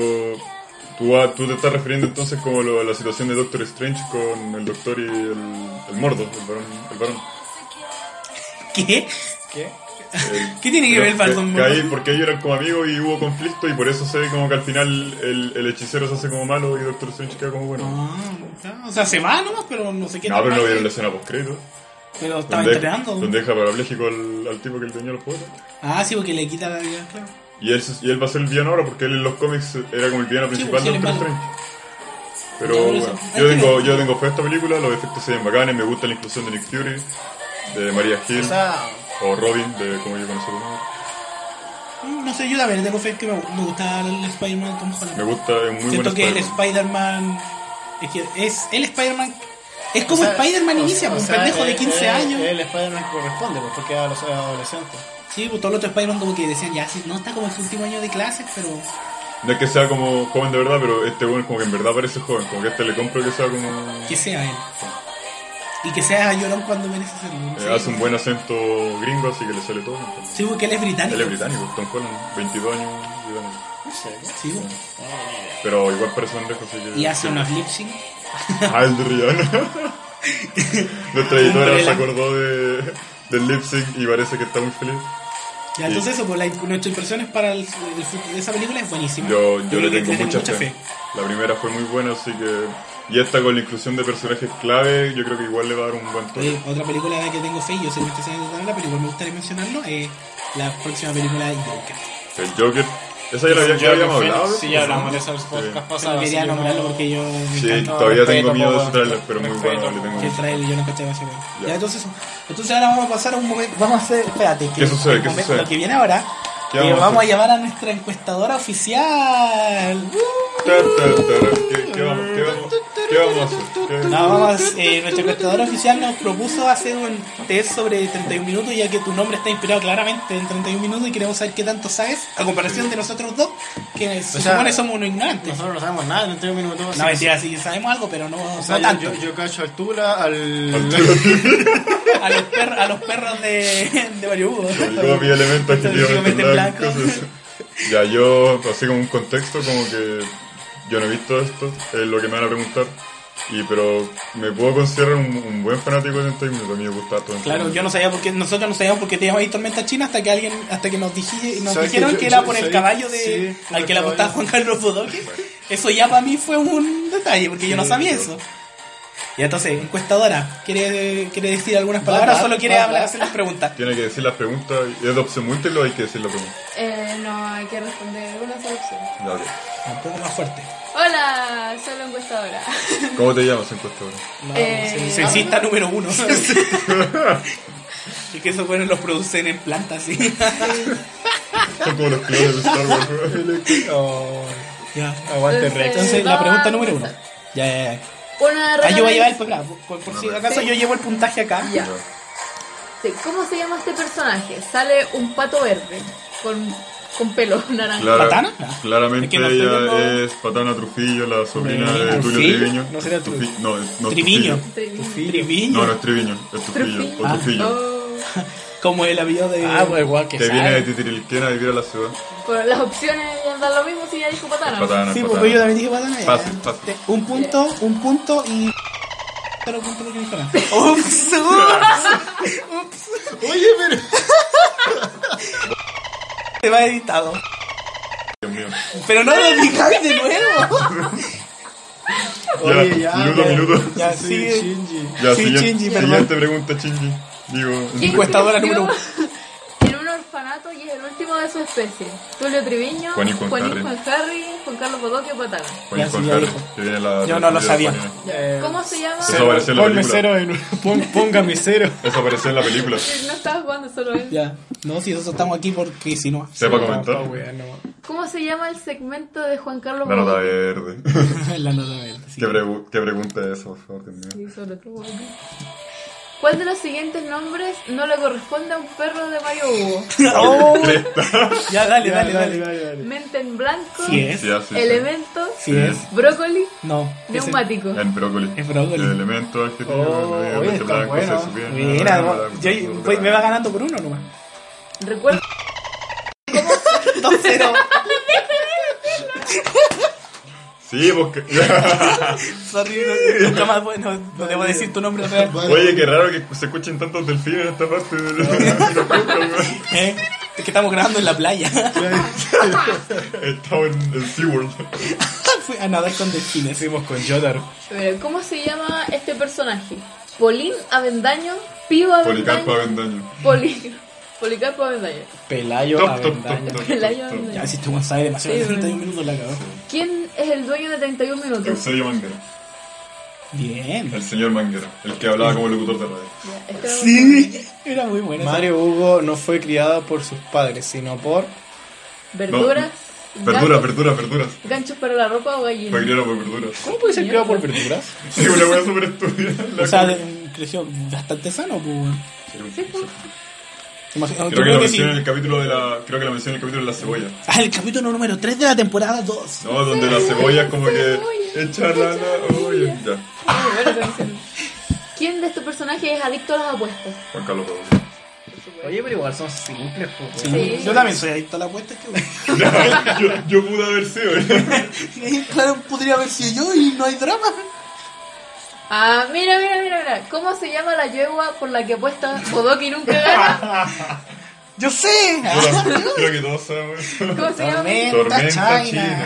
Tú, ah, tú te estás refiriendo entonces como lo- la situación de Doctor Strange con el doctor y el, el mordo, el varón. El varón. ¿Qué? ¿Qué? ¿Qué tiene que ver Pero el Falcon que- que ahí- Mordo? Porque ellos eran como amigos y hubo conflicto y por eso se ve como que al final el, el hechicero se hace como malo y Doctor Strange queda como bueno. Ah, o sea, se va nomás, pero no sé qué. No, tal pero no parte. vieron la escena post-crédito. Pero estaba Donde, entrenando. donde deja parapléjico al, al tipo que le tenía los poderes. Ah, sí, porque le quita la vida, claro. Y él, se- y él va a ser el villano ahora porque él en los cómics era como el villano Sí, principal pues, sí, de él es Doctor malo. Strange. Pero Ya, por eso. bueno, yo tengo, yo tengo fe a esta película, los efectos se ven bacanes, me gusta la inclusión de Nick Fury, de Maria Hill, O sea, o Robin, de como yo conozco. Mm, No sé, yo también tengo fe que me, me gusta el Spider-Man como Holland. Me gusta, es muy Siento buen que el Spider-Man. Spider-man. Es que es el Spider-man. Es como o sea, Spider-Man o- inicia, o pues, un sea, eh, pendejo de el- 15 el- años. El Spider-Man que corresponde, pues, porque a los adolescentes. Sí, pues todo el otro Spider-Man como que decían, ya, sí, no está como en su último año de clases, pero. No es que sea como joven de verdad, pero este bueno como que en verdad parece joven, como que a este le compro que sea como... eh, Que sea él. Y que sea llorón cuando merece serlo. no eh, sé. hace un buen acento gringo, así que le sale todo. entonces. Sí, porque él es británico. Él es británico, Tom Holland, 22 años, británico. No sé, ¿no? Sí, pues. pero igual parece un lejos, así que... Y hace unos lip sync. Ah, el de Rihanna. Nuestra editora se Umbrella. acordó de, del lip sync y parece que está muy feliz. Ya, entonces eso, pues la, nuestra impresión es para el, el futuro de esa película es buenísima. Yo, yo, creo le que tengo mucha, fe. La primera fue muy buena, así que... Y esta con la inclusión de personajes clave, yo creo que igual le va a dar un buen toque. Oye, otra película de la que tengo fe, y yo sé que usted se va a tratar, pero igual me gustaría mencionarlo, es la próxima película de Joker. El Joker... Esa ya la había- ya habíamos hablado. pues, Sí, ¿no? ya hablamos de eso en los Sí. podcasts Pero pasados. quería así que nombrarlo no- porque yo me Sí, encanta todavía respeto, tengo miedo de ese weón. trailer, pero muy Respeto. bueno, le tengo que el mucho. trailer yo no cachaba ese weón. Ya. Ya, entonces, entonces ahora vamos a pasar a un momento, vamos a hacer, espérate, que ¿Qué sucede? el ¿Qué momento- sucede? lo que viene ahora, ¿Qué eh, vamos a vamos a hacer? llamar a nuestra encuestadora oficial. Ta, ta, ta, ra. ¿Qué, qué vamos, qué, vamos, ¿Qué vamos a hacer? ¿Qué- No, vamos, eh, nuestro encuestador oficial nos propuso hacer un test sobre 31 minutos, ya que tu nombre está inspirado claramente en 31 minutos y queremos saber qué tanto sabes, a comparación de nosotros dos, que se sea, supone somos unos ignorantes. Nosotros no sabemos nada, no tengo minutos. así No, que- mentira, sí sabemos algo, pero no, O sea, no yo- tanto. yo, yo cacho al Tula, al. A, los perros, a los perros de, de Mario Hugo. El copy elemento adjetivamente Específicamente en blanco. blanco. sí, sí. Ya, yo, así como un contexto, como que yo no he visto esto, es lo que me van a preguntar. Y pero me puedo considerar un, un buen fanático de 31 minutos, a mí me gusta todo. Claro, yo no sabía por qué, nosotros no sabíamos por qué te llamabas Tormenta China hasta que alguien, hasta que nos, dije- nos ¿Sabes dijeron que que, yo- era yo- por el sabes- caballo de, sí, por al el que le apostaba Juan caballo. Carlos Bodoque. Eso ya para mí fue un detalle, porque yo no Sí, sabía yo- eso. Y entonces, encuestadora, ¿quiere, quiere decir algunas palabras va, o solo quiere va, hablar, va. hacer las preguntas? Tiene que decir las preguntas, y es de opción múltiple o hay que decir la pregunta. Eh, no, hay que responder una sola opción. Ya, ok. Un poco más fuerte. Hola, solo encuestadora. ¿Cómo te llamas, encuestador? Eh, Sexista número uno. Y que esos buenos los producen en plantas, sí. Son como los clones de Star Wars. ¿no? Oh, Ya. aguante Entonces- recto. Entonces, la Vamos. pregunta número uno. Ya, ya, ya. Una Ah, yo voy a llevar el regla- programa. Por, por si acaso yo llevo el puntaje acá. Ya. Sí, ¿Cómo se llama este personaje? Sale un pato verde con, con pelo naranja. Clara- Ah, ¿Patana? No. Claramente Es que no estoy ella viendo- es Patana Trujillo, la sobrina Bueno, de Tulio ¿Trujillo? Triviño. No será Tru- Trufi- No, es- no, es Triviño. Trujillo. Tremendo. Triviño. No, no es Triviño, es Trujillo. Trujillo. O Ah. Trujillo. Oh. Como el apellido de. Ah, pues igual que Que viene de sabe. Titirilquén a vivir a la ciudad. Pero las opciones ya dan lo mismo si ya dijo patana. ¿no? Patana, Ah. Sí, pues, patana. porque yo también dije patana. ya. Fácil, fácil. Un punto, un punto y. Pero punto lo que dijo nada. Ups, ups. Oye, pero. Se va editado. Dios mío. Pero no lo digas de nuevo. Ya, Oye, ya, minuto, ya. minuto. Ya, Sí, sigue. Shinji. Ya, Sí, siguiente, Chingy, perdón. siguiente pregunta, Chingy. Digo, ¿Quién Encuestadora nació número En un orfanato y es el último de su especie. Tulio Triviño, Juan y Juan Carri. Juan Carri, Juan Carlos Bodoque, Patana. Juan Ya, y Juan sí, ya Carre, dijo. que viene la- Yo no lo la- sabía. Eh, ¿Cómo se llama? Eso apareció en la Ponme película. cero de nuevo. Pon- Póngame cero. Eso apareció en la película. No estaba jugando solo él. Ya. No, si nosotros estamos aquí porque si no. Sepa No, pa' comentar. wea, no. ¿Cómo se llama el segmento de Juan Carlos La nota Bodoque? verde. La nota verde. sí. ¿Qué, pregu- qué pregunta es eso, por favor, Dios mío. Sí, sobre todo, Bodoque. ¿Cuál de los siguientes nombres no le corresponde a un perro de Mario Hugo? Oh. Ya, dale, dale, dale, dale. Mente en blanco, Si ¿eh? es. Sí, así, sí. elementos, Si es. brócoli, No. neumático. El brócoli. Es brócoli. El elemento, adjetivo, Oh, el oye, elemento está blanco, bueno. se supone, Ah, Mira, bla, bla, no, bla, yo, bla, voy- bla. me va ganando por uno nomás. Recuerda, 2-0. Sí, porque... Sorry, no- nunca más voy- no, no debo decir tu nombre real. Oye, qué raro que se escuchen tantos delfines en esta parte. de- ¿Eh? Es que estamos grabando en la playa. Estaba en el SeaWorld. Fui a nadar con delfines. Fuimos con Jotaro. mira, ¿cómo se llama este personaje? Polín Avendaño, Pío Policarpo Avendaño, Avendaño. Poli- Policarpo Avendaño. Pelayo Top, top, top, Avendaña. top, Pelayo top, top. Ya, si este weón sabe demasiado, Sí, 31 minutos la cagó. ¿Quién es el dueño de El 31 minutos? serio Manguera. Bien. El señor Manguera. El que hablaba como locutor de radio. Ya, este es Sí, era muy buena. esa. Mario Hugo no fue criado por sus padres, sino por. Verduras, Verduras, gan- verduras, verduras. ganchos para la ropa o Fue gallinas. criado por verduras. ¿Cómo puede ser criado por verduras? Sí, una wea súper estúpida. La O sea, cosa. de- creció bastante sano, pues. weón. Sí, pues. Imagino- yo Creo que la creo que sí. mencioné en el capítulo de la. Creo que la mencioné en el capítulo de la cebolla. Ah, el capítulo número 3 de la temporada 2. No, donde la cebolla es como que. Echa la. la- Oye, ya. Ay, bueno, pero dicen, ¿Quién de estos personajes es adicto a las apuestas? Juan Carlos Pablo. Oye, pero igual son simples, pues. Sí. Yo también soy adicto a la apuesta. Que... weón. yo, yo pude haber sido, ¿eh? claro, podría haber sido yo y no hay drama. Ah, mira, mira, mira, mira. ¿Cómo se llama la yegua por la que apuesta Bodoki nunca gana? Yo sé. Yo Creo que todos sabemos eso. ¿Cómo se llama? Tormenta china.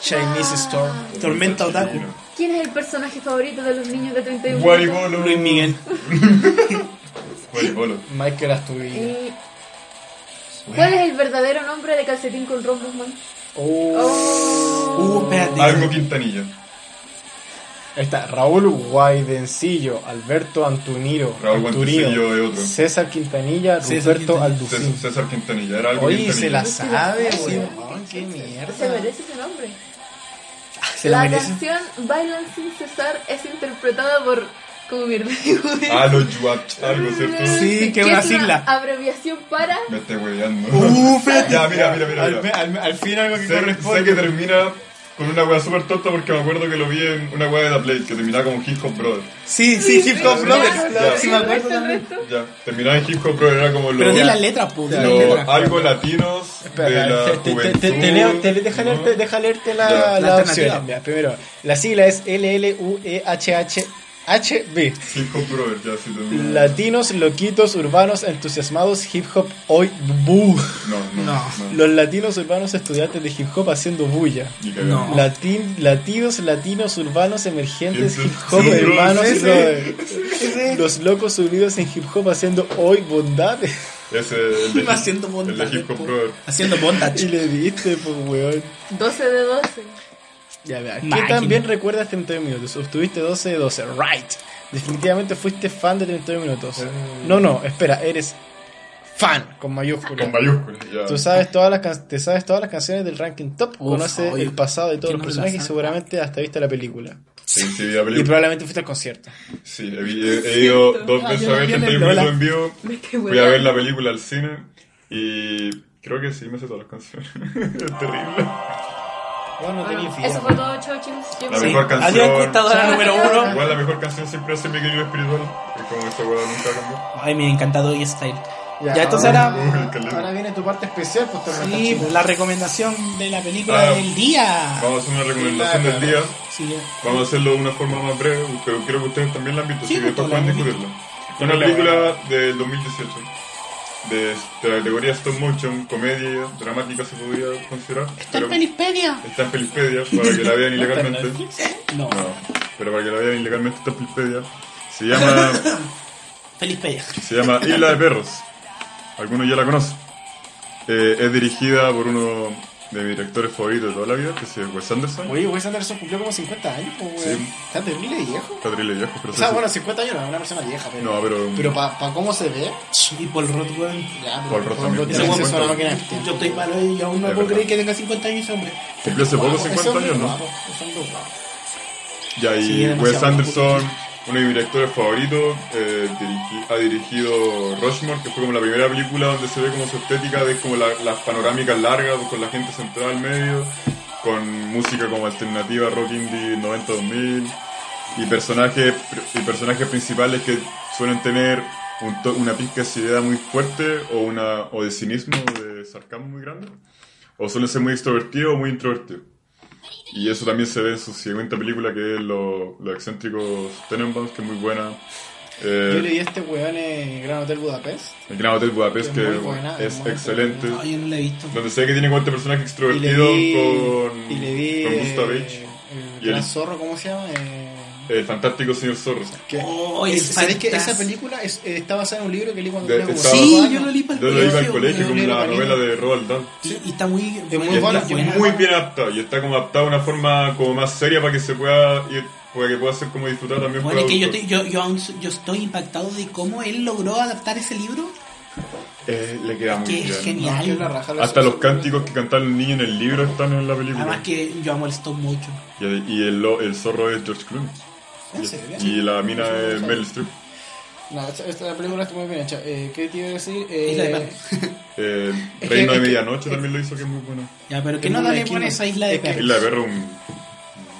Chinese Storm. Tormenta Otaku. ¿Quién es el personaje favorito de los niños de 31? minutos? Guaribolo. Luis Miguel. Guaribolo. Michael Astudillo. Y- ¿Cuál es el verdadero nombre de Calcetín con rombos, man? Oh. Oh. Uh, espérate. Algo Quintanilla. Ahí está Raúl Guaidencillo, Alberto Antuniro, Raúl Guaidencillo es otro. César Quintanilla, César Roberto Quintanilla. César, Alducín. César Quintanilla. Era algo Oye, Quintanilla. se la sabe, Sí. weón. Qué mierda. ¿Se merece ese nombre? Se la la merece. canción Bailan sin cesar es interpretada por... Como mierda digo, eh. Ah, los Yuach, algo, ¿cierto? Sí, que una es sigla. abreviación para... Me estoy hueveando. Uh, espérate. ya, mira, mira, mira. mira. Al, al- al fin algo que Sé, sé corresponde. que termina con una wea súper tonta porque me acuerdo que lo vi en una wea de la Play que terminaba como Hip Hop Brother. Sí, sí, Hip Hop Ya, Brothers. ya. Sí, me acuerdo Resto, también. resto. Ya, terminaba en Hip Hop Brother, era como Pero los di las letras, pues. di las letras. algo latinos de Espera, la te- te- juventud. te- te leo- te- deja, ¿no? leerte, deja leerte la, Ya. la, La alternativa. opción. Mira, primero, la sigla es E LLUEHHHB. Hip Hop Brother, ya, sí, termina. Latinos, loquitos, urbanos, entusiasmados, hip hop hoy. bu. No, no, No. no. Los latinos urbanos estudiantes de hip hop haciendo bulla. Ni cagando. No. Latin, latinos, latinos, urbanos, emergentes, Eso- hip hop, sí, hermanos sí, y sí. brother. Los locos unidos en hip hop haciendo hoy bondades. Ese, el de, Iba haciendo el bondage. de Hip Hop po. Brother. Haciendo Y bondage. le diste, pues, weón. 12 de 12. Ya, vea. ¿Qué Máquina. tan bien recuerdas 31 minutos? Obtuviste 12 de 12. Right. Definitivamente fuiste fan de 31 minutos. No, no, espera, eres fan con mayúsculas. Con mayúsculas, ya. Tú sabes todas las can- te sabes todas las canciones del ranking top, Uf, conoces oye, el pasado de todos ¿quién los no personajes y la sabe? seguramente hasta viste la película. Sí, sí, vi la Y película. probablemente fuiste al concierto. Sí, he, he- he ido dos Ah, veces yo a la ver vi en el 31 Lola. minutos en vivo. Me estoy Fui a ver hueveando. la película al cine y creo que sí me sé todas las canciones. es terrible. Bueno, no Bueno, tenía eso fue todo, chao chicos. Yo La me- mejor Adiós, canción. encuestadora número uno. Igual la mejor canción siempre hace mi querido espiritual. Es como esa hueá nunca cambió. Ay, me encanta Doggy Style. Ya, entonces ahora. ahora- ahora- ahora viene tu parte especial, pues Sí, la recomendación de la película Ah. del día. Vamos a hacer una recomendación del día. Sí, Vamos a hacerlo de una forma más breve, pero quiero que ustedes también la han visto, Sí, así que después pues, la pueden hemos discutirla. Una película del 2018, de la categoría stop motion, comedia, dramática se podría considerar. ¿Está pero en Pelispedia? Está en Pelispedia, para que la vean ilegalmente. No, No, pero para que la vean ilegalmente está en Pelispedia. Se llama, Pelispedia. se llama Isla de Perros. Algunos ya la conocen. Eh, es dirigida por uno de mis directores favoritos de toda la vida, que es Wes Anderson. Oye, Wes Anderson cumplió como 50 años, pues, weón. Sí. Está terrible viejo. Está terrible viejo, pero O sí, sea, sí. bueno, 50 años no es una persona vieja, pero. No, pero- Pero para cómo se ve, Y Paul Rudd, weón. ya, Paul Rudd también. Rudd tiene Ese acceso a la guapo. máquina del tiempo. Yo estoy malo y aún no Es puedo verdad. creer que tenga 50 años ese hombre. Cumplió hace poco Ese 50 hombre años, es ¿no? guapo, ese hombre es guapo. Ya, y Sí, demasiado Wes Anderson uno de mis directores favoritos, eh, dirigi- ha dirigido Rushmore, que fue como la primera película donde se ve como su estética de como la- las panorámicas largas, con la gente centrada al medio, con música como alternativa rock indie 90-2000, y personajes, y personajes principales que suelen tener un to- una pizca de seriedad muy fuerte, o, una, o de cinismo, o de sarcasmo muy grande, o suelen ser muy extrovertidos o muy introvertidos. Y eso también se ve en su siguiente película, que es Lo- Los excéntricos Tenenbaums, que es muy buena. Eh, Yo leí a este weón en Gran Hotel Budapest. el Gran Hotel Budapest, Que que es es, muy buena, es muy excelente. No, yo no la he visto. Donde se ve que tiene como este personaje Y le extrovertido vi. con, y le vi. con Gustav eh, H. El Y gran el- zorro, ¿cómo se llama? Eh, El fantástico señor Zorro. que- Oh, es- el ¿Sabes que fantas- esa película es- eh, está basada en un libro que leí cuando De- tenía como estaba- cinco Sí, años? yo lo leí para el Yo lo colegio. iba al colegio weón. como la Leonardo novela de Roald Dahl. Y, y está muy, Es muy está buena, buena. Muy bien adaptada y está como adaptada de una forma como más seria para que se pueda ir, para que pueda ser como disfrutada también Bueno, es por que yo adultos. estoy, yo, yo, aún so- yo estoy impactado de cómo él logró adaptar ese libro, Eh, le queda muy que es bien. genial. Que la raja, Hasta los sí. cánticos que cantaba el niño en el libro están en la Además película. que yo amo el stop mucho. Y, y el, lo- el zorro es George Clooney. ¿En serio? Y la mina Sí, es sí. Meryl Streep. No, esta, esta película está muy bien hecha. Eh, ¿Qué te iba a decir? Isla de Eh, Perros. Eh, Es que- Reino es de que- Medianoche también lo hizo, que es muy bueno. Ya, pero que Es no una la le esquina. pones a Isla de Es que- Perros. Isla de Perro, un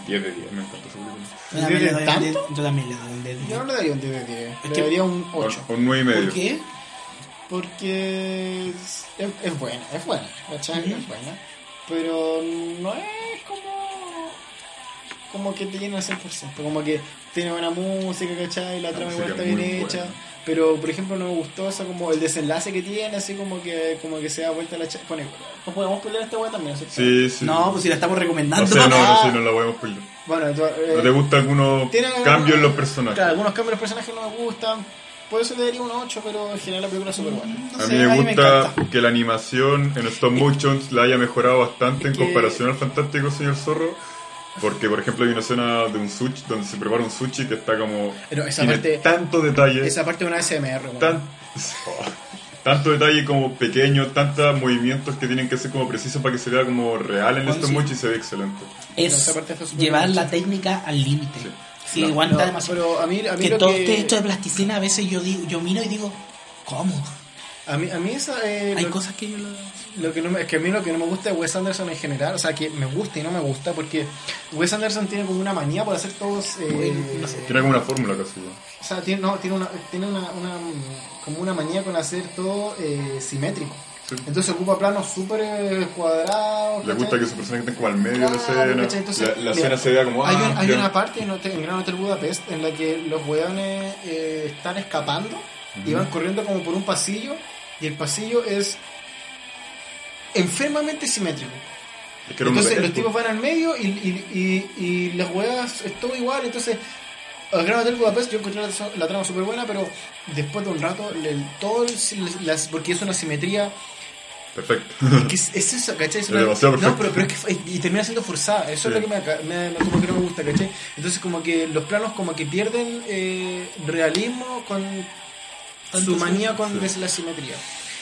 10 de 10, me encanta esa película. Yo también le doy un ¿Tanto? dedo- Yo también le doy un dedo. yo no le daría un 10 de 10. Es le que- daría un 8. Un- Un 9 y medio. ¿Por qué? Porque es, es- es buena, es buena, ¿cachai? Es buena. Pero no es como. Como que te llena al 100%. Como que tiene buena música, ¿cachai? La trama música igual está muy bien hecha. buena. Pero, por ejemplo, no me gustó eso, como el desenlace que tiene, así como que, como que se da vuelta la cha... Bueno, no podemos pelear esta weá también, ¿cierto? Sí, sí. No, pues si la estamos O recomendando. sea, no, no, sí, no la podemos pelear. Bueno, tú, eh, ¿No te gustan algunos tiene cambios en algunos- los personajes? Claro, algunos cambios en los personajes no me gustan. Por eso le daría un 8, pero en general la película es súper buena. No A sé, mí me gusta encanta. que la animación en stop motion la haya mejorado bastante en que- comparación al fantástico señor Zorro. Porque, por ejemplo, hay una escena de un sushi donde se prepara un sushi que está como. Pero esa tiene parte- tanto detalle. Esa parte es una SMR, weón. tan- tanto detalle como pequeño, tantos movimientos que tienen que ser como precisos para que se vea como real en Bueno, stop sí. motion y se ve excelente. Es esa parte está súper llevar bien la hecha. técnica al límite. Sí. Si No, aguanta No, demasiado. Pero a mí, a mí que lo todo que- esté hecho de plasticina, a veces yo digo, yo miro y digo, ¿cómo? A mí, a mí esa, eh, Hay lo, cosas que yo lo... lo que no me, es que a mí lo que no me gusta de Wes Anderson en general, o sea, que me gusta y no me gusta, porque Wes Anderson tiene como una manía por hacer todos... eh, Bueno, no sé. Tiene como una fórmula casi. ¿no? O sea, tiene, no, tiene, una, tiene una, una, mm, como una manía con hacer todo eh, simétrico. Sí. Entonces ocupa planos súper eh, cuadrados. Le ¿cachai? gusta que su personaje esté como al medio de la Claro, escena. Ah, ¿cachai? Entonces, la la mira, escena se vea como. ah, Hay, un- amplia. hay una parte en, hotel- en Gran Hotel Budapest en la que los weones eh, están escapando y van corriendo como por un pasillo y el pasillo es enfermamente simétrico. Es que era un pues. Entonces los reto. tipos van al medio y, y, y, y las weas es todo igual. Entonces, el Gran Hotel Budapest yo encontré la, la trama súper buena, pero después de un rato, el- todo el- las, porque es una simetría Perfecto. que es, es eso, ¿cachai? Es Es una- demasiado no, perfecto. pero, pero es que fue- y termina siendo forzada, eso es lo Sí. que me, aca- me- me- como que no me gusta, ¿cachai? Entonces como que los planos como que pierden eh, realismo con su manía con des- la simetría.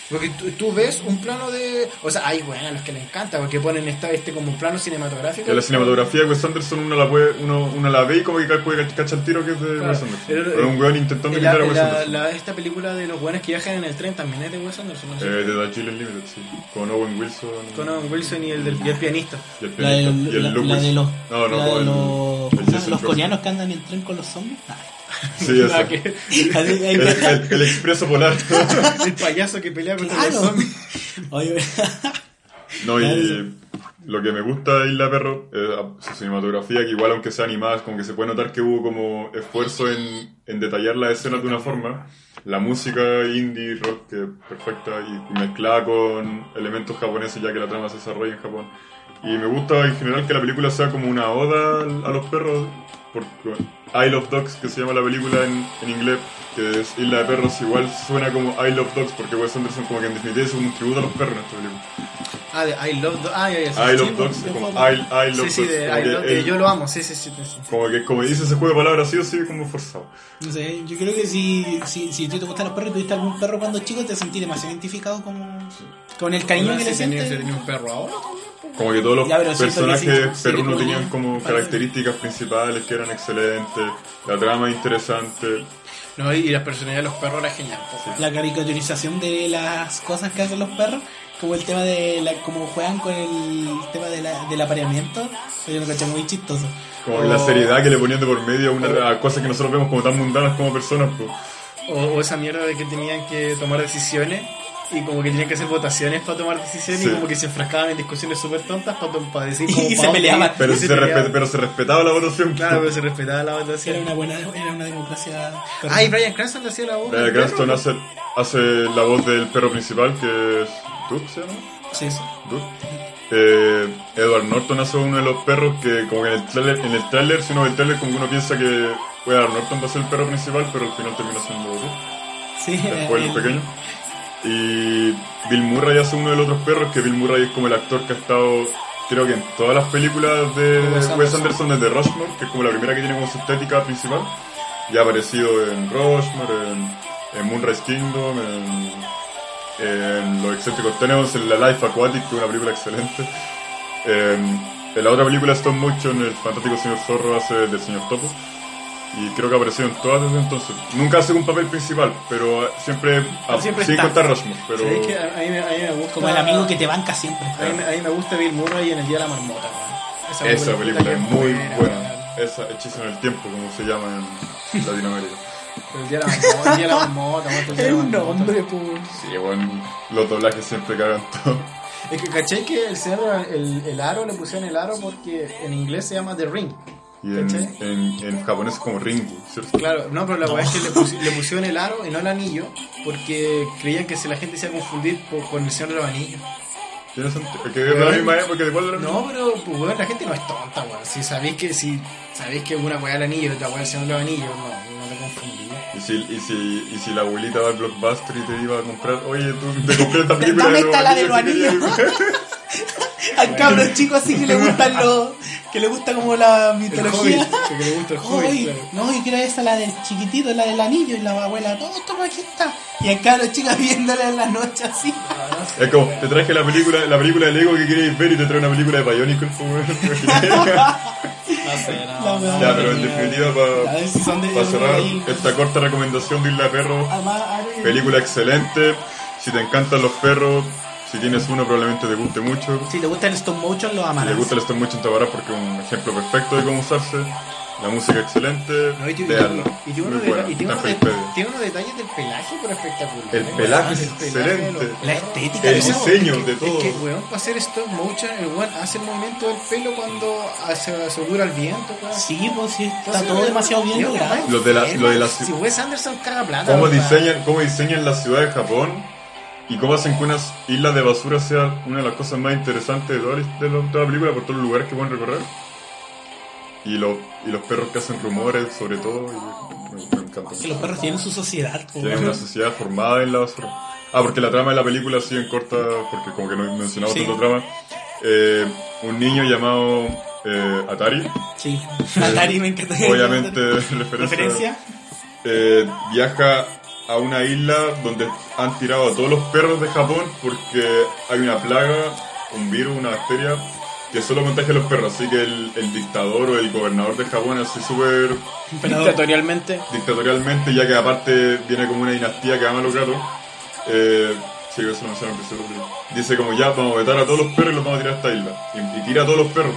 Porque tú, tú ves un plano de... O sea, hay bueno, a los que les encanta, porque ponen esta, este como un plano cinematográfico. Que la cinematografía de Wes Anderson uno la, puede, uno, uno la ve y como que ca- puede cachar el tiro que es de Claro. Wes Anderson. El- Pero un weón intentando Y la- imitar a Wes la- Anderson. la- esta película de los buenos que viajan en el tren también es de Wes Anderson, ¿no? Eh, de The Chile Limited, sí. Con Owen Wilson. Con Owen Wilson y el, del, y el pianista. Y el La de, pianista. y el la- Luke la de Wilson. los, No, no, la de con el- los, el ¿cómo se llama? Jason los Schwartzman. coreanos que andan en tren con los zombies. Ah. Sí, ese. La que- Ahí- ahí- El, el- el expreso polar. el payaso que pelea contra Ah, los Claro. zombies. Ah, Oye, no, y lo que me gusta de Isla Perro es su cinematografía, que igual aunque sea animada, como que se puede notar que hubo como esfuerzo en, en detallar las escenas de una forma. La música indie, rock, que es perfecta y mezclada con elementos japoneses, ya que la trama se desarrolla en Japón. Y me gusta en general que la película sea como una oda al- a los perros. Por, Isle of Dogs, que se llama la película en, en inglés, que es Isla de Perros, igual suena como Isle of Dogs, porque Wes Anderson como que en definitiva es un tributo a los perros en esta película. Ah, de I Love Dogs. Ah, ya, ya, sí, I sí, love sí, dogs, sí, como sí, I, I love Sí, sí, dogs, de como I que love- de el- yo lo amo, sí, sí, sí. sí, sí. como que como dice ese juego de palabras sí o sí como forzado. no sé, yo creo que si, si, si a ti te gustan los perros y tuviste algún perro cuando chico, te sentí demasiado identificado con, con el cariño que le Si tenía- si sientes. tenía un perro ahora. Como que todos los Ya, pero siento que personajes sí, sí, peruanos como- tenían como parece. características principales que eran excelentes, la trama interesante. No, y la personalidad de los perros era genial. po. La caricaturización de las cosas que hacen los perros, como el tema de la, como juegan con el tema de la- del apareamiento, yo lo caché muy chistoso. Como O- la seriedad que le ponían de por medio a, una, a cosas que nosotros vemos como tan mundanas como personas. Pues. O, o esa mierda de que tenían que tomar decisiones y como que tenían que hacer votaciones para tomar decisiones Sí. y como que se enfrascaban en discusiones súper tontas para, para decir Y como se pa' dónde peleaban. ir. Pero, Y se respe- peleaban. pero se respetaba la votación. pues. Claro, pero se respetaba la Era votación. una buena, era una democracia. Ah, y Brian Cranston le hacía la voz. Bryan del Cranston perro. hace, hace la voz del perro principal, que es... ¿Duke se llama? Sí, sí. Duke. Eh, Edward Norton hace uno de los perros que como que en el trailer, en el tráiler, si uno ve el trailer como que uno piensa que Edward Norton va a ser el perro principal, pero al final termina siendo Duke. Sí, después Este el el- pequeño. Y Bill Murray hace uno de los otros perros, que Bill Murray es como el actor que ha estado, creo que en todas las películas de Wes Wes Anderson. Anderson, desde Rushmore, que es como la primera que tiene como su estética principal. Y ha aparecido en Rushmore, en, en Moonrise Kingdom, en, en Los Excéntricos Tenemos, en La Life Aquatic, que es una película excelente. En, en la otra película Stop Motion, el fantástico señor Zorro hace del señor Topo. Y creo que ha aparecido en todas desde entonces. Nunca hace un papel principal, pero eh, siempre, ah, Siempre sin está. contar Rushmore. Pero Sí, es que a, a mí, me- a mí me gusta. como el amigo que te banca siempre. A mí, me- a mí me gusta Bill Murray en El Día de la Marmota, weón. esa película es muy buena, weón. buena. Esa Hechizo en el Tiempo, como se llama en Latinoamérica. El Día de la Marmota, El Día de la Marmota, weón, El Día de Es la un Marmota. hombre, pues. Sí, bueno, los doblajes siempre cagan todo. Es que caché que el señor, el, el aro, le pusieron el aro porque en inglés se llama The Ring. Y en, ¿Cachai? en, en japonés es como Ringu, ¿cierto? Claro, no, pero la verdad es que le, pusi- le pusieron el aro y no el anillo porque creían que se la gente se iba a confundir po- con el señor de los anillos. Tiene sentido. Que es de la misma época, de igual de la misma. No, pero pues, weón, la gente no es tonta, weón. Si sabéis que, si sabéis que una weá el anillo y otra weá el señor de los anillos, no, no te confundí. Y si, y, si, y si la abuelita va al blockbuster y te iba a comprar, oye, tú te compré esta película Dame esta, la de que los querías". Al cabro chico así que le gustan los. que le gusta como la mitología. que le gusta el Ay, hobbit, claro. No, yo quiero esa, la del chiquitito, la del anillo y la abuela, todo esto aquí está. Y el cabro chico viéndola en la noche así. Es como, te traje la película, la película de Lego que queréis ver y te trae una película de Bionicle, pues, weón. No sé, no. La weá. Ya, pero en definitiva, A ver si son de- para cerrar de- de- esta corta recomendación de Isla Perro, Además, ahora- película excelente. Si te encantan los perros, si tienes uno, probablemente te guste mucho. Si te gusta el stop motion, lo Si te amarás. gusta el Stone Mucho en Tabará porque es un ejemplo perfecto de cómo usarse. La música excelente, No, y tiene- veanlo. y tiene Muy unos deta- bueno, y eh, tiene está en unos de- Felipedia. tiene unos detalles del pelaje, pero espectacular. El weón. pelaje es El pelaje de los excelente. La estética. El ¿no? diseño de Es todo. que, weón, para hacer stop motion, el weón hace el movimiento del pelo cuando hace- se dura el viento, weón. Sí, pues sí, está Entonces, todo weón, demasiado bien weón, logrado. weón, Lo de la- lo de la- Si Wes Anderson caga plata. ¿Cómo weón. diseñan, cómo diseñan la ciudad de Japón y cómo hacen que una isla de basura sea una de las cosas más interesantes de toda la, de la- toda la película por todos los lugares que pueden recorrer. Y, lo- y los perros que hacen rumores, sobre todo. y- me, me encanta. Que los perros tienen su sociedad. pues, Tienen weón. una sociedad formada en la basura. Ah, porque la trama de la película sigue en corta, porque como que no he mencionado Sí. tanto trama. Eh, un niño llamado eh, Atari, Sí. Atari me encanta. obviamente referencia Referencia. eh, viaja a una isla donde han tirado a todos los perros de Japón porque hay una plaga, un virus, una bacteria que solo contagia a los perros. Así que el, el dictador o el gobernador de Japón, así súper Dictatorialmente. dictatorialmente, ya que aparte viene como una dinastía que ama a los gatos, eh, sí, eso lo mencionaron al principio del libro. dice como ya vamos a vetar a todos los perros y los vamos a tirar a esta isla. Y, y tira a todos los perros.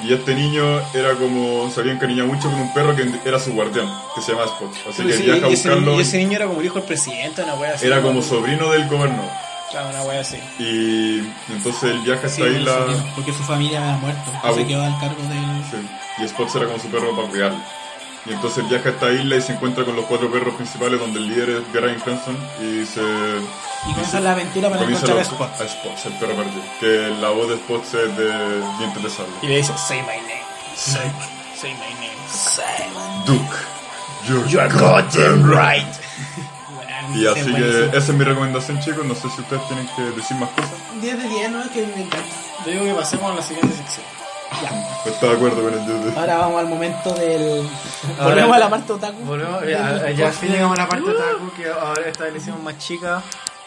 Y este niño era como, se había encariñado mucho con un perro que era su guardián, que se llama Spot. Así que Sí, viaja a y ese- buscarlo. y ese niño era como el hijo del presidente, una wea así. Era como weón. sobrino del gobernador. Claro, una wea así. Y entonces él viaja a Sí, esta isla. porque su familia había muerto. Ah, se bu- quedó al cargo del. Sí. Y Spots era como su perro para cuidarlo. Y entonces viaja a esta isla y se encuentra con los cuatro perros principales donde el líder es Brian Cranston y se... Y comienza se- la aventura para comienza encontrar a la- Spots. a Spots, el perro perdido. Que la voz de Spots es de Dientes de Sable. Y le dice, say my name. Say my, say my name. Say my Duke, you're, goddamn right. Y así que esa es mi recomendación chicos, no sé si ustedes tienen que decir más cosas. 10 de 10, ¿no? Que me encanta. Yo digo que pasemos a la siguiente sección. No está Pues de acuerdo con el de... Ahora vamos al momento del. Ahora- Volvemos a la parte otaku. eh, Volvemos, eh, a- a- ya al fin llegamos a la parte otaku que Uh. ahora esta edición más chica.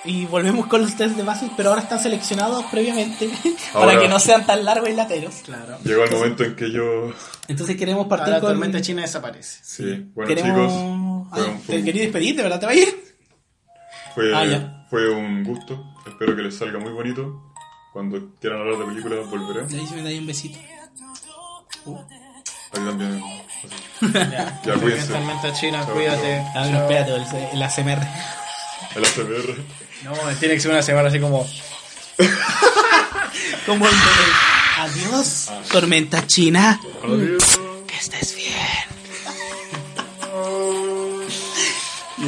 Y volvemos con los test de base, pero ahora están seleccionados previamente para Ahora. que no sean tan largos y lateros. Claro. Llegó el momento en que yo. Entonces queremos partir La con. tormenta china desaparece. Sí, bueno, queremos... chicos. Fue, Ay, un- te quería despedirte, ¿verdad? ¿Te va a ir? fue- Ah, ya. fue un gusto. Espero que les salga muy bonito. Cuando quieran hablar de películas, volveré. Ahí se me da ahí un besito. Ahí también. así. Ya, cuídense. Tormenta china, Chao, cuídate. Ah, no, espérate, el, el ACMR. El ACBR. No, tiene que ser una semana así como. Como el- el- Adiós, tormenta china. Adiós. Que estés bien.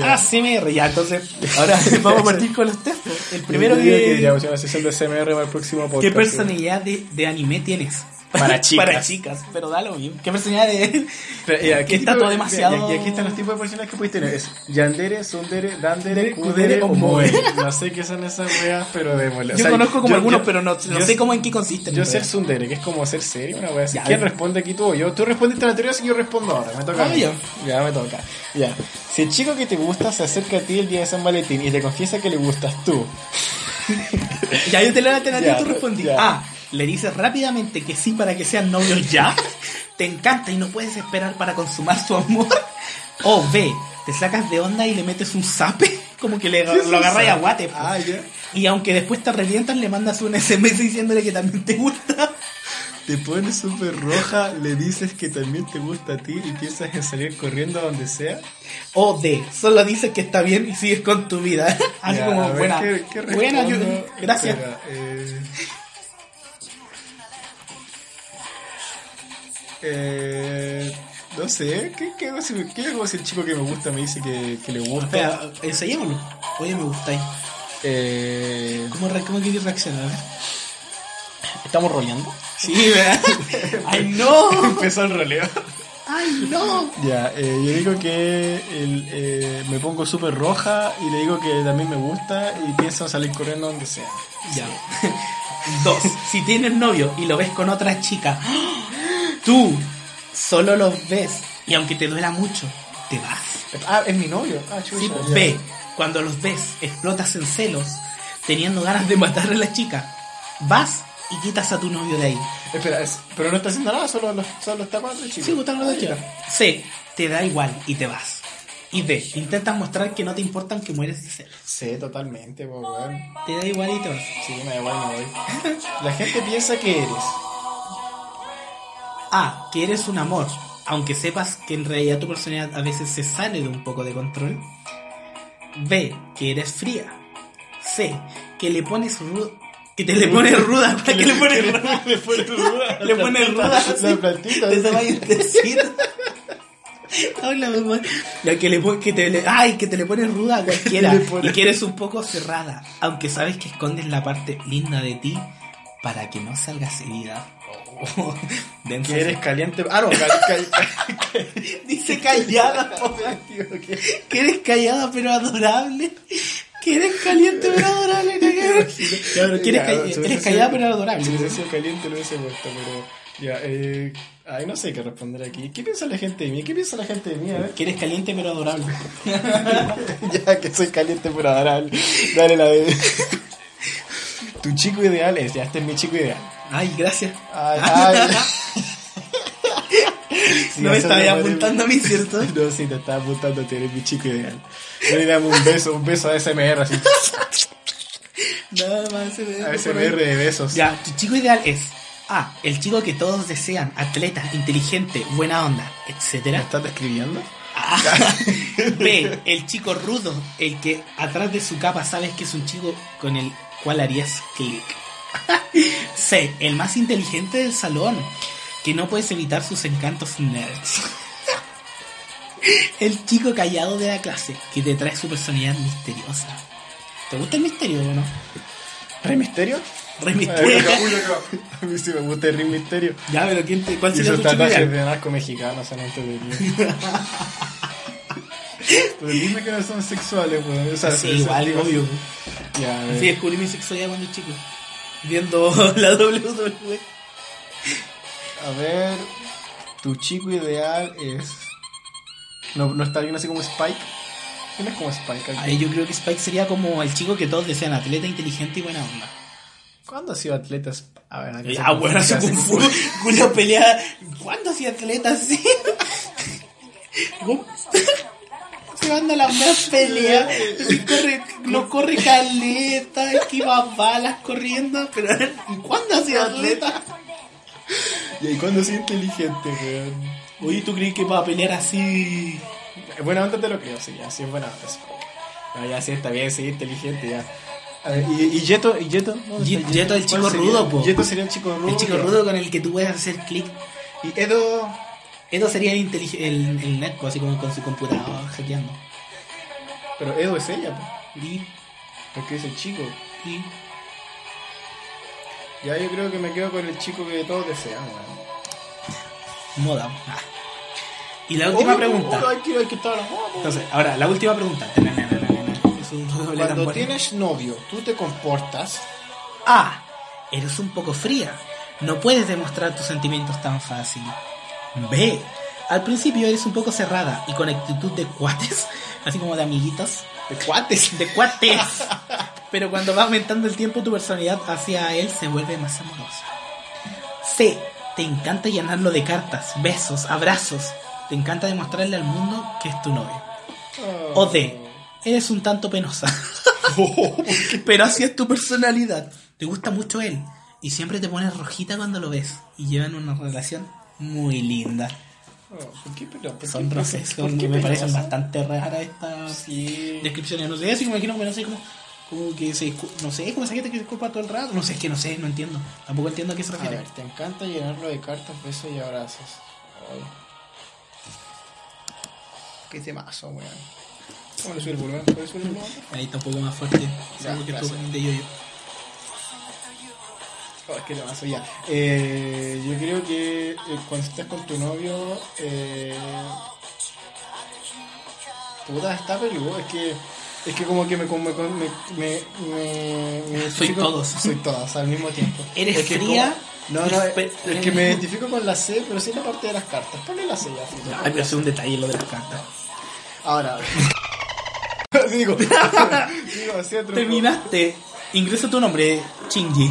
Ah, ACMR, ya, entonces. Ahora vamos a partir con los testos. El primero Yo diría que que. diríamos una sesión de CMR para el próximo podcast. ¿Qué personalidad de, de anime tienes? Para chicas. Para chicas, pero da lo mismo. ¿Qué personalidad de.? Pero, mira, ¿qué Que está tipo- todo demasiado- mira, Y aquí están los tipos de personajes que puedes tener. Es Yandere, Sundere, Dandere, Dere, Kudere Kudere o o Moe. Moe. No sé qué son esas weas, pero démosle. O Yo sea, conozco como yo- algunos, yo- pero no, no yo- sé cómo en qué consisten. Yo en ser realidad. Sundere, que es como ser serio, una wea así. Ya, ¿Quién bien. responde aquí tú o yo? Tú respondiste la teoría, así que yo respondo ahora. Me toca. a Ah, mí. ya. Ya, me toca. Ya. Si el chico que te gusta se acerca a ti el día de San Valentín y te confiesa que le gustas tú. Ya yo te la alternativa Ya, y tú respondí. ya. Ah, le dices rápidamente que sí para que sean novios ya. Te encanta y no puedes esperar para consumar su amor. O B, te sacas de onda y le metes un zape, como que le, es un lo agarras a zape? guate. po. Ah, ya. Y aunque después te revientas, le mandas un SMS diciéndole que también te gusta. Te pones súper roja, le dices que también te gusta a ti y piensas en salir corriendo a donde sea. O D, solo dices que está bien y sigues con tu vida. Así Ya, a como, ver, buena. ¿qué- qué buena, yo- respondo? gracias. Espera, eh, eh, no sé, ¿qué, qué, hago si- qué hago si el chico que me gusta me dice que, que le gusta? Espera, enseñémoslo. Oye, me gustáis. Eh, ¿Cómo, re- cómo quieres reaccionar? ¿Estamos roleando? Sí, ¿verdad? ¡Ay, no! Empezó el roleo. ¡Ay, no! Ya, eh, yo digo que el, eh, me pongo súper roja y le digo que también me gusta y pienso en salir corriendo a donde sea. Ya. Dos. Si tienes novio y lo ves con otra chica, tú solo los ves y aunque te duela mucho, te vas. Ah, es mi novio. Ah, chucha. Sí, pues, ya. B. Cuando los ves, explotas en celos, teniendo ganas de matar a la chica. Vas y quitas a tu novio de ahí. Espera, es- pero no está haciendo nada, solo, los- solo está parando el chico. Sí, gustan las Ah, dos chicas. C. Te da igual y te vas. Y D. Intentas mostrar que no te importan que mueres de celos. ya. Sí, totalmente, pues, weón. Te da igual y te vas. Sí, me da igual, me voy. La gente piensa que eres. A. Que eres un amor, aunque sepas que en realidad tu personalidad a veces se sale de un poco de control. B. Que eres fría. C. Que le pones ruda. Que te le pones ruda. Que, le pones ruda. Le pones ruda. Le pones ruda. La plantita. Te tomas un tecito. Habla, mi amor. Ya que le pon- que te le- ay, que te le pones ruda a cualquiera. Le pones- Y que eres un poco cerrada. Aunque sabes que escondes la parte linda de ti para que no salgas herida. Oh, denso. Que eres caliente. Ah, no, cal- cal- Dice callada, pobre. Que eres callada pero adorable. Que eres caliente pero adorable. cagado. Claro, que eres, Ya, call- si hubiese sido- eres callada pero Si adorable. hubiese sido caliente lo hubiese puesto, pero. Ya, eh. Ay, no sé qué responder aquí. ¿Qué piensa la gente de mí? ¿Qué piensa la gente de mí? A ver. Que eres caliente pero adorable. ya que soy caliente pero adorable. Dale la de. tu chico ideal es. Ya, este es mi chico ideal. Ay, gracias. Ay, ay. Sí, no me eso estaba parece- apuntando a mí, ¿cierto? No, sí, te estaba apuntando, tú eres mi chico ideal. Yo le damos un beso, un beso a SMR, así. Nada más se me A dejó por ahí. SMR de besos. Ya, tu chico ideal es A. El chico que todos desean, atleta, inteligente, buena onda, ¿Me etcétera. estás describiendo? B, el chico rudo, el que atrás de su capa sabes que es un chico con el cual harías clic. C, el más inteligente del salón, que no puedes evitar sus encantos nerds. El chico callado de la clase, que te trae su personalidad misteriosa. ¿Te gusta el misterio o no? ¿Rey Misterio? Re Ay, misterio. acá, uy, acá. A mí sí me gusta el Rey Misterio. Ya, pero ¿quién te- ¿cuál Y sería esos tu chico tatuajes ideal? de narco mexicano, o sea, no entretenido. Pero dime que no son sexuales, weón. O sea, Sí, se- se- igual, digo, obvio. Ya, a ver. Sí, descubrí mi sexualidad cuando chico. Viendo la E. WWE. A ver, tu chico ideal es. No, no está bien así como Spike. que no es como Spike. Ahí yo creo que Spike sería como el chico que todos desean, atleta inteligente y buena onda. ¿Cuándo ha sido atleta Spike? A ver, aquí se Ah, bueno, complica, hace Kung Fu. Julio pelea. ¿Cuándo hacía atleta así? Gun- Se van a la más pelea. Le corre- no corre caleta, esquiva balas corriendo. Pero, ¿y cuándo hacía atleta? ¿Y cuándo ha sido inteligente, weón? Oye, ¿tú crees que va a pelear así? Eh, Buena onda te lo creo, sí, ya, sí es buena onda. sí. No, ya sí, está bien, sí, inteligente, ya. A ver, ¿y, ¿Y Yeto? ¿Y Yeto? ¿Dónde Ye- está Yeto el chico ¿Cuál sería? rudo, po. Yeto sería el chico rudo. El chico ya. rudo con el que tú puedes hacer clic. Y Edo... Esto sería el, intelig- el, el netco, así como con su computadora hackeando. Pero Edo es ella, po, Y- porque es el chico. y- Ya yo creo que me quedo con el chico que todos deseamos, weón. moda. Ah. Y la última Oh, pregunta. oh, hay, que, hay que estar a la moda, po. Entonces, ahora, la última pregunta. Es un redoble de Cuando tambores. tienes novio, tú te comportas. A. Ah, Eres un poco fría. No puedes demostrar tus sentimientos tan fácil. B. Al principio eres un poco cerrada y con actitud de cuates, así como de amiguitos. ¿De cuates? De cuates. Pero cuando va aumentando el tiempo, tu personalidad hacia él se vuelve más amorosa. C. Te encanta llenarlo de cartas, besos, abrazos. Te encanta demostrarle al mundo que es tu novio. O D. Oh. Eres un tanto penosa. Pero así es tu personalidad. Te gusta mucho él. Y siempre te pones rojita cuando lo ves. Y llevan una relación muy linda. Oh, ¿Por qué pero? ¿Por Son qué- roces. ¿Por Son, qué me parecen penosa? bastante raras estas Sí. descripciones. No sé, así me imagino que no sé cómo. Como que se discu- no sé, como esa gente que se disculpa todo el rato. No sé, es que no sé, no entiendo. Tampoco entiendo a qué se A refiere. ver, te encanta llenarlo de cartas, besos y abrazos. Ay. Qué temazo, weón. ¿Cómo le sube el volumen? ¿Puede subir el volumen? Ahí está un poco más fuerte. Ya, Como que tú, gracias. de yo-yo. Oh, qué temazo, ya. Eh, yo creo que eh, cuando estás con tu novio, eh... Puta, está peludo, es que... Es que como que me... como me, me, me, me- me Soy identifico- todos. Soy todas al mismo tiempo. Eres Es que fría, como- no, no, y- es, es que me identifico con la C, pero sí la parte de las cartas. Ponle la C ya. filo. Ay, pero es un detalle lo de las cartas. Ahora. sí, digo. digo, así otro- Terminaste. Ingresa tu nombre, Chingy.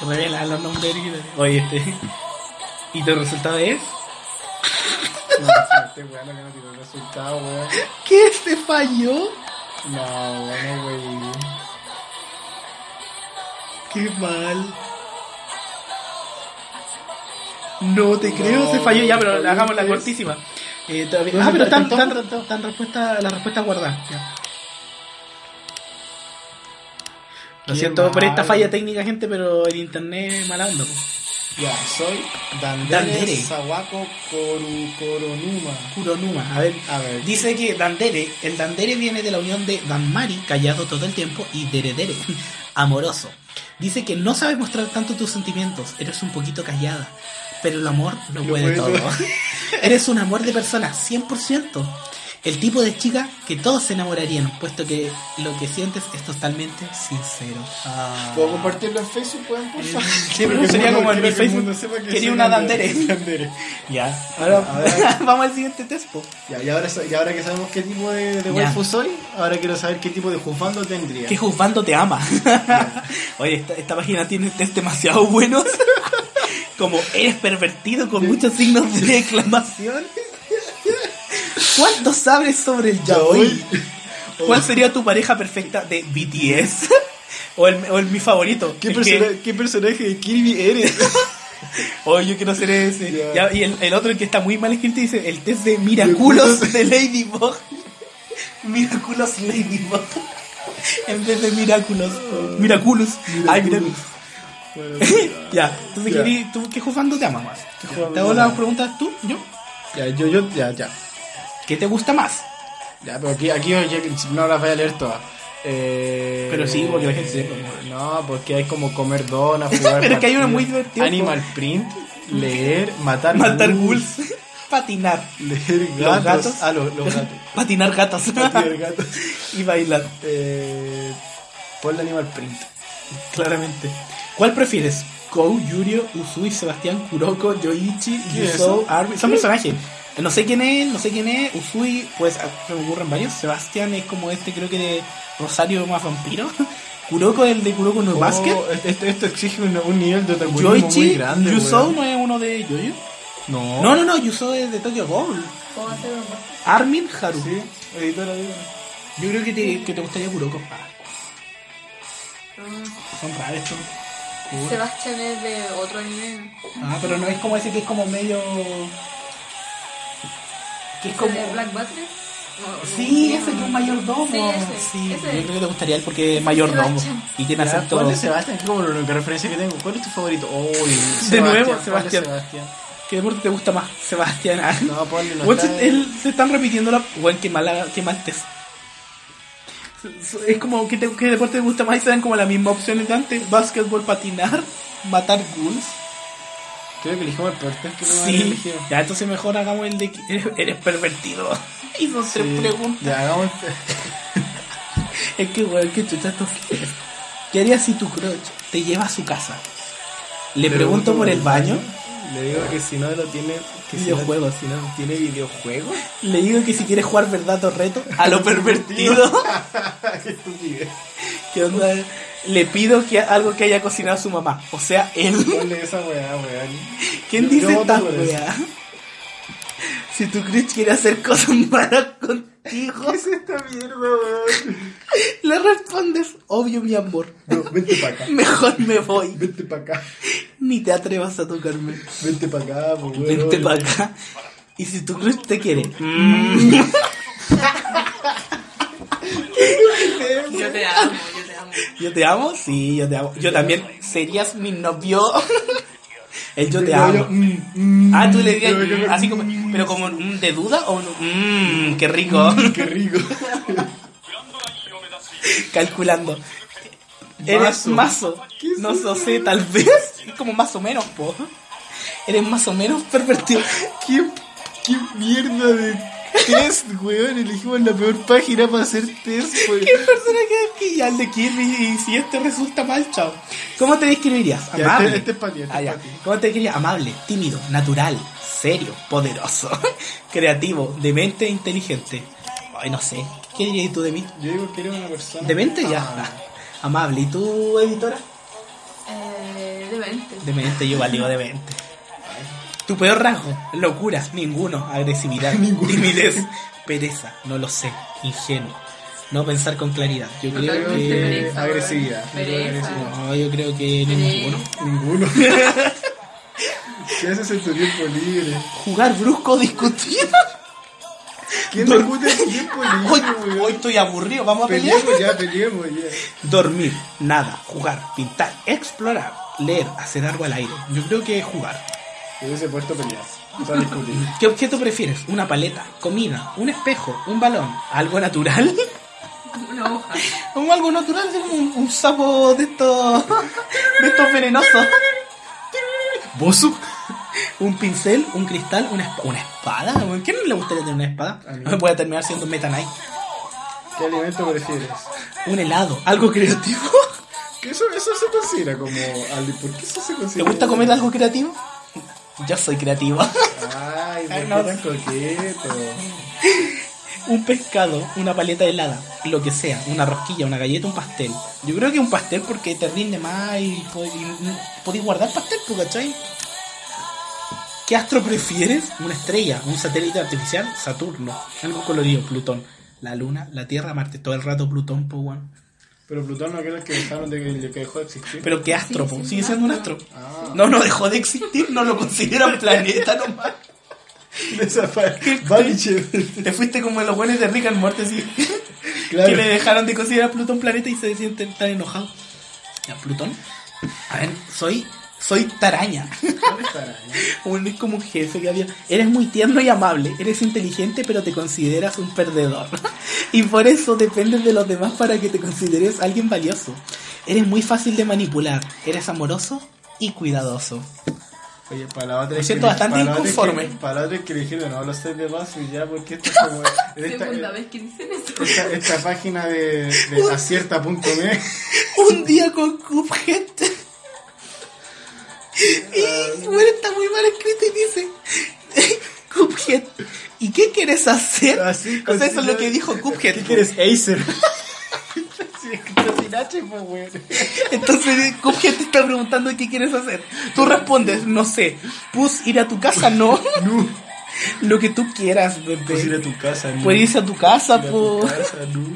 Se revelan los nombres. Oye, este. ¿Y tu resultado es? No, sí, este weón acá no tiene resultado, weón. ¿Qué? ¿Te falló? No, bueno, wey. Qué mal. No te creo, se falló ya, pero falló la hagamos la tres. cortísima. Eh, todavía- ¿Dónde Ah, pero está el están, están, cartón? están respuesta, la respuesta guardada. ya. Lo Qué siento por esta mal. falla técnica, gente, pero el internet malando. Ya, soy Dandere, Dandere. Sawako Koru, Koronuma. Kuronuma, a ver, A ver. Dice que Dandere, el Dandere viene de la unión de Danmari, callado todo el tiempo, y Deredere, amoroso. Dice que no sabes mostrar tanto tus sentimientos, eres un poquito callada, pero el amor lo Lo puede puede todo. todo. eres un amor de persona, 100%. El tipo de chica que todos se enamorarían, puesto que lo que sientes es totalmente sincero. Ah. ¿Puedo compartirlo en Facebook, weón? Por favor. Sí, pero sería como en mi Facebook. Quería una Dandere. Dandere. Ya. A ver. vamos al siguiente texto. Ya, y ahora, so- y ahora que sabemos qué tipo de, de Ya. waifu soy, ahora quiero saber qué tipo de juzgando tendría. Que juzgando te ama. Oye, esta, esta página tiene test demasiado buenos. Como eres pervertido con muchos signos de exclamación. ¿Cuánto sabes sobre el yaoi? ¿Cuál sería tu pareja perfecta de BTS? O el, o el mi favorito. ¿Qué, el que- persona- ¿Qué personaje de Kirby eres? Oh, yo quiero ser ese. Ya. Ya, y el, el otro, el que está muy mal escrito, dice el test de miraculos de Ladybug. miraculos Ladybug. en vez de miraculos. Oh. Miraculous. Ay, miraculous. ya, entonces, Ya. querí- ¿tú qué jugando te amas más? ¿Qué Te jugando hago me las amas? preguntas tú, yo. ya, yo, yo, ya, ya. ¿Qué te gusta más? Ya, pero aquí, aquí ya que no las voy a leer todas. Eh, Pero sí, porque la gente se preocupa. No, porque hay como comer donas, jugar. Pero es que hay una partidas, muy divertida, Animal print, leer, matar. Matar ghouls, ghouls. Patinar. Leer gatos. Los gatos. Ah, los, los gatos. Patinar gatos. Leer gatos. y bailar, Eh, ponle animal print. claramente. ¿Cuál prefieres? Kou, Yurio, Usui, Sebastián, Kuroko, Yoichi, ¿Qué es Yusou, eso? Armin. Son personajes. No sé quién es, no sé quién es. Usui, pues ah, se me ocurren varios. Sebastián es como este, creo que de Rosario más vampiro. Kuroko, el de Kuroko no es Basket. Oh, esto, esto exige un, un nivel de otakuismo muy Yoichi, grande. Yusou weón. Oh. no es uno de Yoyo. no. No, no, no, Yusou es de Tokyo Ghoul. ¿Cómo hacer un bosque? Armin Haru. Sí, editora, dígame. Yo creo que te, que te gustaría Kuroko. Ah, Ah. son raros estos. Sebastián es de otro anime. Ah, pero no es como ese que es como medio. que es como. ¿De Black Butler? No, Sí, no, ese que es no. un mayordomo. Ah. Sí, ese, ese. yo creo que te gustaría él porque es mayordomo. Sebastián. Y tiene Ya, acento. ¿Cuál es Sebastián? Como la única referencia que tengo. ¿Cuál es tu favorito? Oh, nuevo, ¿cuál es Sebastián. ¿Qué deporte te gusta más? Sebastián. Ah. No, Pauli no Bueno, está- se, él- se están repitiendo la. Bueno, qué mala, qué mal test. Es como que qué deporte te gusta más y se dan como las mismas opciones de antes. Básquetbol, patinar, matar ghouls. Creo que elegimos el peor test que lo hemos Sí. elegido. Ya, entonces mejor hagamos el de que eres, eres pervertido. Y son tres Sí. preguntas. Ya, hagamos este. Es que, weón, que chucha estos test. ¿Qué harías si tu crush te lleva a su casa? Le pregunto por el baño. Le digo que si no lo tiene. Que Videojuegos. Si no, si no tiene videojuegos. Le digo que si quieres jugar verdad o reto, a lo pervertido. Qué estupidez. ¿Qué onda? Le pido que algo que haya cocinado su mamá. O sea, él. Ponle esa weá, weón. ¿Quién Yo- dice yo voto esta por eso. weá? Si tu crush quiere hacer cosas malas contigo, ¿Qué es esta mierda, weón? le respondes, obvio mi amor. No, vente para acá. Mejor me voy. Vente para acá. Ni te atrevas a tocarme. Vente para acá, po, weón. Vente para acá. Y si tu crush te quiere, Yo te amo, yo te amo. yo te amo, sí, yo te amo. Yo también serías mi novio. El yo te No, yo- amo. mm, mm, Ah, tú le dirías yo- yo- mm, así como, pero como mm, de duda o no? mmm, qué rico, Qué rico. calculando. Eres Mazo. mazo, no lo sé, tal vez, como más o menos, po. Eres más o menos pervertido. ¿Qué, qué mierda de test, weón. Elegimos la peor página para hacer test, weón. ¿Qué personaje es que ya el de Kirby y si este resulta mal, chao? ¿Cómo te describirías? Ya, Amable. este- este es para ti, este Ah, es ya. para ti. ¿Cómo te describirías? Amable, tímido, natural, serio, poderoso, creativo, de mente inteligente. Ay, no sé. ¿Qué dirías tú de mí? Yo digo que eres una persona. De mente ya. Ah. Amable. ¿Y tú, editora? Eh, demente. De mente, yo valido de mente. Tu peor rasgo, locura, ninguno, agresividad, timidez, pereza, no lo sé, ingenuo, no pensar con claridad. Yo creo Totalmente que... pereza, agresividad, weón. Pereza. No, yo creo que ninguno. Ninguno. ¿Qué haces en tu tiempo libre? Jugar brusco, discutir. ¿Quién discute en tu tiempo Hoy, libre, hoy weón? estoy aburrido, vamos a pelear. Peleemos ya, peleemos ya. Dormir, nada, jugar, pintar, explorar, leer, hacer algo al aire. Yo creo que jugar. Yo hubiese puesto a pelear. O sea, discutir. ¿Qué objeto prefieres? ¿Una paleta? ¿Comida? ¿Un espejo? ¿Un balón? ¿Algo natural? Una hoja. Un algo natural, así como un, un sapo de estos. de estos venenosos. ¿Bosu? Un pincel, un cristal, una, esp- una espada. ¿A quién no le gustaría tener una espada? A mí. No me puede terminar siendo un Meta Knight. ¿Qué alimento prefieres? Un helado, algo creativo. Que eso, eso se considera como. ali- ¿Por qué eso se ¿Te considera? gusta comer algo creativo? Yo soy creativo. Ay, Ay, ¿por no. qué tan coqueto? un pescado, una paleta helada, lo que sea, una rosquilla, una galleta, un pastel. Yo creo que un pastel porque te rinde más y pod- podéis guardar pastel, pues, ¿cachai? ¿Qué astro prefieres? Una estrella, un satélite artificial, Saturno, algo colorido, Plutón, la Luna, la Tierra, Marte, todo el rato Plutón, po, weón. Pero Plutón no creo que dejaron de que, de que dejó de existir. Pero qué astro, po, sigue siendo un astro. No, no dejó de existir, no lo consideran planeta nomás. Desapareció. Babichev. Te fuiste como los buenos de Rick and Morty, sí. Claro. que le dejaron de considerar a Plutón planeta y se sienten tan enojados. ¿A Plutón? A ver, soy, soy taraña. eh? Un, es como un jefe que había. Eres muy tierno y amable, eres inteligente, pero te consideras un perdedor. y por eso dependes de los demás para que te consideres alguien valioso. Eres muy fácil de manipular, eres amoroso y cuidadoso. Oye, para la otra Me es siento que- bastante para la otra es que- inconforme. Para la otra es que le dijeron, no, los seis de paso y ya, porque esto es como. Segunda Esta, vez que dicen eso. esta, esta página de, de acierta.me. Un día con Cuphead. Y bueno, está muy mal escrito y dice: Cuphead, ¿y qué quieres hacer? Así, o sea, eso es considera- lo que dijo Cuphead. Ah, ¿Qué quieres, Acer? Entonces Cuphead te está preguntando qué quieres hacer. Tú respondes, no sé. Pus ir a tu casa, no. Lo que tú quieras, bebé. Puedes Pues ir a tu casa, ¿no? Puedes irse a tu casa, Ir a tu po. casa, ¿no?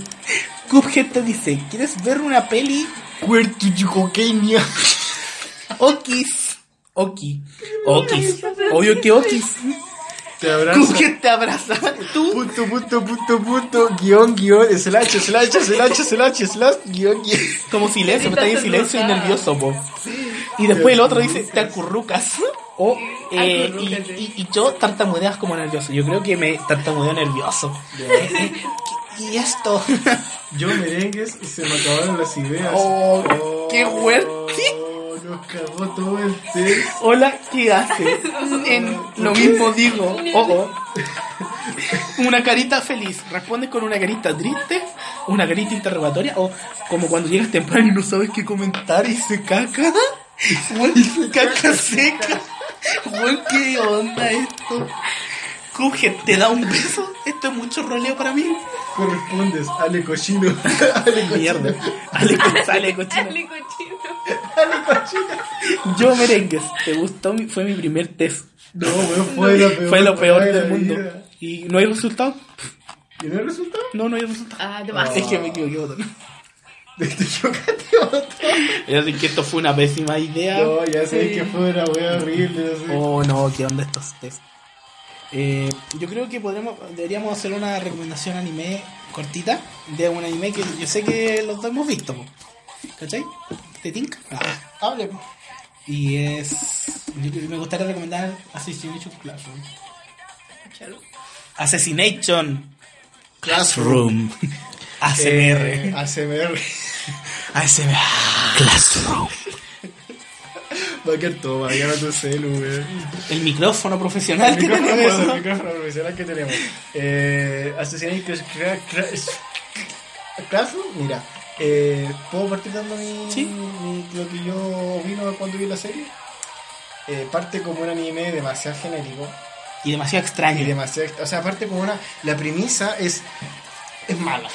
Cuphead te dice, ¿quieres ver una peli? Where to Yugokenia. Okis. Oki. Okis. Obvio que Okis. Te abrazo. Cuphead te abraza. Tú. Punto, punto, punto, punto, guión, guión, slash, slash, slash, slash, slash, guión, guión. Como silencio, Grita está en silencio y acurrucada. nervioso, po. Y después el otro dice, te acurrucas. O, eh, y, Acurrúcate. y- y yo tartamudeas como nervioso. Yo creo que me tartamudeo nervioso. y esto. Yo merengues y se me acabaron las ideas. Oh, qué weird. Oh, nos cagó todo el texto. Hola, ¿qué haces? En- lo mismo digo. Oh, oh. Una carita feliz. Respondes con una carita triste, una carita interrogatoria, o como cuando llegas temprano y no sabes qué comentar y se caca. Bueno, se caca seca. Bueno, ¿qué onda esto? Cuge, te da un beso. Esto es mucho roleo para mí. Correspondes, Ale Cochino. Ale Cochino. Mierda. Ale, sale, cochino. Dale, cochino. Yo merengues. ¿Te gustó? mi- Fue mi primer test. No, weón, fue lo peor. Fue lo peor de la del mundo. vida. ¿Y no hay resultado? ¿Y no hay resultado? No, no hay resultado. Ah, te vas. Es que me equivoqué botón. Te equivocaste, otro. Es decir, que esto fue una pésima idea. No, ya sé que fue una wea horrible. no sé. Oh, no, ¿qué onda estos test? Eh, yo creo que podremos, deberíamos hacer una recomendación anime cortita de un anime que yo sé que los dos hemos visto. po. ¿Cachai? ¿Te tinca? Ah. Hable, po. Y es... yo creo que me gustaría recomendar Assassination Classroom. Assassination Classroom. ACMR. Eh, ASMR. ASMR. Classroom. Va a quedar todo, va a quedar tu celu, weón. El micrófono profesional que micrófono tenemos. eso, ¿no? el micrófono profesional que tenemos. Eh, Assassination Class- Cla- Cla- Classroom, mira. Eh, ¿Puedo partir dando mi, Sí. mi- lo que yo opino cuando vi la serie? Eh, parte como un anime demasiado genérico. Y demasiado extraño. Y demasiado. O sea, parte como una. La premisa es. Es mala.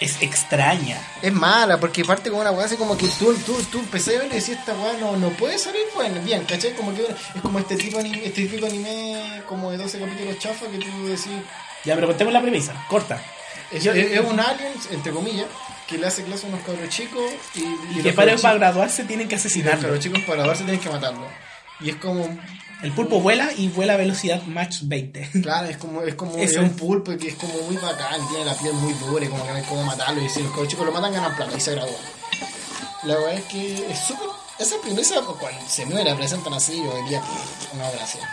es extraña. Es mala, porque parte como una weá así como que tú, tú, tú empecé a ver y decís, esta weá no, no puede salir bueno, bien, ¿cachai? Como que es como este tipo anime, este típico anime como de 12 capítulos chafa que tú decís, Ya, pero contemos la premisa. Corta. es, es- es un alien, entre comillas, que le hace clase a unos cabros chicos y, Y, los que para, cabros para chicos- graduarse tienen que y los asesinarlo. cabros chicos para darse tienen que matarlo. Y es como, El pulpo vuela y vuela a velocidad Mach 20. claro, es como, es como Eso. es un pulpo que es como muy bacán, tiene la piel muy dura y como que no hay cómo matarlo. Y si los cabros chicos lo matan, ganan plata y se gradúan. La verdad es que es súper. Esa premisa, pues, cuando se me la presentan así, yo diría, no, gracias.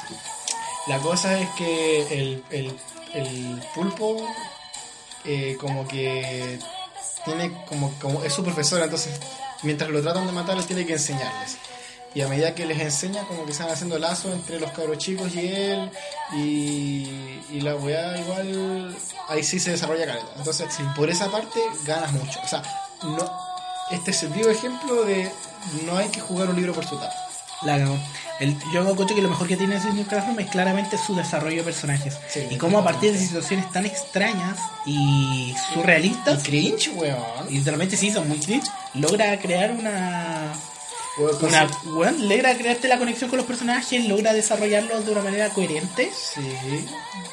La cosa es que el, el, el pulpo, eh, como que tiene como, como es su profesora, entonces mientras lo tratan de matar, él tiene que enseñarles. Y a medida que les enseña, como que se van haciendo lazos entre los cabros chicos y él, y, y la weá igual, ahí sí se desarrolla careta. Entonces, por esa parte, ganas mucho. O sea, no, este es el vivo ejemplo de no hay que jugar un libro por su tapa. La cagó. El, yo coche que lo mejor que tiene Assassin's Classroom es claramente su desarrollo de personajes. Sí, y cómo a partir de situaciones tan extrañas y Y surrealistas, cringe, weón. y realmente sí son muy cringe, logra crear una Weón, con- una, weón, logra crearte la conexión con los personajes, logra desarrollarlos de una manera coherente Sí.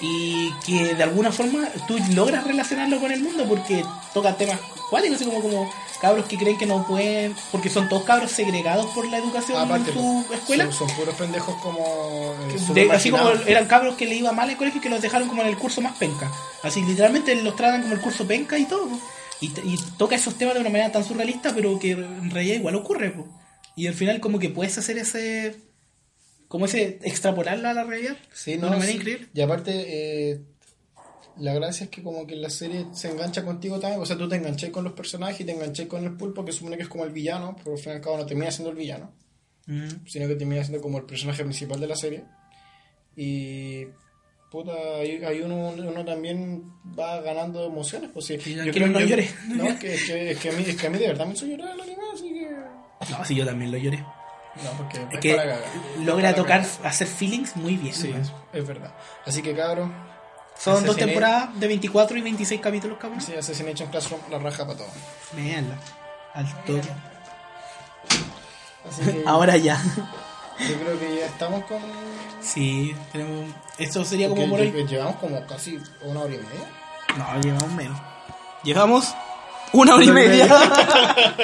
y que de alguna forma tú logras relacionarlo con el mundo porque toca temas cuáticos, así como, como cabros que creen que no pueden, porque son todos cabros segregados por la educación Aparte, pues, en su escuela. Son, son puros pendejos como. eh, De- súper así como marginados. eran cabros que le iba mal al colegio y que los dejaron como en el curso más penca. Así literalmente los tratan como el curso penca y todo. po. Y, t- y toca esos temas de una manera tan surrealista, pero que en realidad igual ocurre. po. Y al final como que puedes hacer ese... Como ese extrapolarlo a la realidad. Sí, de no, una manera sí. increíble. Y aparte, eh, la gracia es que como que la serie se engancha contigo también. O sea, tú te enganché con los personajes y te enganché con el pulpo, que supone que es como el villano, pero al fin y al cabo no termina siendo el villano, Mm. sino que termina siendo como el personaje principal de la serie. Y. Puta, ahí, ahí uno, uno también va ganando emociones. Pues, sí. tranquilo, no llores. No, es que, es, que, es que a mí, es que a mí de verdad me hizo llorar el anime, así que. No, sí, yo también lo lloré. No, porque Es es que para cagar. logra Para tocar, cagar. hacer feelings muy bien. Sí, weón. es verdad. Así que cabrón, Son dos Assassinate- temporadas de 24 y 26 capítulos, cabrón. si Assassination Classroom la raja para todo. Veanla. Al toque. Así que Ahora ya. yo creo que ya estamos con. Sí, tenemos. Esto sería como Porque por hoy. lle- Llevamos como casi una hora y media. No, llevamos menos. Llevamos una hora y media.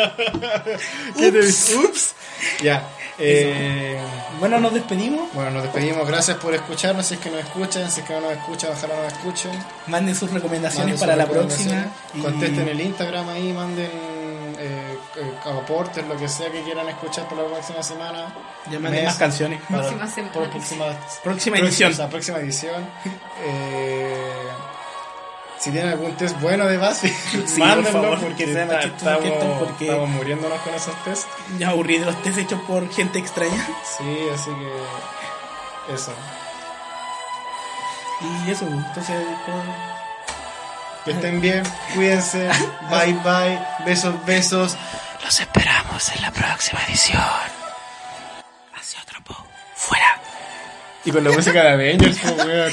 Ups. Ups. Ya. eh, Bueno, nos despedimos. bueno, nos despedimos. Gracias por escucharnos. Si es que nos escuchan, si es que no nos escuchan, ojalá nos escuchen. Manden sus Manden recomendaciones para sus la recomendaciones. próxima. y- Contesten el Instagram ahí, manden eh, eh, aportes, lo que sea que quieran escuchar para la próxima semana. Ya manden mes. más canciones. Para- Próxima semana. por próxima Próxima Próxima- edición. La próxima edición. Eh, si tienen algún test bueno de base, por mándenlo favor, porque, que sean está- aquí, estamos, que están, porque- estamos muriéndonos con esos test. Ya aburrido los test hechos por gente extraña. Sí, así que eso. Y eso, entonces. pues, Que estén bien, cuídense. Bye bye. Besos, besos. Los esperamos en la próxima edición. Hacia otro po. Fuera. Y con la música de Avengers, po, weón.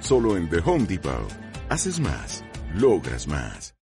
Solo en The Home Depot. Haces más. Logras más.